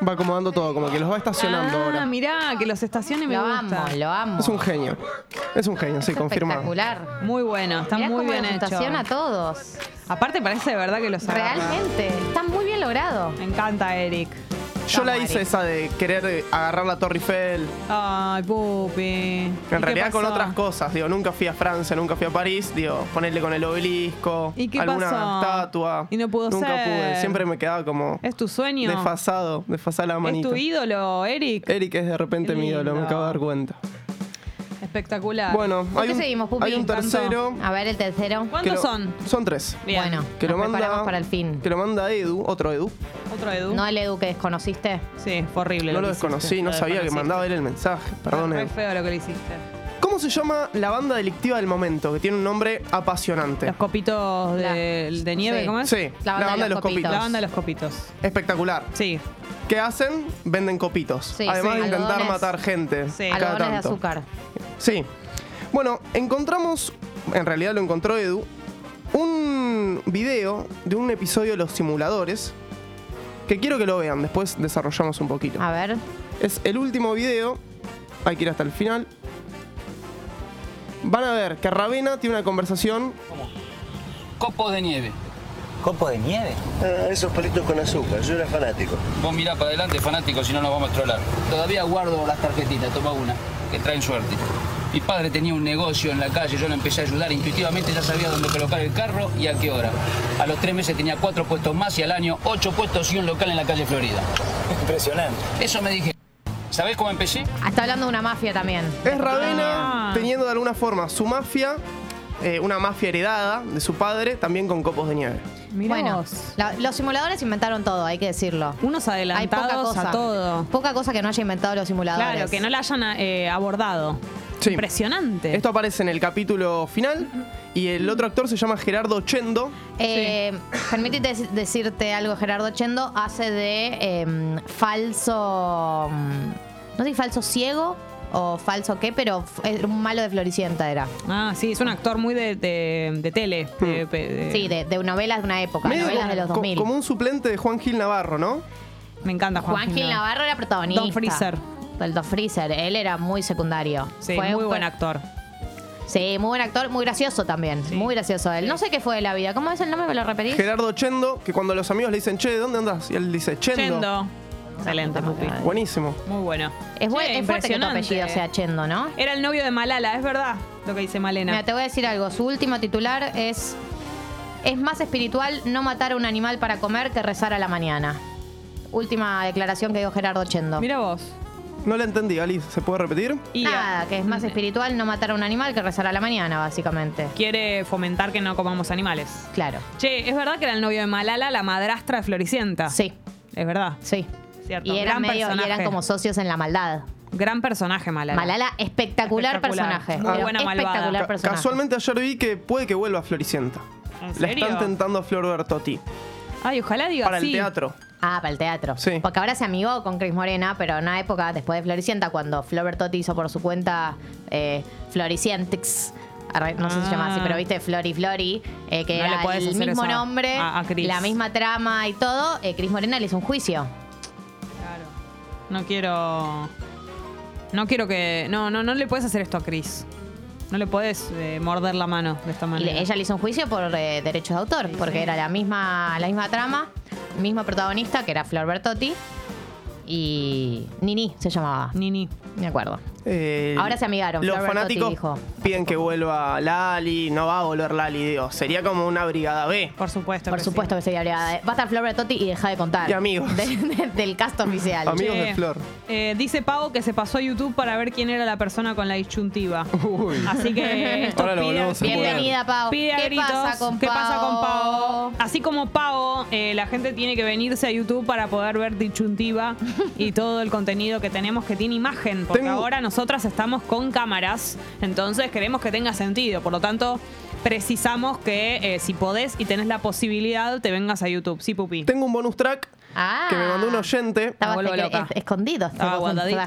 [SPEAKER 15] Va acomodando todo, como que los va estacionando
[SPEAKER 5] Ah,
[SPEAKER 15] ahora.
[SPEAKER 5] mirá, que los estaciones me
[SPEAKER 6] Lo amo,
[SPEAKER 5] gusta.
[SPEAKER 6] lo amo.
[SPEAKER 15] Es un genio. Es un genio, sí,
[SPEAKER 6] Es
[SPEAKER 15] confirmado.
[SPEAKER 6] espectacular.
[SPEAKER 5] Muy bueno, está
[SPEAKER 6] Mirá
[SPEAKER 5] muy
[SPEAKER 6] cómo
[SPEAKER 5] bien
[SPEAKER 6] los
[SPEAKER 5] hecho.
[SPEAKER 6] estaciona a todos.
[SPEAKER 5] Aparte parece de verdad que los agarra.
[SPEAKER 6] Realmente, está muy bien logrado.
[SPEAKER 5] Me encanta Eric.
[SPEAKER 15] Yo la hice esa de querer eh, agarrar la Torre Eiffel.
[SPEAKER 5] Ay, pupi.
[SPEAKER 15] En realidad con otras cosas, digo, nunca fui a Francia, nunca fui a París, digo, ponerle con el obelisco,
[SPEAKER 5] ¿Y qué
[SPEAKER 15] alguna
[SPEAKER 5] pasó?
[SPEAKER 15] estatua.
[SPEAKER 5] Y no pudo
[SPEAKER 15] nunca
[SPEAKER 5] ser.
[SPEAKER 15] pude, siempre me quedaba como
[SPEAKER 5] Es tu sueño.
[SPEAKER 15] desfasado, desfasada la
[SPEAKER 5] Es
[SPEAKER 15] manita.
[SPEAKER 5] tu ídolo, Eric.
[SPEAKER 15] Eric es de repente mi ídolo, me acabo de dar cuenta.
[SPEAKER 5] Espectacular.
[SPEAKER 15] Bueno,
[SPEAKER 6] ¿Con
[SPEAKER 15] hay
[SPEAKER 6] qué
[SPEAKER 15] un,
[SPEAKER 6] seguimos, Pupi?
[SPEAKER 15] hay un
[SPEAKER 6] Encantó.
[SPEAKER 15] tercero.
[SPEAKER 6] A ver el tercero.
[SPEAKER 15] que lo- Son tres.
[SPEAKER 6] Bueno,
[SPEAKER 15] Que lo
[SPEAKER 6] nos preparamos
[SPEAKER 15] manda
[SPEAKER 6] para el fin.
[SPEAKER 15] Que lo manda Edu, otro Edu.
[SPEAKER 5] Otro Edu.
[SPEAKER 6] No el Edu que desconociste.
[SPEAKER 5] Sí, fue horrible.
[SPEAKER 15] No lo
[SPEAKER 5] que hiciste.
[SPEAKER 15] desconocí, no
[SPEAKER 5] Lo
[SPEAKER 15] sabía que
[SPEAKER 5] desconociste.
[SPEAKER 15] mandaba él el mensaje. Perdón,
[SPEAKER 5] Fue
[SPEAKER 15] Edu.
[SPEAKER 5] feo lo que le hiciste.
[SPEAKER 15] ¿Cómo se llama la banda delictiva del momento? Que tiene un nombre apasionante.
[SPEAKER 5] Los copitos de, de nieve,
[SPEAKER 15] sí.
[SPEAKER 5] ¿cómo es?
[SPEAKER 15] Sí, La banda la banda de de los los copitos. copitos.
[SPEAKER 5] La banda de los copitos.
[SPEAKER 15] Espectacular.
[SPEAKER 5] Sí.
[SPEAKER 15] ¿Qué hacen? Venden copitos.
[SPEAKER 6] Sí,
[SPEAKER 15] Además
[SPEAKER 6] sí.
[SPEAKER 15] de intentar
[SPEAKER 6] Algodones-
[SPEAKER 15] matar gente.
[SPEAKER 6] Sí.
[SPEAKER 15] cada
[SPEAKER 6] Algodones de
[SPEAKER 15] tanto.
[SPEAKER 6] azúcar.
[SPEAKER 15] Sí. Bueno, encontramos, en realidad lo encontró Edu, un video de un episodio de los simuladores que quiero que lo vean, después desarrollamos un poquito.
[SPEAKER 6] A ver.
[SPEAKER 15] Es el último video, hay que ir hasta el final. Van a ver que Ravena tiene una conversación.
[SPEAKER 20] Copos de nieve. ¿Copos de nieve?
[SPEAKER 11] Ah, esos palitos con azúcar, yo era fanático.
[SPEAKER 20] Vos mirá para adelante, fanático, si no nos vamos a trolar. Todavía guardo las tarjetitas, toma una, que traen suerte. Mi padre tenía un negocio en la calle, yo lo empecé a ayudar, intuitivamente ya sabía dónde colocar el carro y a qué hora. A los tres meses tenía cuatro puestos más y al año ocho puestos y un local en la calle Florida. Impresionante. Eso me dije. ¿Sabés cómo empecé?
[SPEAKER 6] Ah, Está hablando de una mafia también.
[SPEAKER 15] Es Ravena teniendo de alguna forma su mafia, eh, una mafia heredada de su padre, también con copos de nieve.
[SPEAKER 6] bueno, la- los simuladores inventaron todo, hay que decirlo.
[SPEAKER 5] Unos adelantados
[SPEAKER 6] poca cosa,
[SPEAKER 5] a todo.
[SPEAKER 6] Poca cosa que no haya inventado los simuladores.
[SPEAKER 5] Claro, que no la hayan eh, abordado.
[SPEAKER 15] Sí.
[SPEAKER 5] Impresionante.
[SPEAKER 15] Esto aparece en el capítulo final y el otro actor se llama Gerardo Chendo.
[SPEAKER 6] Eh, Permítete dec- decirte algo, Gerardo Chendo hace de eh, falso. mm, No sé si falso ciego o falso qué, pero f- era un malo de Floricienta era.
[SPEAKER 5] Ah, sí, es un actor muy de, de- de tele. de-
[SPEAKER 15] Hmm.
[SPEAKER 5] de-
[SPEAKER 6] Sí, de, de novelas de una época,
[SPEAKER 15] Medio
[SPEAKER 6] novelas
[SPEAKER 15] como-
[SPEAKER 6] de los
[SPEAKER 15] co-
[SPEAKER 6] 2000.
[SPEAKER 15] Como un suplente de Juan Gil Navarro, ¿no?
[SPEAKER 5] Me encanta Juan,
[SPEAKER 6] Juan Gil Navarro era protagonista.
[SPEAKER 5] Don Freezer.
[SPEAKER 6] El Don Freezer, él era muy secundario.
[SPEAKER 5] Sí,
[SPEAKER 6] Fue-
[SPEAKER 5] muy
[SPEAKER 6] fue-
[SPEAKER 5] buen actor.
[SPEAKER 6] Sí, muy buen actor, muy gracioso también. Muy gracioso él. No sé qué fue de la vida. ¿Cómo es el nombre? ¿Me lo repetís?
[SPEAKER 15] Gerardo Chendo, que cuando los amigos le dicen, che, ¿dónde andas? Y él dice, Chendo.
[SPEAKER 5] Chendo. Excelente, Pupi.
[SPEAKER 15] Buenísimo.
[SPEAKER 5] Muy bueno.
[SPEAKER 6] Es, buen-
[SPEAKER 5] Che,
[SPEAKER 6] es fuerte que tu
[SPEAKER 5] impresionante.
[SPEAKER 6] apellido sea Chendo, ¿no?
[SPEAKER 5] Era el novio de Malala, es verdad lo que dice Malena.
[SPEAKER 6] Mira, te voy a decir algo. Su último titular es. Es más espiritual no matar a un animal para comer que rezar a la mañana. Última declaración que dio Gerardo Chendo.
[SPEAKER 5] Mira vos.
[SPEAKER 15] No la entendí, Ali. ¿Se puede repetir?
[SPEAKER 6] Nada, que es más
[SPEAKER 5] Mm.
[SPEAKER 6] espiritual no matar a un animal que rezar a la mañana, básicamente.
[SPEAKER 5] Quiere fomentar que no comamos animales.
[SPEAKER 6] Claro.
[SPEAKER 5] Che, es verdad que era el novio de Malala, la madrastra de Floricienta.
[SPEAKER 6] Sí.
[SPEAKER 5] Es verdad.
[SPEAKER 6] Sí.
[SPEAKER 5] Ah. Cierto.
[SPEAKER 6] Y
[SPEAKER 5] Gran
[SPEAKER 6] eran, medio, y eran
[SPEAKER 5] personaje.
[SPEAKER 6] como socios en la maldad.
[SPEAKER 5] Gran personaje, Malala.
[SPEAKER 6] Malala, espectacular, personaje.
[SPEAKER 5] Muy
[SPEAKER 6] Pero
[SPEAKER 5] buena malvada.
[SPEAKER 6] espectacular personaje.
[SPEAKER 15] Casualmente ayer vi que puede que vuelva a Floricienta.
[SPEAKER 5] ¿En
[SPEAKER 15] La
[SPEAKER 5] serio?
[SPEAKER 15] están tentando a Flor Bertotti.
[SPEAKER 5] Ay, ojalá diga
[SPEAKER 15] Para el
[SPEAKER 5] sí.
[SPEAKER 15] teatro.
[SPEAKER 6] Ah, para el teatro.
[SPEAKER 15] Sí.
[SPEAKER 6] Porque ahora se amigó con Cris Morena, pero en una época después de Floricienta, cuando Flor Bertotti hizo por su cuenta eh, Floricientix. arre- No sé si se llama así,
[SPEAKER 5] Ah.
[SPEAKER 6] pero viste Flori Flori, eh, que
[SPEAKER 5] No le
[SPEAKER 6] era
[SPEAKER 5] podés
[SPEAKER 6] el
[SPEAKER 5] hacer
[SPEAKER 6] mismo
[SPEAKER 5] eso a-
[SPEAKER 6] nombre,
[SPEAKER 5] a- a Cris.
[SPEAKER 6] la misma trama y todo. eh, Cris Morena le hizo un juicio.
[SPEAKER 5] No quiero. No quiero que. No, no, no le puedes hacer esto a Chris. No le podés eh, morder la mano de esta
[SPEAKER 6] Y
[SPEAKER 5] manera.
[SPEAKER 6] le- ella le hizo un juicio por eh, derechos de autor, porque era la misma, la misma trama, mismo protagonista, que era Flor Bertotti. Y Nini se llamaba.
[SPEAKER 5] Nini.
[SPEAKER 6] Me acuerdo.
[SPEAKER 15] Eh,
[SPEAKER 6] Ahora se amigaron,
[SPEAKER 15] Los
[SPEAKER 6] Flor Bertotti
[SPEAKER 15] fanáticos
[SPEAKER 6] dijo.
[SPEAKER 15] piden que vuelva Lali, no va a volver Lali, digo. Sería como una brigada B.
[SPEAKER 5] Por supuesto.
[SPEAKER 6] Por supuesto que sería brigada. B. Va a estar Flor Bertotti y deja de contar.
[SPEAKER 15] Y amigos.
[SPEAKER 6] De- de- del cast oficial.
[SPEAKER 5] Che, eh, dice Pavo que se pasó a YouTube para ver quién era la persona con la disyuntiva. Así que esto
[SPEAKER 6] Ahora lo
[SPEAKER 5] pide-
[SPEAKER 6] volvemos a
[SPEAKER 5] pide-
[SPEAKER 6] Bienvenida, Pau.
[SPEAKER 5] Pide a
[SPEAKER 6] ¿Qué
[SPEAKER 5] gritos,
[SPEAKER 6] pasa con
[SPEAKER 5] ¿Qué pasa
[SPEAKER 6] Pau?
[SPEAKER 5] con Pau? Así como Pavo, eh, la gente tiene que venirse a YouTube para poder ver disyuntiva y todo el contenido que tenemos que tiene imagen. Porque ahora nosotras estamos con cámaras, entonces queremos que tenga sentido. Por lo tanto, precisamos que eh, si podés y tenés la posibilidad, te vengas a YouTube. Sí, Pupi.
[SPEAKER 15] Tengo un bonus track
[SPEAKER 6] Ah.
[SPEAKER 15] que me mandó un oyente.
[SPEAKER 6] Estaba es- escondido.
[SPEAKER 5] Estaba guardadito.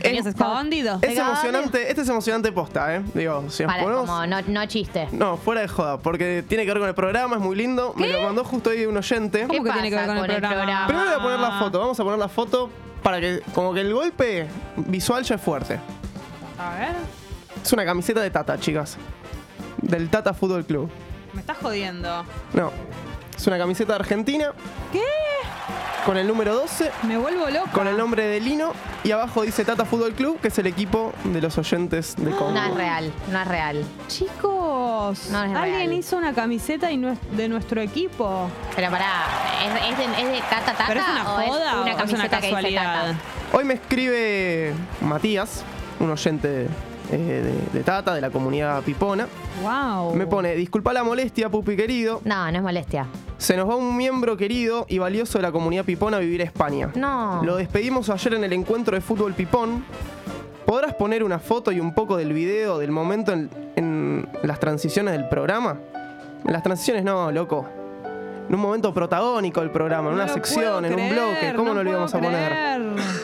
[SPEAKER 5] Tenías escondido.
[SPEAKER 15] Es emocionante, este es emocionante posta, ¿eh? Digo, si nos
[SPEAKER 6] Para,
[SPEAKER 15] ponemos-
[SPEAKER 6] como, no, no chiste.
[SPEAKER 15] No, fuera de joda, porque tiene que ver con el programa, es muy lindo. Me lo mandó justo hoy un oyente.
[SPEAKER 6] ¿Cómo ¿Qué que tiene que ver pasa con el con el programa? programa?
[SPEAKER 15] Primero voy a poner
[SPEAKER 5] Ah.
[SPEAKER 15] la foto, vamos a poner la foto para que, como que el golpe visual ya es fuerte.
[SPEAKER 5] A ver,
[SPEAKER 15] Es una camiseta de Tata, chicas. Del Tata Fútbol Club.
[SPEAKER 5] me estás jodiendo.
[SPEAKER 15] No, es una camiseta argentina.
[SPEAKER 5] ¿Qué? Ah.
[SPEAKER 15] Con el número 12.
[SPEAKER 5] Me vuelvo loco.
[SPEAKER 15] Con el nombre de Lino. Y abajo dice Tata Fútbol Club, que es el equipo de los oyentes de Congo.
[SPEAKER 6] No es real, no es real.
[SPEAKER 5] Chicos,
[SPEAKER 6] No es
[SPEAKER 5] alguien
[SPEAKER 6] real.
[SPEAKER 5] hizo una camiseta y no es de nuestro equipo.
[SPEAKER 6] Pero pará, ¿es, es de, es de Tata Tata
[SPEAKER 5] ¿Pero es una
[SPEAKER 6] o
[SPEAKER 5] joda o es
[SPEAKER 6] es una
[SPEAKER 5] una
[SPEAKER 6] camiseta que dice
[SPEAKER 5] casualidad?
[SPEAKER 6] Tata?
[SPEAKER 15] Hoy me escribe Matías, un oyente eh, de, de Tata, de la comunidad Pipona.
[SPEAKER 5] Wow.
[SPEAKER 15] Me pone, disculpa la molestia, pupi querido.
[SPEAKER 6] No, no es molestia.
[SPEAKER 15] Se nos va un miembro querido y valioso de la comunidad Pipona a vivir a España.
[SPEAKER 6] No.
[SPEAKER 15] Lo despedimos ayer en el encuentro de fútbol Pipón. ¿Podrás poner una foto y un poco del video del momento en, en las transiciones del programa? En las transiciones no, loco. En un momento protagónico del programa, en una sección, en un bloque. ¿Cómo no, lo íbamos a poner?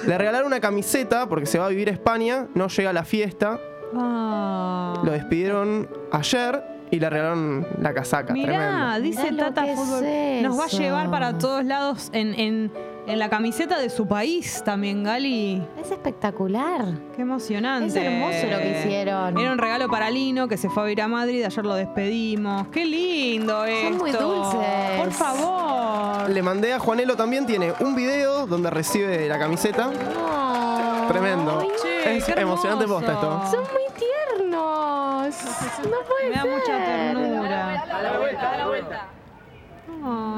[SPEAKER 15] Le regalaron una camiseta porque se va a vivir a España, no llega a la fiesta.
[SPEAKER 5] Ah.
[SPEAKER 15] Lo despidieron ayer y le regalaron la casaca.
[SPEAKER 5] Mirá,
[SPEAKER 15] tremendo.
[SPEAKER 5] dice
[SPEAKER 6] Mirá lo
[SPEAKER 5] Tata
[SPEAKER 6] que es
[SPEAKER 5] Fútbol. Nos va a
[SPEAKER 6] eso.
[SPEAKER 5] llevar para todos lados en, en- en la camiseta de su país también, Gali.
[SPEAKER 6] Es espectacular.
[SPEAKER 5] Qué emocionante.
[SPEAKER 6] Es hermoso lo que hicieron.
[SPEAKER 5] Era un regalo para Lino que se fue a ir a Madrid. Ayer lo despedimos. Qué lindo esto.
[SPEAKER 6] muy dulces.
[SPEAKER 5] Por favor.
[SPEAKER 15] Le mandé a Juanelo también, tiene un video donde recibe la camiseta. Tremendo.
[SPEAKER 5] Che,
[SPEAKER 15] es
[SPEAKER 5] qué
[SPEAKER 15] emocionante
[SPEAKER 5] hermoso.
[SPEAKER 15] posta esto.
[SPEAKER 6] Son muy
[SPEAKER 5] [laughs]
[SPEAKER 6] tiernos. No puede
[SPEAKER 5] Me da
[SPEAKER 6] ser.
[SPEAKER 5] mucha ternura.
[SPEAKER 6] A la vuelta, a la vuelta.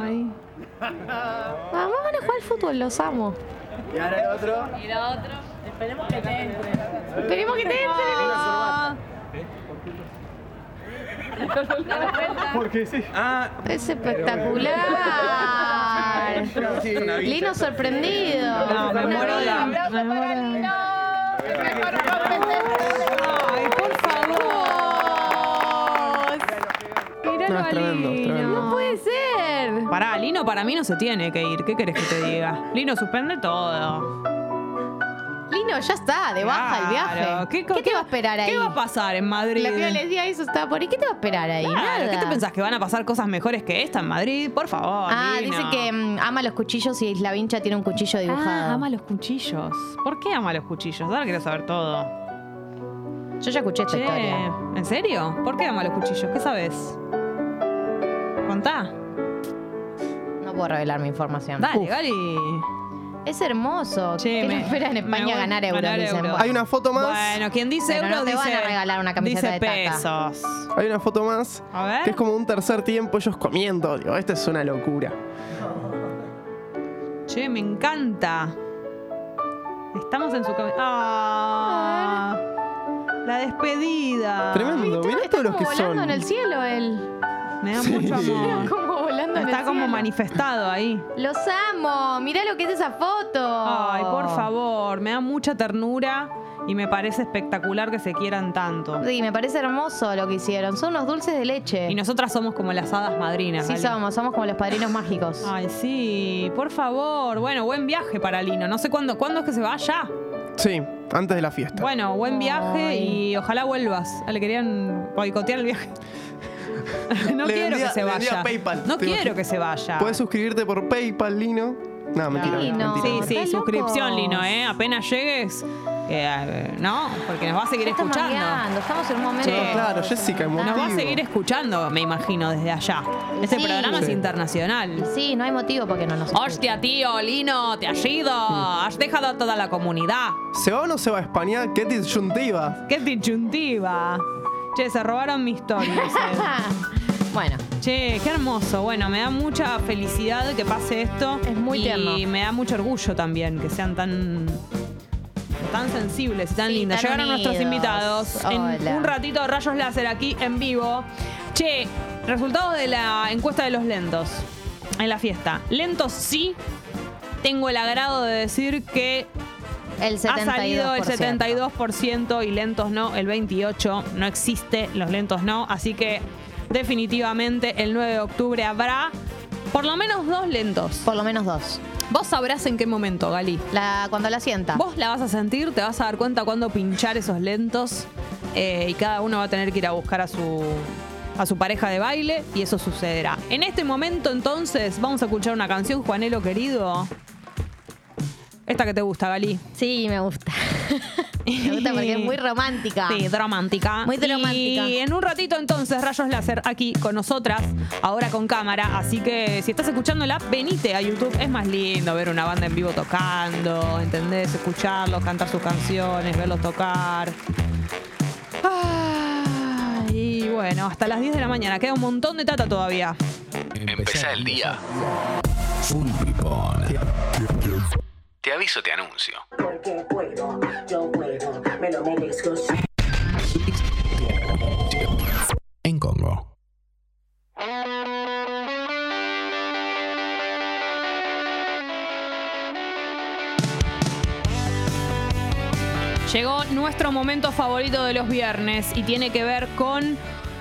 [SPEAKER 5] Ay.
[SPEAKER 6] Mamá van a jugar al fútbol, los amo.
[SPEAKER 10] Y ahora el otro. Y la otro. Esperemos que te entre.
[SPEAKER 6] Esperemos que te entre.
[SPEAKER 5] Ah.
[SPEAKER 10] ¿Eh? Porque sí. Ah,
[SPEAKER 5] [laughs]
[SPEAKER 6] Es espectacular. Lino sorprendido.
[SPEAKER 5] No, me muero de hambre. Me muero de hambre. Ay, por favor. Míralo
[SPEAKER 15] No, es
[SPEAKER 5] a
[SPEAKER 15] tremendo, es tremendo.
[SPEAKER 5] Lino.
[SPEAKER 6] Puede ser.
[SPEAKER 5] Pará, Lino para mí no se tiene que ir. ¿Qué querés que te diga? Lino suspende todo.
[SPEAKER 6] Lino, ya está, de baja el viaje.
[SPEAKER 5] Claro,
[SPEAKER 6] ¿Qué, te va a esperar ahí?
[SPEAKER 5] ¿Qué va a pasar en Madrid?
[SPEAKER 6] La piba le decía eso, estaba por ahí. ¿Qué te va a esperar ahí?
[SPEAKER 5] Claro,
[SPEAKER 6] Nada.
[SPEAKER 5] ¿Qué te pensás? ¿Que van a pasar cosas mejores que esta en Madrid? Por favor.
[SPEAKER 6] Ah,
[SPEAKER 5] Lino.
[SPEAKER 6] dice que mm, ama los cuchillos y Isla Vincha tiene un cuchillo
[SPEAKER 5] Ah,
[SPEAKER 6] dibujado.
[SPEAKER 5] ama los cuchillos. ¿Por qué ama los cuchillos? Ahora quiero saber todo.
[SPEAKER 6] Yo ya escuché esta
[SPEAKER 5] Che,
[SPEAKER 6] historia.
[SPEAKER 5] ¿En serio? ¿Por qué ama los cuchillos? ¿Qué sabes? Contá.
[SPEAKER 6] No puedo revelar mi información.
[SPEAKER 5] Dale,
[SPEAKER 6] Uf.
[SPEAKER 5] Gali.
[SPEAKER 6] Es hermoso.
[SPEAKER 5] Che,
[SPEAKER 6] ¿Qué
[SPEAKER 5] me-
[SPEAKER 6] le espera en
[SPEAKER 5] me
[SPEAKER 6] España
[SPEAKER 5] voy-
[SPEAKER 6] ganar euros?
[SPEAKER 5] ganar
[SPEAKER 6] dicen.
[SPEAKER 5] euros.
[SPEAKER 6] Bueno.
[SPEAKER 15] Hay una foto más.
[SPEAKER 5] Bueno, quien dice
[SPEAKER 6] Pero no
[SPEAKER 5] euros
[SPEAKER 6] te van a
[SPEAKER 5] dice-
[SPEAKER 6] regalar una camiseta
[SPEAKER 5] dice
[SPEAKER 6] de Tata.
[SPEAKER 5] pesos.
[SPEAKER 15] Hay una foto más.
[SPEAKER 5] A ver.
[SPEAKER 15] Que es como un tercer tiempo ellos comiendo. Digo, esta es una locura.
[SPEAKER 5] Che, me encanta. Estamos en su cami- Ah, la despedida.
[SPEAKER 15] Tremendo. Mirá todos los que
[SPEAKER 6] Como volando
[SPEAKER 15] son.
[SPEAKER 6] en el cielo él.
[SPEAKER 5] Me da
[SPEAKER 15] Sí. [laughs]
[SPEAKER 5] mucho amor.
[SPEAKER 6] [laughs] Como volando en el
[SPEAKER 5] Está como
[SPEAKER 6] cielo.
[SPEAKER 5] manifestado ahí.
[SPEAKER 6] Los amo. Mirá lo que es esa foto.
[SPEAKER 5] Ay,
[SPEAKER 6] Oh.
[SPEAKER 5] por favor, me da mucha ternura y me parece espectacular que se quieran tanto.
[SPEAKER 6] Sí, me parece hermoso lo que hicieron. Son unos dulces de leche.
[SPEAKER 5] Y nosotras somos como las hadas madrinas.
[SPEAKER 6] Sí
[SPEAKER 5] Gali.
[SPEAKER 6] somos, somos como los padrinos mágicos.
[SPEAKER 5] Ay, sí, por favor. Bueno, buen viaje para Lino. No sé cuándo, cuándo es que se vaya.
[SPEAKER 15] Sí, antes de la fiesta.
[SPEAKER 5] Bueno, buen viaje y ojalá vuelvas. Ah, Le querían boicotear el viaje. [laughs] no
[SPEAKER 15] Le
[SPEAKER 5] quiero
[SPEAKER 15] vendía-
[SPEAKER 5] que se
[SPEAKER 15] le vendía
[SPEAKER 5] vaya.
[SPEAKER 15] PayPal,
[SPEAKER 5] no
[SPEAKER 15] te
[SPEAKER 5] quiero
[SPEAKER 15] imagino.
[SPEAKER 5] que se vaya.
[SPEAKER 15] Puedes suscribirte por PayPal, Lino. No, mentira.
[SPEAKER 5] Claro.
[SPEAKER 15] mentira,
[SPEAKER 5] Sí,
[SPEAKER 15] mentira.
[SPEAKER 5] sí, suscripción,
[SPEAKER 6] locos.
[SPEAKER 5] Lino, ¿eh? Apenas llegues, que, eh, ¿no? Porque nos va a seguir
[SPEAKER 6] Estás
[SPEAKER 5] escuchando.
[SPEAKER 6] mangueando, estamos en un momento- Claro, Jessica,
[SPEAKER 5] Nos va a
[SPEAKER 6] emotivo.
[SPEAKER 5] seguir escuchando, me imagino, desde allá. Este
[SPEAKER 6] Sí.
[SPEAKER 5] programa es
[SPEAKER 6] Sí.
[SPEAKER 5] internacional.
[SPEAKER 6] Sí, no hay motivo porque no nos.
[SPEAKER 5] Hostia, tío, Lino, te has ido. Has dejado a toda la comunidad.
[SPEAKER 15] ¿Se va o no se va a España? ¡Qué disyuntiva!
[SPEAKER 5] ¡Qué disyuntiva! Che, se robaron eh. mi historia.
[SPEAKER 6] [laughs] [laughs] bueno.
[SPEAKER 5] Che, qué hermoso. Bueno, me da mucha felicidad que pase esto. Es muy y
[SPEAKER 6] tierno.
[SPEAKER 5] me da mucho orgullo también que sean tan tan sensibles y tan lindas.
[SPEAKER 6] tan
[SPEAKER 5] Llegaron nuestros
[SPEAKER 6] unidos.
[SPEAKER 5] invitados en
[SPEAKER 6] Hola.
[SPEAKER 5] un ratito Rayos Láser aquí en vivo. Che, resultados de la encuesta de los lentos en la fiesta. Lentos sí. Tengo el agrado de decir que
[SPEAKER 6] El
[SPEAKER 5] ha salido el
[SPEAKER 6] 72%.
[SPEAKER 5] 72% y lentos no, el 28%. No existe, los lentos no. Así que definitivamente el 9 de octubre habrá por lo menos dos lentos.
[SPEAKER 6] Por lo menos dos.
[SPEAKER 5] Vos sabrás en qué momento, Gali.
[SPEAKER 6] La, cuando la sienta.
[SPEAKER 5] Vos la vas a sentir, te vas a dar cuenta cuándo pinchar esos lentos eh, y cada uno va a tener que ir a buscar a su a su pareja de baile y eso sucederá. En este momento entonces vamos a escuchar una canción, Juanelo querido. Esta que te gusta, Gali.
[SPEAKER 6] Sí, me gusta. [laughs] Me gusta porque es muy romántica.
[SPEAKER 5] [laughs] Sí, romántica.
[SPEAKER 6] Muy romántica.
[SPEAKER 5] Y en un ratito entonces Rayos Láser aquí con nosotras, ahora con cámara. Así que si estás escuchando la, venite a YouTube. Es más lindo ver una banda en vivo tocando, ¿entendés? Escucharlos, cantar sus canciones, verlos tocar. Ah, y bueno, hasta las 10 de la mañana. Queda un montón de tata todavía.
[SPEAKER 14] Empezá el día. Full pipón. Te aviso, te anuncio.
[SPEAKER 17] Porque puedo, yo puedo, me lo merezco.
[SPEAKER 14] En Congo.
[SPEAKER 5] Llegó nuestro momento favorito de los viernes y tiene que ver con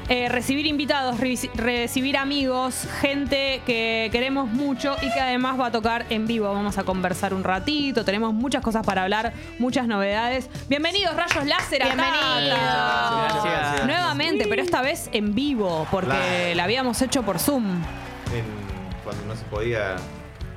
[SPEAKER 5] eh, recibir invitados, revis- recibir amigos, gente que queremos mucho y que además va a tocar en vivo. Vamos a conversar un ratito, tenemos muchas cosas para hablar, muchas novedades. Bienvenidos, Rayos Láser. acá.
[SPEAKER 1] Gracias, gracias.
[SPEAKER 5] Nuevamente, pero esta vez en vivo, porque
[SPEAKER 19] Claro.
[SPEAKER 5] la habíamos hecho por Zoom.
[SPEAKER 19] en- cuando no se podía.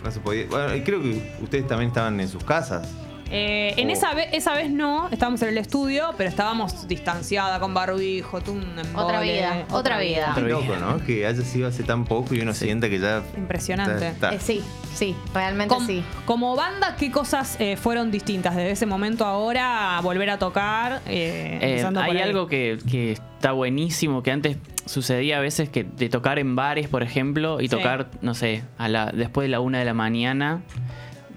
[SPEAKER 19] No se podía. Bueno, y creo que ustedes también estaban en sus casas.
[SPEAKER 5] Eh, en
[SPEAKER 19] Oh.
[SPEAKER 5] esa, ve- esa vez no, estábamos en el estudio, pero estábamos distanciada con barbijo, tú, un
[SPEAKER 6] Otra
[SPEAKER 5] embole,
[SPEAKER 6] vida, otra vida.
[SPEAKER 19] Qué loco, ¿no? Que haya sido hace tan poco y uno sienta que ya.
[SPEAKER 5] Impresionante.
[SPEAKER 19] Está- está.
[SPEAKER 6] Eh, sí, sí, realmente sí.
[SPEAKER 5] Como banda, ¿qué cosas eh, fueron distintas desde ese momento a ahora? Volver a tocar. eh,
[SPEAKER 21] Eh,
[SPEAKER 5] empezando por
[SPEAKER 21] hay
[SPEAKER 5] ahí.
[SPEAKER 21] algo que, que está buenísimo, que antes sucedía a veces que de tocar en bares, por ejemplo, y
[SPEAKER 5] Sí.
[SPEAKER 21] tocar, no sé, a la, después de la una de la mañana,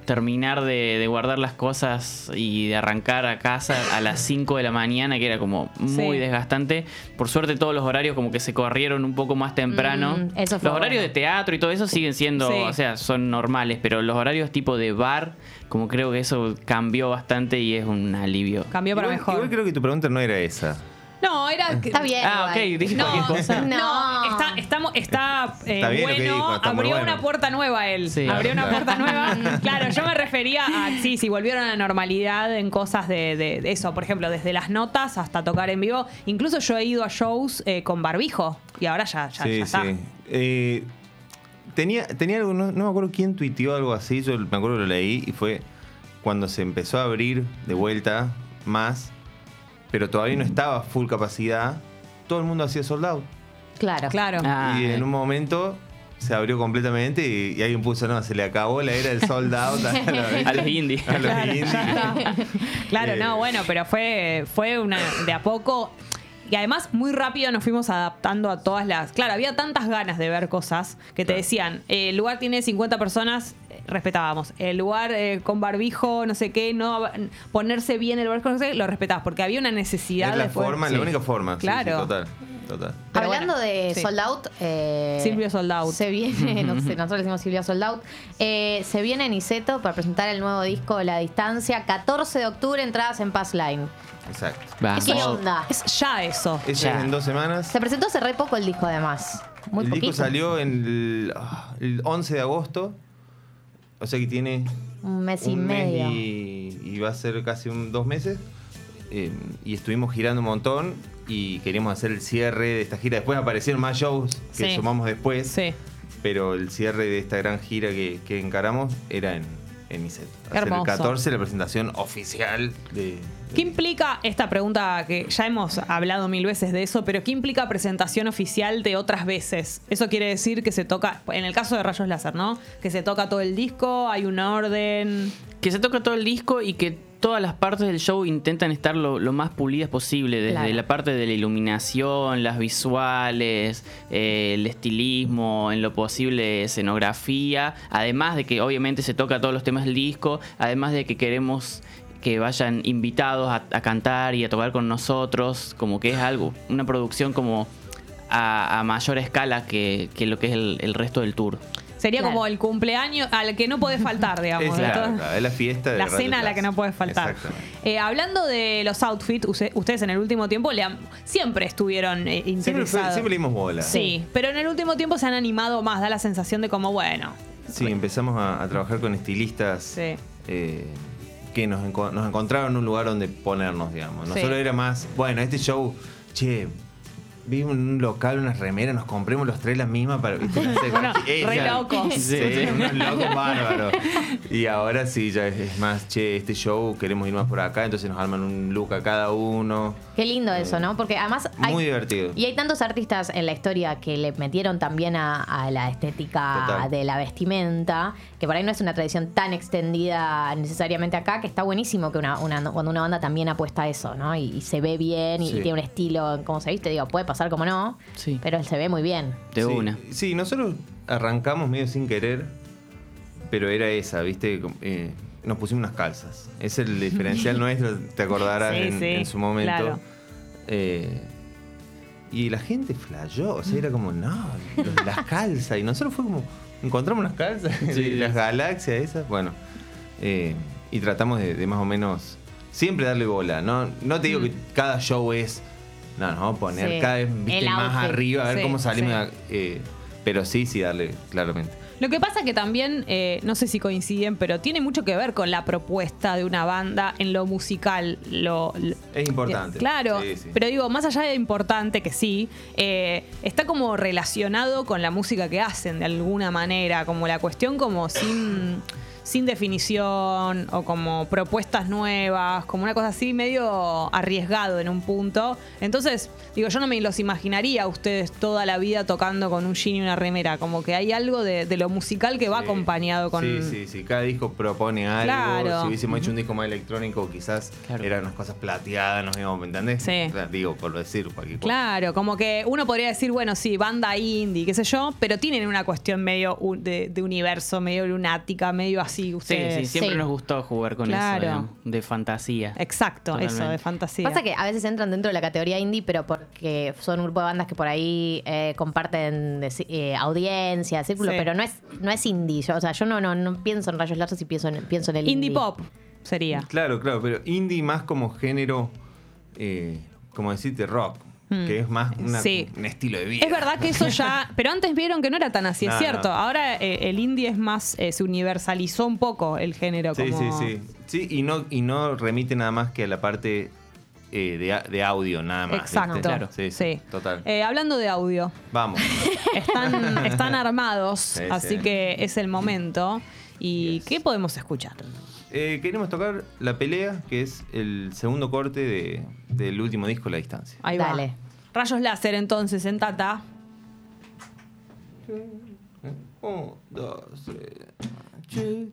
[SPEAKER 21] terminar de, de guardar las cosas y de arrancar a casa a las 5 de la mañana, que era como muy
[SPEAKER 6] Sí.
[SPEAKER 21] desgastante. Por suerte todos los horarios como que se corrieron un poco más temprano.
[SPEAKER 6] Mm, eso fue
[SPEAKER 21] los horarios de
[SPEAKER 6] bueno.
[SPEAKER 21] teatro y todo eso siguen siendo,
[SPEAKER 6] Sí.
[SPEAKER 21] o sea, son normales, pero los horarios tipo de bar, como creo que eso cambió bastante y es un alivio.
[SPEAKER 5] Cambió
[SPEAKER 19] Igual- Igual creo que tu pregunta no era esa.
[SPEAKER 5] No, era. que-
[SPEAKER 6] Está bien.
[SPEAKER 21] Ah, ok, dije
[SPEAKER 5] No,
[SPEAKER 21] cualquier cosa.
[SPEAKER 5] no, está, estamos- está, eh,
[SPEAKER 21] Está bien lo que
[SPEAKER 5] bueno.
[SPEAKER 21] dijo, está muy
[SPEAKER 5] abrió
[SPEAKER 21] bueno.
[SPEAKER 5] una puerta nueva él.
[SPEAKER 21] Sí.
[SPEAKER 5] abrió una
[SPEAKER 21] Claro.
[SPEAKER 5] puerta
[SPEAKER 6] [laughs]
[SPEAKER 5] nueva. claro, yo me refería a sí, sí, volvieron a la normalidad en cosas de, de- de eso. Por ejemplo, desde las notas hasta tocar en vivo. Incluso yo he ido a shows eh, con barbijo y ahora ya, ya,
[SPEAKER 19] sí,
[SPEAKER 5] ya está.
[SPEAKER 19] sí. Eh, tenía, tenía algo, no, no me acuerdo quién tuiteó algo así, yo me acuerdo que lo leí y fue cuando se empezó a abrir de vuelta más, pero todavía
[SPEAKER 21] Mm.
[SPEAKER 19] no estaba a full capacidad, todo el mundo hacía sold out.
[SPEAKER 5] [laughs]
[SPEAKER 6] Claro.
[SPEAKER 5] Claro.
[SPEAKER 21] Ah,
[SPEAKER 19] Y
[SPEAKER 21] eh.
[SPEAKER 19] en un momento se abrió completamente y, y alguien puso, no, se le acabó la era del sold
[SPEAKER 21] [laughs]
[SPEAKER 19] out [laughs] a, los-
[SPEAKER 21] A los indies.
[SPEAKER 19] A los
[SPEAKER 5] Claro,
[SPEAKER 19] indies.
[SPEAKER 5] ya está. [laughs] Claro,
[SPEAKER 19] Eh.
[SPEAKER 5] no, bueno, pero fue, fue una de a poco. Y además muy rápido nos fuimos adaptando a todas las... Claro, había tantas ganas de ver cosas que te decían, eh, el lugar tiene 50 personas, eh, respetábamos. El lugar eh, con barbijo, no sé qué, no ponerse bien el barbijo, no sé qué, lo respetabas, porque había una necesidad
[SPEAKER 19] Es la
[SPEAKER 5] de poder-
[SPEAKER 19] forma,
[SPEAKER 5] Sí.
[SPEAKER 19] la única forma. sí, sí,
[SPEAKER 5] Claro.
[SPEAKER 19] total, total.
[SPEAKER 5] Pero
[SPEAKER 6] Hablando
[SPEAKER 5] bueno,
[SPEAKER 6] de
[SPEAKER 5] sí.
[SPEAKER 6] Sold Out. eh,
[SPEAKER 5] Silvio Sold Out.
[SPEAKER 6] Se
[SPEAKER 5] [laughs]
[SPEAKER 6] viene, no sé, nosotros le decimos Silvio Sold Out. Eh, se viene Niceto para presentar el nuevo disco La Distancia, 14 de octubre, entradas en Pass Line.
[SPEAKER 19] Exacto.
[SPEAKER 6] ¿Qué onda?
[SPEAKER 5] Es ya eso.
[SPEAKER 19] Eso es Ah. en dos semanas.
[SPEAKER 6] Se presentó hace re poco el disco, además. Muy
[SPEAKER 19] el
[SPEAKER 6] poquito.
[SPEAKER 19] disco salió en el, ah, el 11 de agosto. O sea que tiene
[SPEAKER 6] Un mes y
[SPEAKER 19] un mes
[SPEAKER 6] medio.
[SPEAKER 19] y, y va a ser casi un, dos meses. Eh, y estuvimos girando un montón y queríamos hacer el cierre de esta gira. Después aparecieron más shows que
[SPEAKER 5] Sí.
[SPEAKER 19] sumamos después. Pero el cierre de esta gran gira que, que encaramos era en, en ISET. Va
[SPEAKER 5] Qué
[SPEAKER 19] a ser el
[SPEAKER 5] hermoso.
[SPEAKER 19] 14 la presentación oficial de.
[SPEAKER 5] ¿Qué implica esta pregunta que ya hemos hablado mil veces de eso, pero qué implica presentación oficial de otras veces? Eso quiere decir que se toca, en el caso de Rayos Láser, ¿no? Que se toca todo el disco, hay un orden.
[SPEAKER 21] Que se toca todo el disco y que todas las partes del show intentan estar lo, lo más pulidas posible, desde
[SPEAKER 5] Claro.
[SPEAKER 21] la parte de la iluminación, las visuales, eh, el estilismo, en lo posible escenografía, además de que obviamente se toca todos los temas del disco, además de que queremos que vayan invitados a, a cantar y a tocar con nosotros, como que es algo, una producción como a, a mayor escala que, que lo que es el, el resto del tour.
[SPEAKER 5] Sería como el cumpleaños al que no puede faltar, digamos. de todo-
[SPEAKER 19] es la fiesta de
[SPEAKER 5] La
[SPEAKER 19] Radio
[SPEAKER 5] cena a la
[SPEAKER 19] Class.
[SPEAKER 5] que no puede faltar.
[SPEAKER 19] Exactamente.
[SPEAKER 5] Eh, hablando de los outfits, use- ustedes en el último tiempo le han- siempre estuvieron eh,
[SPEAKER 19] Siempre,
[SPEAKER 5] interesados.
[SPEAKER 19] fue- siempre le dimos bola.
[SPEAKER 5] Sí, pero en el último tiempo se han animado más, da la sensación de como, bueno,
[SPEAKER 19] Sí, empezamos a, a trabajar con estilistas
[SPEAKER 5] sí.
[SPEAKER 19] eh, que nos, enco- nos encontraron un lugar donde ponernos, digamos.
[SPEAKER 5] Sí.
[SPEAKER 19] Nosotros era más, bueno, este show, che, vimos en un local, unas remeras, nos compremos los tres las mismas para.
[SPEAKER 5] [laughs]
[SPEAKER 19] ¿viste? No sé, [laughs]
[SPEAKER 5] Bueno,
[SPEAKER 19] eh,
[SPEAKER 5] re
[SPEAKER 19] ya-
[SPEAKER 5] locos.
[SPEAKER 19] Sí,
[SPEAKER 5] Sí.
[SPEAKER 19] [laughs]
[SPEAKER 5] [laughs]
[SPEAKER 19] unos locos bárbaros. Y ahora sí, ya es, es más, che, este show queremos ir más por acá, entonces nos arman un look a cada uno.
[SPEAKER 6] Qué lindo eso, ¿no? Porque además hay,
[SPEAKER 19] Muy divertido.
[SPEAKER 6] y hay tantos artistas en la historia que le metieron también a, a la estética
[SPEAKER 19] Total.
[SPEAKER 6] de la vestimenta, que por ahí no es una tradición tan extendida necesariamente acá, que está buenísimo que una, una- cuando una banda también apuesta a eso, ¿no? Y, y se ve bien y,
[SPEAKER 19] Sí.
[SPEAKER 6] tiene un estilo en cómo se viste, digo, puede pasar como no, pero se ve muy bien.
[SPEAKER 19] De una. Sí, nosotros arrancamos medio sin querer, pero era esa, ¿viste? Com- eh, nos pusimos unas calzas. Es el
[SPEAKER 5] [laughs]
[SPEAKER 19] diferencial nuestro, te acordarás
[SPEAKER 5] Sí,
[SPEAKER 19] en,
[SPEAKER 5] sí,
[SPEAKER 19] en su momento.
[SPEAKER 5] claro.
[SPEAKER 19] Eh, y la gente flayó, o sea, era como, no, los- las calzas. Y nosotros fue como, encontramos unas calzas, y las galaxias esas, bueno. eh, y tratamos de, de más o menos siempre darle bola. No, no te digo que cada show es, no, nos vamos a poner
[SPEAKER 5] Mm. Sí.
[SPEAKER 19] cada vez viste,
[SPEAKER 5] El
[SPEAKER 19] más
[SPEAKER 5] outfit.
[SPEAKER 19] arriba, a ver
[SPEAKER 5] Sí,
[SPEAKER 19] cómo salimos.
[SPEAKER 5] sí.
[SPEAKER 19] a- eh, pero sí, sí, darle, claramente.
[SPEAKER 5] Lo que pasa que también, eh, no sé si coinciden, pero tiene mucho que ver con la propuesta de una banda en lo musical. Lo, lo-
[SPEAKER 19] Es importante.
[SPEAKER 5] Claro,
[SPEAKER 19] Sí, sí.
[SPEAKER 5] pero digo, más allá de importante que sí, eh, está como relacionado con la música que hacen de alguna manera, como la cuestión como sin, sin definición o como propuestas nuevas, como una cosa así medio arriesgado en un punto. Entonces, digo, yo no me los imaginaría a ustedes toda la vida tocando con un jean y una remera, como que hay algo de, de lo musical que va acompañado con...
[SPEAKER 19] Eh, Sí, sí, sí. Cada disco propone algo.
[SPEAKER 5] Claro.
[SPEAKER 19] Si hubiésemos hecho un disco más electrónico, quizás eran unas cosas plateadas, nos íbamos, ¿me entendés?
[SPEAKER 5] Sí.
[SPEAKER 19] Digo, por decir cualquier cosa.
[SPEAKER 5] Claro, como que uno podría decir, bueno, sí, banda indie, qué sé yo, pero tienen una cuestión medio u- de, de universo, medio lunática, medio así.
[SPEAKER 21] Sí,
[SPEAKER 5] Ustedes.
[SPEAKER 21] sí, siempre nos gustó jugar con
[SPEAKER 5] Eh, Claro.
[SPEAKER 21] eso, digamos, de fantasía.
[SPEAKER 5] Exacto, eso,
[SPEAKER 21] Totalmente.
[SPEAKER 5] de fantasía.
[SPEAKER 6] Pasa que a veces entran dentro de la categoría indie, pero porque son un grupo de bandas que por ahí eh, comparten de- eh, audiencia, círculo,
[SPEAKER 5] Sí.
[SPEAKER 6] pero no es, no es indie. Yo, o sea, yo no, no, no pienso en Rayos Largos y pienso en, pienso en el indie.
[SPEAKER 5] Indie pop sería.
[SPEAKER 19] Claro, claro, pero indie más como género, eh, como decirte, rock,
[SPEAKER 5] Mm.
[SPEAKER 19] que es más una-
[SPEAKER 5] Sí.
[SPEAKER 19] un estilo de vida.
[SPEAKER 5] Es verdad que
[SPEAKER 19] [laughs]
[SPEAKER 5] eso ya. Pero antes vieron que no era tan así,
[SPEAKER 19] No,
[SPEAKER 5] es cierto.
[SPEAKER 19] no.
[SPEAKER 5] Ahora eh, el indie es más. eh, se universalizó un poco el género.
[SPEAKER 19] Sí,
[SPEAKER 5] como-
[SPEAKER 19] sí, sí. Sí, y no, y no remite nada más que a la parte eh, de, a- de audio, nada más. ¿viste?
[SPEAKER 5] Exacto. Claro.
[SPEAKER 19] Sí, sí,
[SPEAKER 5] Sí.
[SPEAKER 19] Total.
[SPEAKER 5] Eh, hablando de audio, [laughs]
[SPEAKER 19] Vamos. [laughs]
[SPEAKER 5] están, están armados,
[SPEAKER 19] Sí,
[SPEAKER 5] así
[SPEAKER 19] sí.
[SPEAKER 5] que es el momento. ¿Y qué podemos escuchar?
[SPEAKER 19] Eh, queremos tocar La Pelea, que es el segundo corte de- del último disco, La Distancia.
[SPEAKER 5] Ahí va. Rayos láser entonces en Tata.
[SPEAKER 19] Un, dos, tres.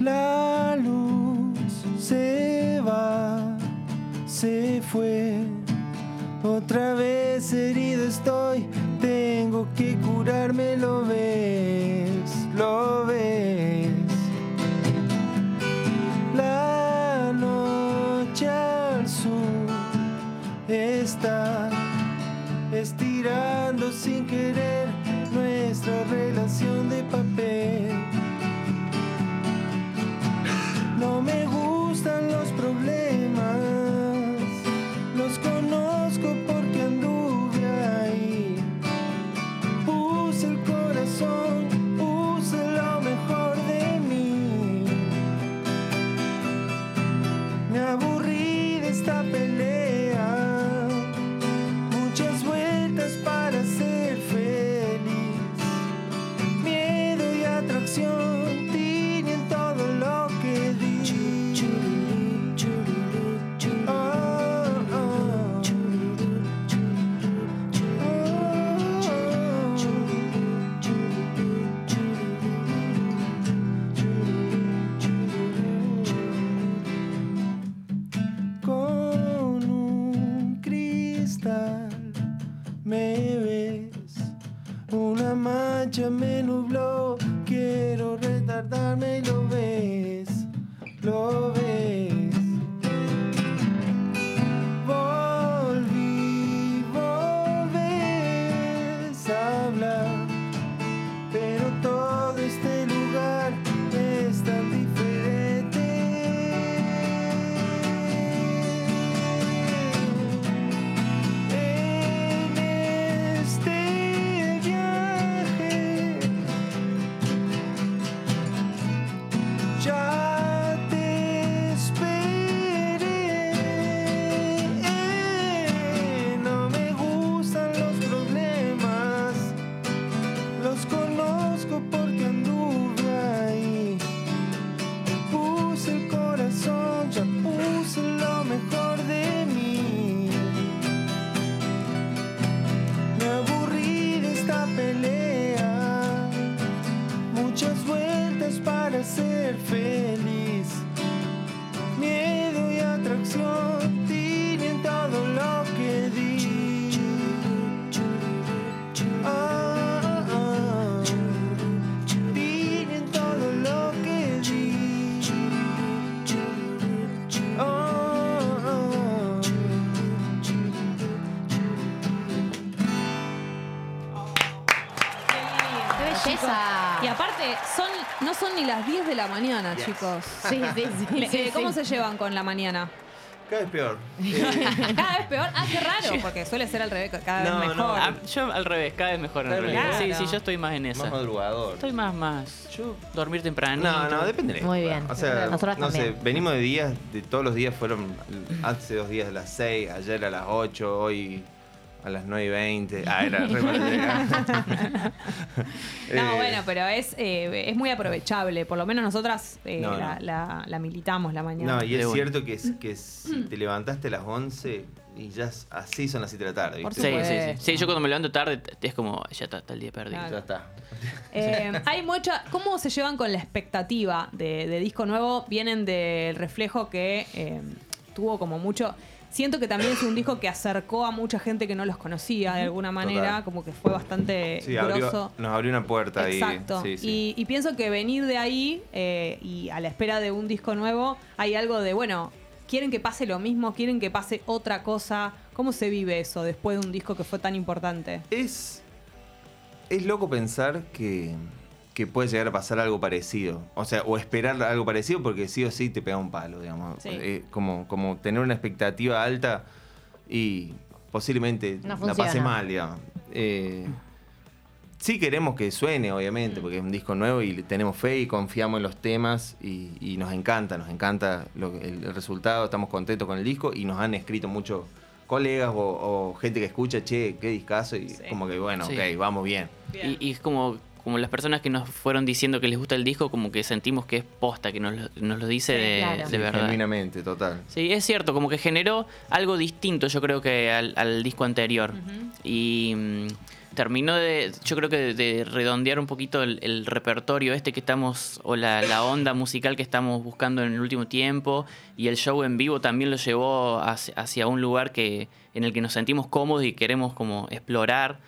[SPEAKER 2] La luz se va, se fue. Otra vez herido estoy, tengo que curarme, lo ves, lo ves. La noche al sur está estirando sin querer nuestra relación de papel. No me gustan los problemas, los conozco porque anduve ahí. Me aburrí de esta pelea. Muchas vueltas para ser feliz. Miedo y atracción tienen todo lo que di. Oh, oh. con un cristal me ves una mancha me nubló quiero retardarme y lo ves lo ves volví volvés a hablar pero todo este lugar es tan diferente en este viaje ya te esperé no me gustan los problemas los conozco porque anduve ahí puse el corazón ya puse lo mejor de mí me aburrí de esta pelea. Muchas vueltas para ser feliz. Miedo y atracción tienen todo lo que di. Ah, ah, ah. Tienen todo lo que di. Ah, ah,
[SPEAKER 5] ¡Qué
[SPEAKER 6] belleza!
[SPEAKER 5] Y aparte, son, no son ni las 10 de la mañana,
[SPEAKER 19] Yes.
[SPEAKER 5] chicos.
[SPEAKER 19] Sí, sí, [laughs]
[SPEAKER 5] [laughs]
[SPEAKER 19] sí,
[SPEAKER 5] Le-
[SPEAKER 19] sí,
[SPEAKER 5] eh, ¿Cómo
[SPEAKER 19] sí.
[SPEAKER 5] se llevan con
[SPEAKER 19] [laughs]
[SPEAKER 5] la mañana? [laughs]
[SPEAKER 19] Cada vez
[SPEAKER 21] [laughs]
[SPEAKER 19] peor. Eh,
[SPEAKER 5] Cada vez peor. Ah, qué raro, porque suele ser al revés, cada vez mejor.
[SPEAKER 21] Ah, yo al revés, cada vez mejor en
[SPEAKER 5] Claro.
[SPEAKER 21] realidad. Sí,
[SPEAKER 5] Claro.
[SPEAKER 21] sí, yo estoy más en esa.
[SPEAKER 19] Más madrugador.
[SPEAKER 21] Estoy más, más. Yo dormir
[SPEAKER 5] Ah,
[SPEAKER 21] temprano.
[SPEAKER 19] No, no, depende. de la época. O sea, no sé, venimos de días, de todos los días fueron hace dos días a las 6, ayer a las 8, hoy a las 9 y 20. Ah, era re mal [laughs] llegado.
[SPEAKER 5] [laughs] No,
[SPEAKER 19] Eh,
[SPEAKER 5] bueno, pero es, eh, es muy aprovechable. Por lo menos nosotras eh,
[SPEAKER 19] No, no.
[SPEAKER 5] La, la- la militamos la mañana.
[SPEAKER 19] No, y es
[SPEAKER 21] De una.
[SPEAKER 19] cierto que, es- que si te levantaste a las 11 y ya es- así son las 7 de la tarde.
[SPEAKER 5] Por
[SPEAKER 19] ¿viste?
[SPEAKER 21] Sí, sí, sí. Sí, yo cuando me levanto tarde t- es como, ya está, está el día perdido.
[SPEAKER 5] Claro. Ya
[SPEAKER 19] está.
[SPEAKER 5] Eh, hay mucha. ¿Cómo se llevan con la expectativa de, de disco nuevo? Vienen del reflejo que eh, tuvo como mucho. Siento que también es un disco que acercó a mucha gente que no los conocía de alguna manera,
[SPEAKER 19] Total.
[SPEAKER 5] como que fue bastante
[SPEAKER 19] Sí, abrió-
[SPEAKER 5] grosso.
[SPEAKER 19] nos abrió una puerta ahí.
[SPEAKER 5] Exacto.
[SPEAKER 19] Sí, sí.
[SPEAKER 5] Y, y pienso que venir de ahí eh, y a la espera de un disco nuevo, hay algo de, bueno, quieren que pase lo mismo, quieren que pase otra cosa. ¿Cómo se vive eso después de un disco que fue tan importante?
[SPEAKER 19] Es. Es loco pensar que, que puede llegar a pasar algo parecido. O sea, o esperar algo parecido porque sí o sí te pega un palo, digamos.
[SPEAKER 6] Sí.
[SPEAKER 19] Eh, como, como tener una expectativa alta y posiblemente
[SPEAKER 6] No
[SPEAKER 19] la pase
[SPEAKER 6] funciona.
[SPEAKER 19] mal, digamos. Eh, sí queremos que suene, obviamente,
[SPEAKER 21] Mm.
[SPEAKER 19] porque es un disco nuevo y le tenemos fe y confiamos en los temas y, y nos encanta, nos encanta lo que- el, el resultado, estamos contentos con el disco y nos han escrito muchos colegas o, o gente que escucha, che, qué discazo y como que bueno,
[SPEAKER 21] Sí.
[SPEAKER 19] ok, vamos bien.
[SPEAKER 21] Y, y es como, como las personas que nos fueron diciendo que les gusta el disco, como que sentimos que es posta, que nos, lo- nos lo dice de, claro.
[SPEAKER 19] Sí,
[SPEAKER 21] de verdad.
[SPEAKER 19] Genuinamente, total.
[SPEAKER 21] Sí, es cierto, como que generó algo distinto, yo creo que al, al disco anterior. Y mm, terminó de, yo creo que de, de redondear un poquito el, el repertorio este que estamos, o la, la onda musical que estamos buscando en el último tiempo. Y el show en vivo también lo llevó hacia, hacia un lugar que, en el que nos sentimos cómodos y queremos como explorar.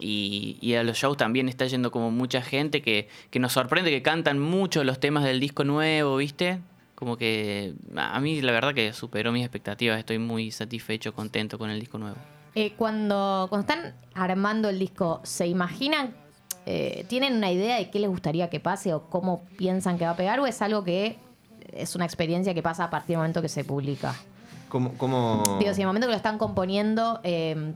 [SPEAKER 21] Y, y a los shows también está yendo como mucha gente que, que nos sorprende que cantan mucho los temas del disco nuevo, ¿viste? Como que a mí la verdad que superó mis expectativas, estoy muy satisfecho, contento con el disco nuevo.
[SPEAKER 6] Eh, cuando, cuando están armando el disco, ¿se imaginan? eh, ¿Tienen una idea de qué les gustaría que pase o cómo piensan que va a pegar? ¿O es algo que es una experiencia que pasa a partir del momento que se publica?
[SPEAKER 19] ¿Cómo, cómo...
[SPEAKER 6] Digo, si en el momento que lo están componiendo, eh,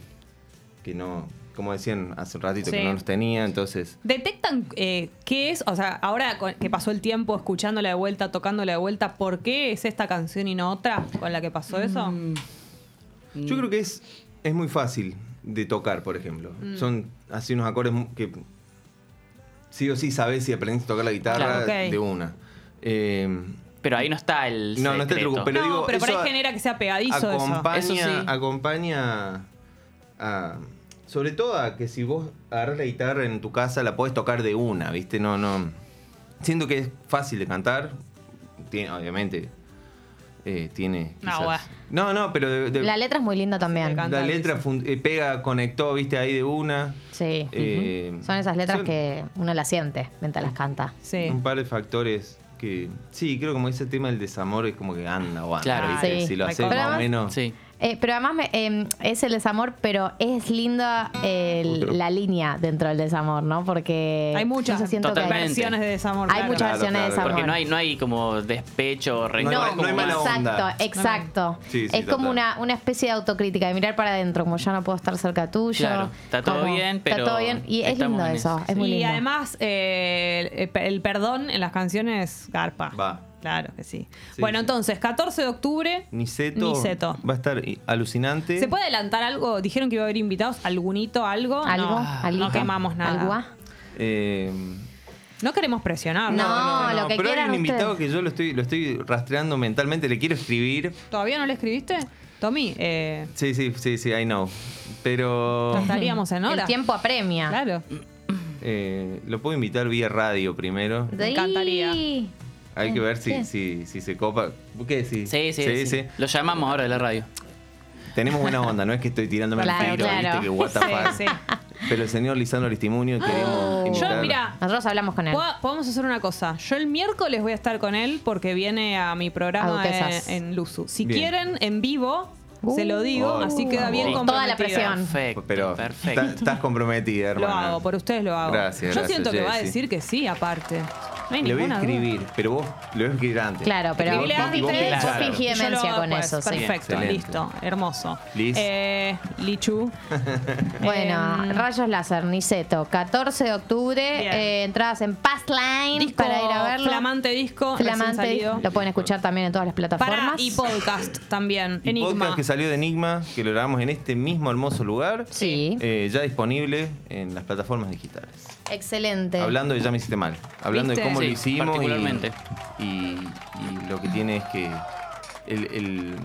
[SPEAKER 19] que no, como decían hace un ratito, que
[SPEAKER 5] Sí.
[SPEAKER 19] no los tenía. Entonces,
[SPEAKER 5] ¿Detectan eh, qué es? O sea, ahora con- que pasó el tiempo escuchándola de vuelta, tocándola de vuelta, ¿por qué es esta canción y no otra con la que pasó eso?
[SPEAKER 19] Mm. yo creo que es, es muy fácil de tocar, por ejemplo.
[SPEAKER 5] Mm.
[SPEAKER 19] Son así unos acordes mu- que sí o sí sabes si aprendes a tocar la guitarra
[SPEAKER 21] Claro, ok.
[SPEAKER 19] de una. Eh,
[SPEAKER 21] Pero ahí no está el.
[SPEAKER 19] No, no está el
[SPEAKER 21] secreto.
[SPEAKER 19] truco, pero
[SPEAKER 5] no,
[SPEAKER 19] digo,
[SPEAKER 5] pero por
[SPEAKER 19] eso
[SPEAKER 5] ahí genera que sea pegadizo
[SPEAKER 19] acompaña,
[SPEAKER 5] eso.
[SPEAKER 19] acompaña a, sobre todo a que si vos agarras la guitarra en tu casa la podés tocar de una, ¿viste? No, no. Siento que es fácil de cantar, tiene, obviamente eh, tiene
[SPEAKER 6] No,
[SPEAKER 19] quizás-
[SPEAKER 6] bueno.
[SPEAKER 19] no, no, pero de- de-
[SPEAKER 6] La letra es muy linda también.
[SPEAKER 19] la letra fun- eh, pega, conectó, ¿viste? Ahí de una.
[SPEAKER 6] Sí.
[SPEAKER 19] Eh,
[SPEAKER 6] Son esas letras
[SPEAKER 19] son-
[SPEAKER 6] que uno las siente mientras las canta.
[SPEAKER 5] Sí.
[SPEAKER 19] un par de factores que sí, creo como ese tema del desamor es como que anda o anda,
[SPEAKER 6] Claro.
[SPEAKER 19] ¿viste?
[SPEAKER 6] Sí.
[SPEAKER 19] si lo haces
[SPEAKER 6] Pero
[SPEAKER 19] más o
[SPEAKER 6] además-
[SPEAKER 19] menos
[SPEAKER 6] Eh, pero además me- eh, es el desamor, pero es linda el- la línea dentro del desamor, ¿no? Porque
[SPEAKER 5] Hay muchas
[SPEAKER 6] yo siento que
[SPEAKER 21] Totalmente.
[SPEAKER 5] versiones de desamor.
[SPEAKER 6] Hay
[SPEAKER 5] claro.
[SPEAKER 6] muchas versiones de desamor.
[SPEAKER 21] Porque no hay, no hay como despecho, rencor.
[SPEAKER 6] No,
[SPEAKER 21] como
[SPEAKER 6] exacto, exacto.
[SPEAKER 21] Sí, sí,
[SPEAKER 6] es como
[SPEAKER 21] total.
[SPEAKER 6] una, una especie de autocrítica, de mirar para adentro, como ya no puedo estar cerca tuyo.
[SPEAKER 21] Claro, está todo
[SPEAKER 6] como,
[SPEAKER 21] bien,
[SPEAKER 6] Está
[SPEAKER 21] pero
[SPEAKER 6] todo bien, y es
[SPEAKER 21] estamos
[SPEAKER 6] lindo
[SPEAKER 21] en
[SPEAKER 6] eso,
[SPEAKER 21] eso,
[SPEAKER 6] es muy
[SPEAKER 5] y
[SPEAKER 6] lindo.
[SPEAKER 5] además, eh, el- el, el perdón en las canciones garpa.
[SPEAKER 19] va.
[SPEAKER 5] Claro que sí.
[SPEAKER 19] Sí,
[SPEAKER 5] bueno,
[SPEAKER 19] sí.
[SPEAKER 5] entonces, 14 de octubre.
[SPEAKER 19] Niceto,
[SPEAKER 5] Niceto.
[SPEAKER 19] va a estar i- alucinante.
[SPEAKER 5] ¿Se puede adelantar algo? Dijeron que iba a haber invitados. ¿Algunito, algo?
[SPEAKER 6] Algo,
[SPEAKER 5] No,
[SPEAKER 6] alguito,
[SPEAKER 5] no quemamos nada.
[SPEAKER 6] alguá.
[SPEAKER 19] Eh,
[SPEAKER 5] No queremos presionar.
[SPEAKER 19] pero hay un invitado que yo lo estoy, lo estoy rastreando mentalmente, le quiero escribir.
[SPEAKER 5] ¿Todavía no le escribiste? Tommy, eh,
[SPEAKER 19] Sí, sí, sí, sí, I know. Pero
[SPEAKER 5] estaríamos en hora.
[SPEAKER 6] El tiempo apremia.
[SPEAKER 5] Claro.
[SPEAKER 19] Mm. eh, lo puedo invitar vía radio primero.
[SPEAKER 5] Me encantaría.
[SPEAKER 19] Hay que ver si,
[SPEAKER 5] Sí.
[SPEAKER 19] si, si se copa. ¿Qué? Sí,
[SPEAKER 21] Sí, sí, sí. Lo llamamos ahora de la radio.
[SPEAKER 19] Tenemos buena onda, no es que estoy tirándome
[SPEAKER 6] Claro,
[SPEAKER 19] el tiro,
[SPEAKER 6] claro.
[SPEAKER 19] ¿viste? Que what the fuck.
[SPEAKER 5] Sí, sí.
[SPEAKER 19] Pero el señor Lisandro Aristimuño queremos invitar.
[SPEAKER 5] Yo, mira,
[SPEAKER 6] nosotros hablamos con él.
[SPEAKER 5] Podemos hacer una cosa. Yo el miércoles voy a estar con él porque viene a mi programa eh,
[SPEAKER 6] A Duquesas.
[SPEAKER 5] en, en Luzu. Si
[SPEAKER 19] Bien.
[SPEAKER 5] quieren, en vivo, se lo digo,
[SPEAKER 19] Uh,
[SPEAKER 5] así queda bien
[SPEAKER 19] vamos.
[SPEAKER 5] comprometido.
[SPEAKER 6] Toda la presión.
[SPEAKER 19] Perfecto, pero está- Estás comprometida,
[SPEAKER 5] Lo
[SPEAKER 19] hermano.
[SPEAKER 5] hago, por ustedes lo hago.
[SPEAKER 19] Gracias,
[SPEAKER 5] Yo
[SPEAKER 19] gracias,
[SPEAKER 5] siento que va a
[SPEAKER 19] Jessy.
[SPEAKER 5] decir que sí, aparte. No hay
[SPEAKER 19] Le voy a
[SPEAKER 5] ninguna duda.
[SPEAKER 19] escribir, pero vos le voy a escribir antes.
[SPEAKER 6] Claro, pero
[SPEAKER 19] Escribile
[SPEAKER 6] vos-
[SPEAKER 19] antes,
[SPEAKER 6] vos- vos
[SPEAKER 19] claro.
[SPEAKER 6] fingí
[SPEAKER 5] Yo lo
[SPEAKER 6] demencia
[SPEAKER 5] hago
[SPEAKER 6] con
[SPEAKER 5] después.
[SPEAKER 6] eso, sí.
[SPEAKER 5] Perfecto,
[SPEAKER 19] Excelente.
[SPEAKER 5] listo, hermoso.
[SPEAKER 19] Liz.
[SPEAKER 5] Eh,
[SPEAKER 19] [laughs]
[SPEAKER 5] Lichu. Eh,
[SPEAKER 6] Bueno, Rayos Láser, Niceto, 14 de octubre,
[SPEAKER 5] Em, Bien.
[SPEAKER 6] eh, entradas en Passline
[SPEAKER 5] Disco,
[SPEAKER 6] para ir a verlo.
[SPEAKER 5] Flamante disco, recién
[SPEAKER 6] Flamante,
[SPEAKER 5] salido.
[SPEAKER 6] lo pueden escuchar también en todas las
[SPEAKER 5] Para,
[SPEAKER 6] plataformas.
[SPEAKER 5] y podcast también, Enigma.
[SPEAKER 19] Podcast que salió de Enigma, que lo grabamos en este mismo hermoso lugar.
[SPEAKER 6] Sí.
[SPEAKER 19] Eh, ya disponible en las plataformas digitales.
[SPEAKER 6] Excelente.
[SPEAKER 19] Hablando de Ya me hiciste mal. Hablando
[SPEAKER 6] ¿Viste?
[SPEAKER 19] de cómo
[SPEAKER 6] Sí,
[SPEAKER 19] lo hicimos. y-
[SPEAKER 21] particularmente.
[SPEAKER 19] Y, y lo que tiene es que. El, el-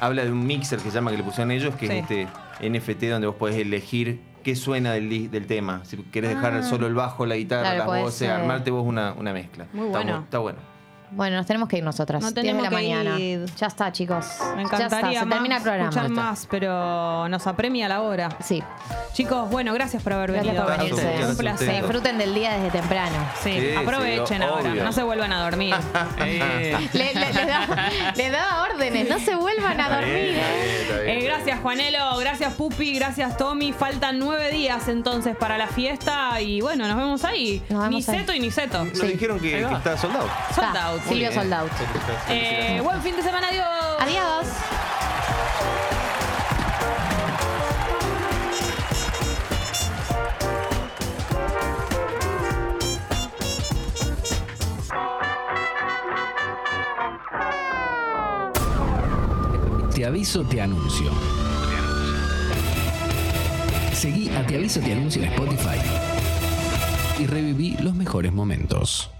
[SPEAKER 19] habla de un mixer que se llama que le pusieron ellos, que
[SPEAKER 21] Sí.
[SPEAKER 19] es este NFT donde vos podés elegir qué suena del, li- del tema. Si querés dejar
[SPEAKER 6] Ah.
[SPEAKER 19] solo el bajo, la guitarra,
[SPEAKER 6] Claro,
[SPEAKER 19] las
[SPEAKER 6] podés,
[SPEAKER 19] voces,
[SPEAKER 6] eh,
[SPEAKER 19] armarte vos una, una mezcla.
[SPEAKER 6] Muy
[SPEAKER 19] Está
[SPEAKER 6] bueno.
[SPEAKER 19] Está bueno.
[SPEAKER 6] Bueno, nos tenemos que ir nosotras.
[SPEAKER 5] No
[SPEAKER 6] 10 de
[SPEAKER 5] tenemos
[SPEAKER 6] la
[SPEAKER 5] que
[SPEAKER 6] mañana. Ya está, chicos.
[SPEAKER 5] Me
[SPEAKER 6] ya está,
[SPEAKER 5] encantaría
[SPEAKER 6] se
[SPEAKER 5] más
[SPEAKER 6] termina el programa.
[SPEAKER 5] escuchar
[SPEAKER 6] Esto.
[SPEAKER 5] más, pero nos apremia la hora.
[SPEAKER 6] Sí.
[SPEAKER 5] Chicos, bueno, gracias por haber
[SPEAKER 6] Gracias
[SPEAKER 5] venido.
[SPEAKER 6] por venirse.
[SPEAKER 5] Un placer.
[SPEAKER 6] Disfruten del día desde
[SPEAKER 5] [laughs]
[SPEAKER 6] temprano.
[SPEAKER 5] Sí, aprovechen ahora, no se vuelvan a
[SPEAKER 19] [laughs]
[SPEAKER 5] dormir. Eh,
[SPEAKER 6] Le- le- le daba- le daba órdenes, no se vuelvan a dormir.
[SPEAKER 5] Eh, gracias Juanelo, gracias Pupi, gracias Tommy. Faltan nueve días entonces para la fiesta y bueno, nos vemos ahí. Niceto y Niceto.
[SPEAKER 19] Nos dijeron que,
[SPEAKER 5] Ahí va.
[SPEAKER 19] que está soldado.
[SPEAKER 5] Sold out.
[SPEAKER 19] Muy bien.
[SPEAKER 5] Eh, buen fin de semana, adiós.
[SPEAKER 6] Adiós.
[SPEAKER 14] Te aviso, te anuncio. Seguí a Te aviso, te anuncio en Spotify y reviví los mejores momentos.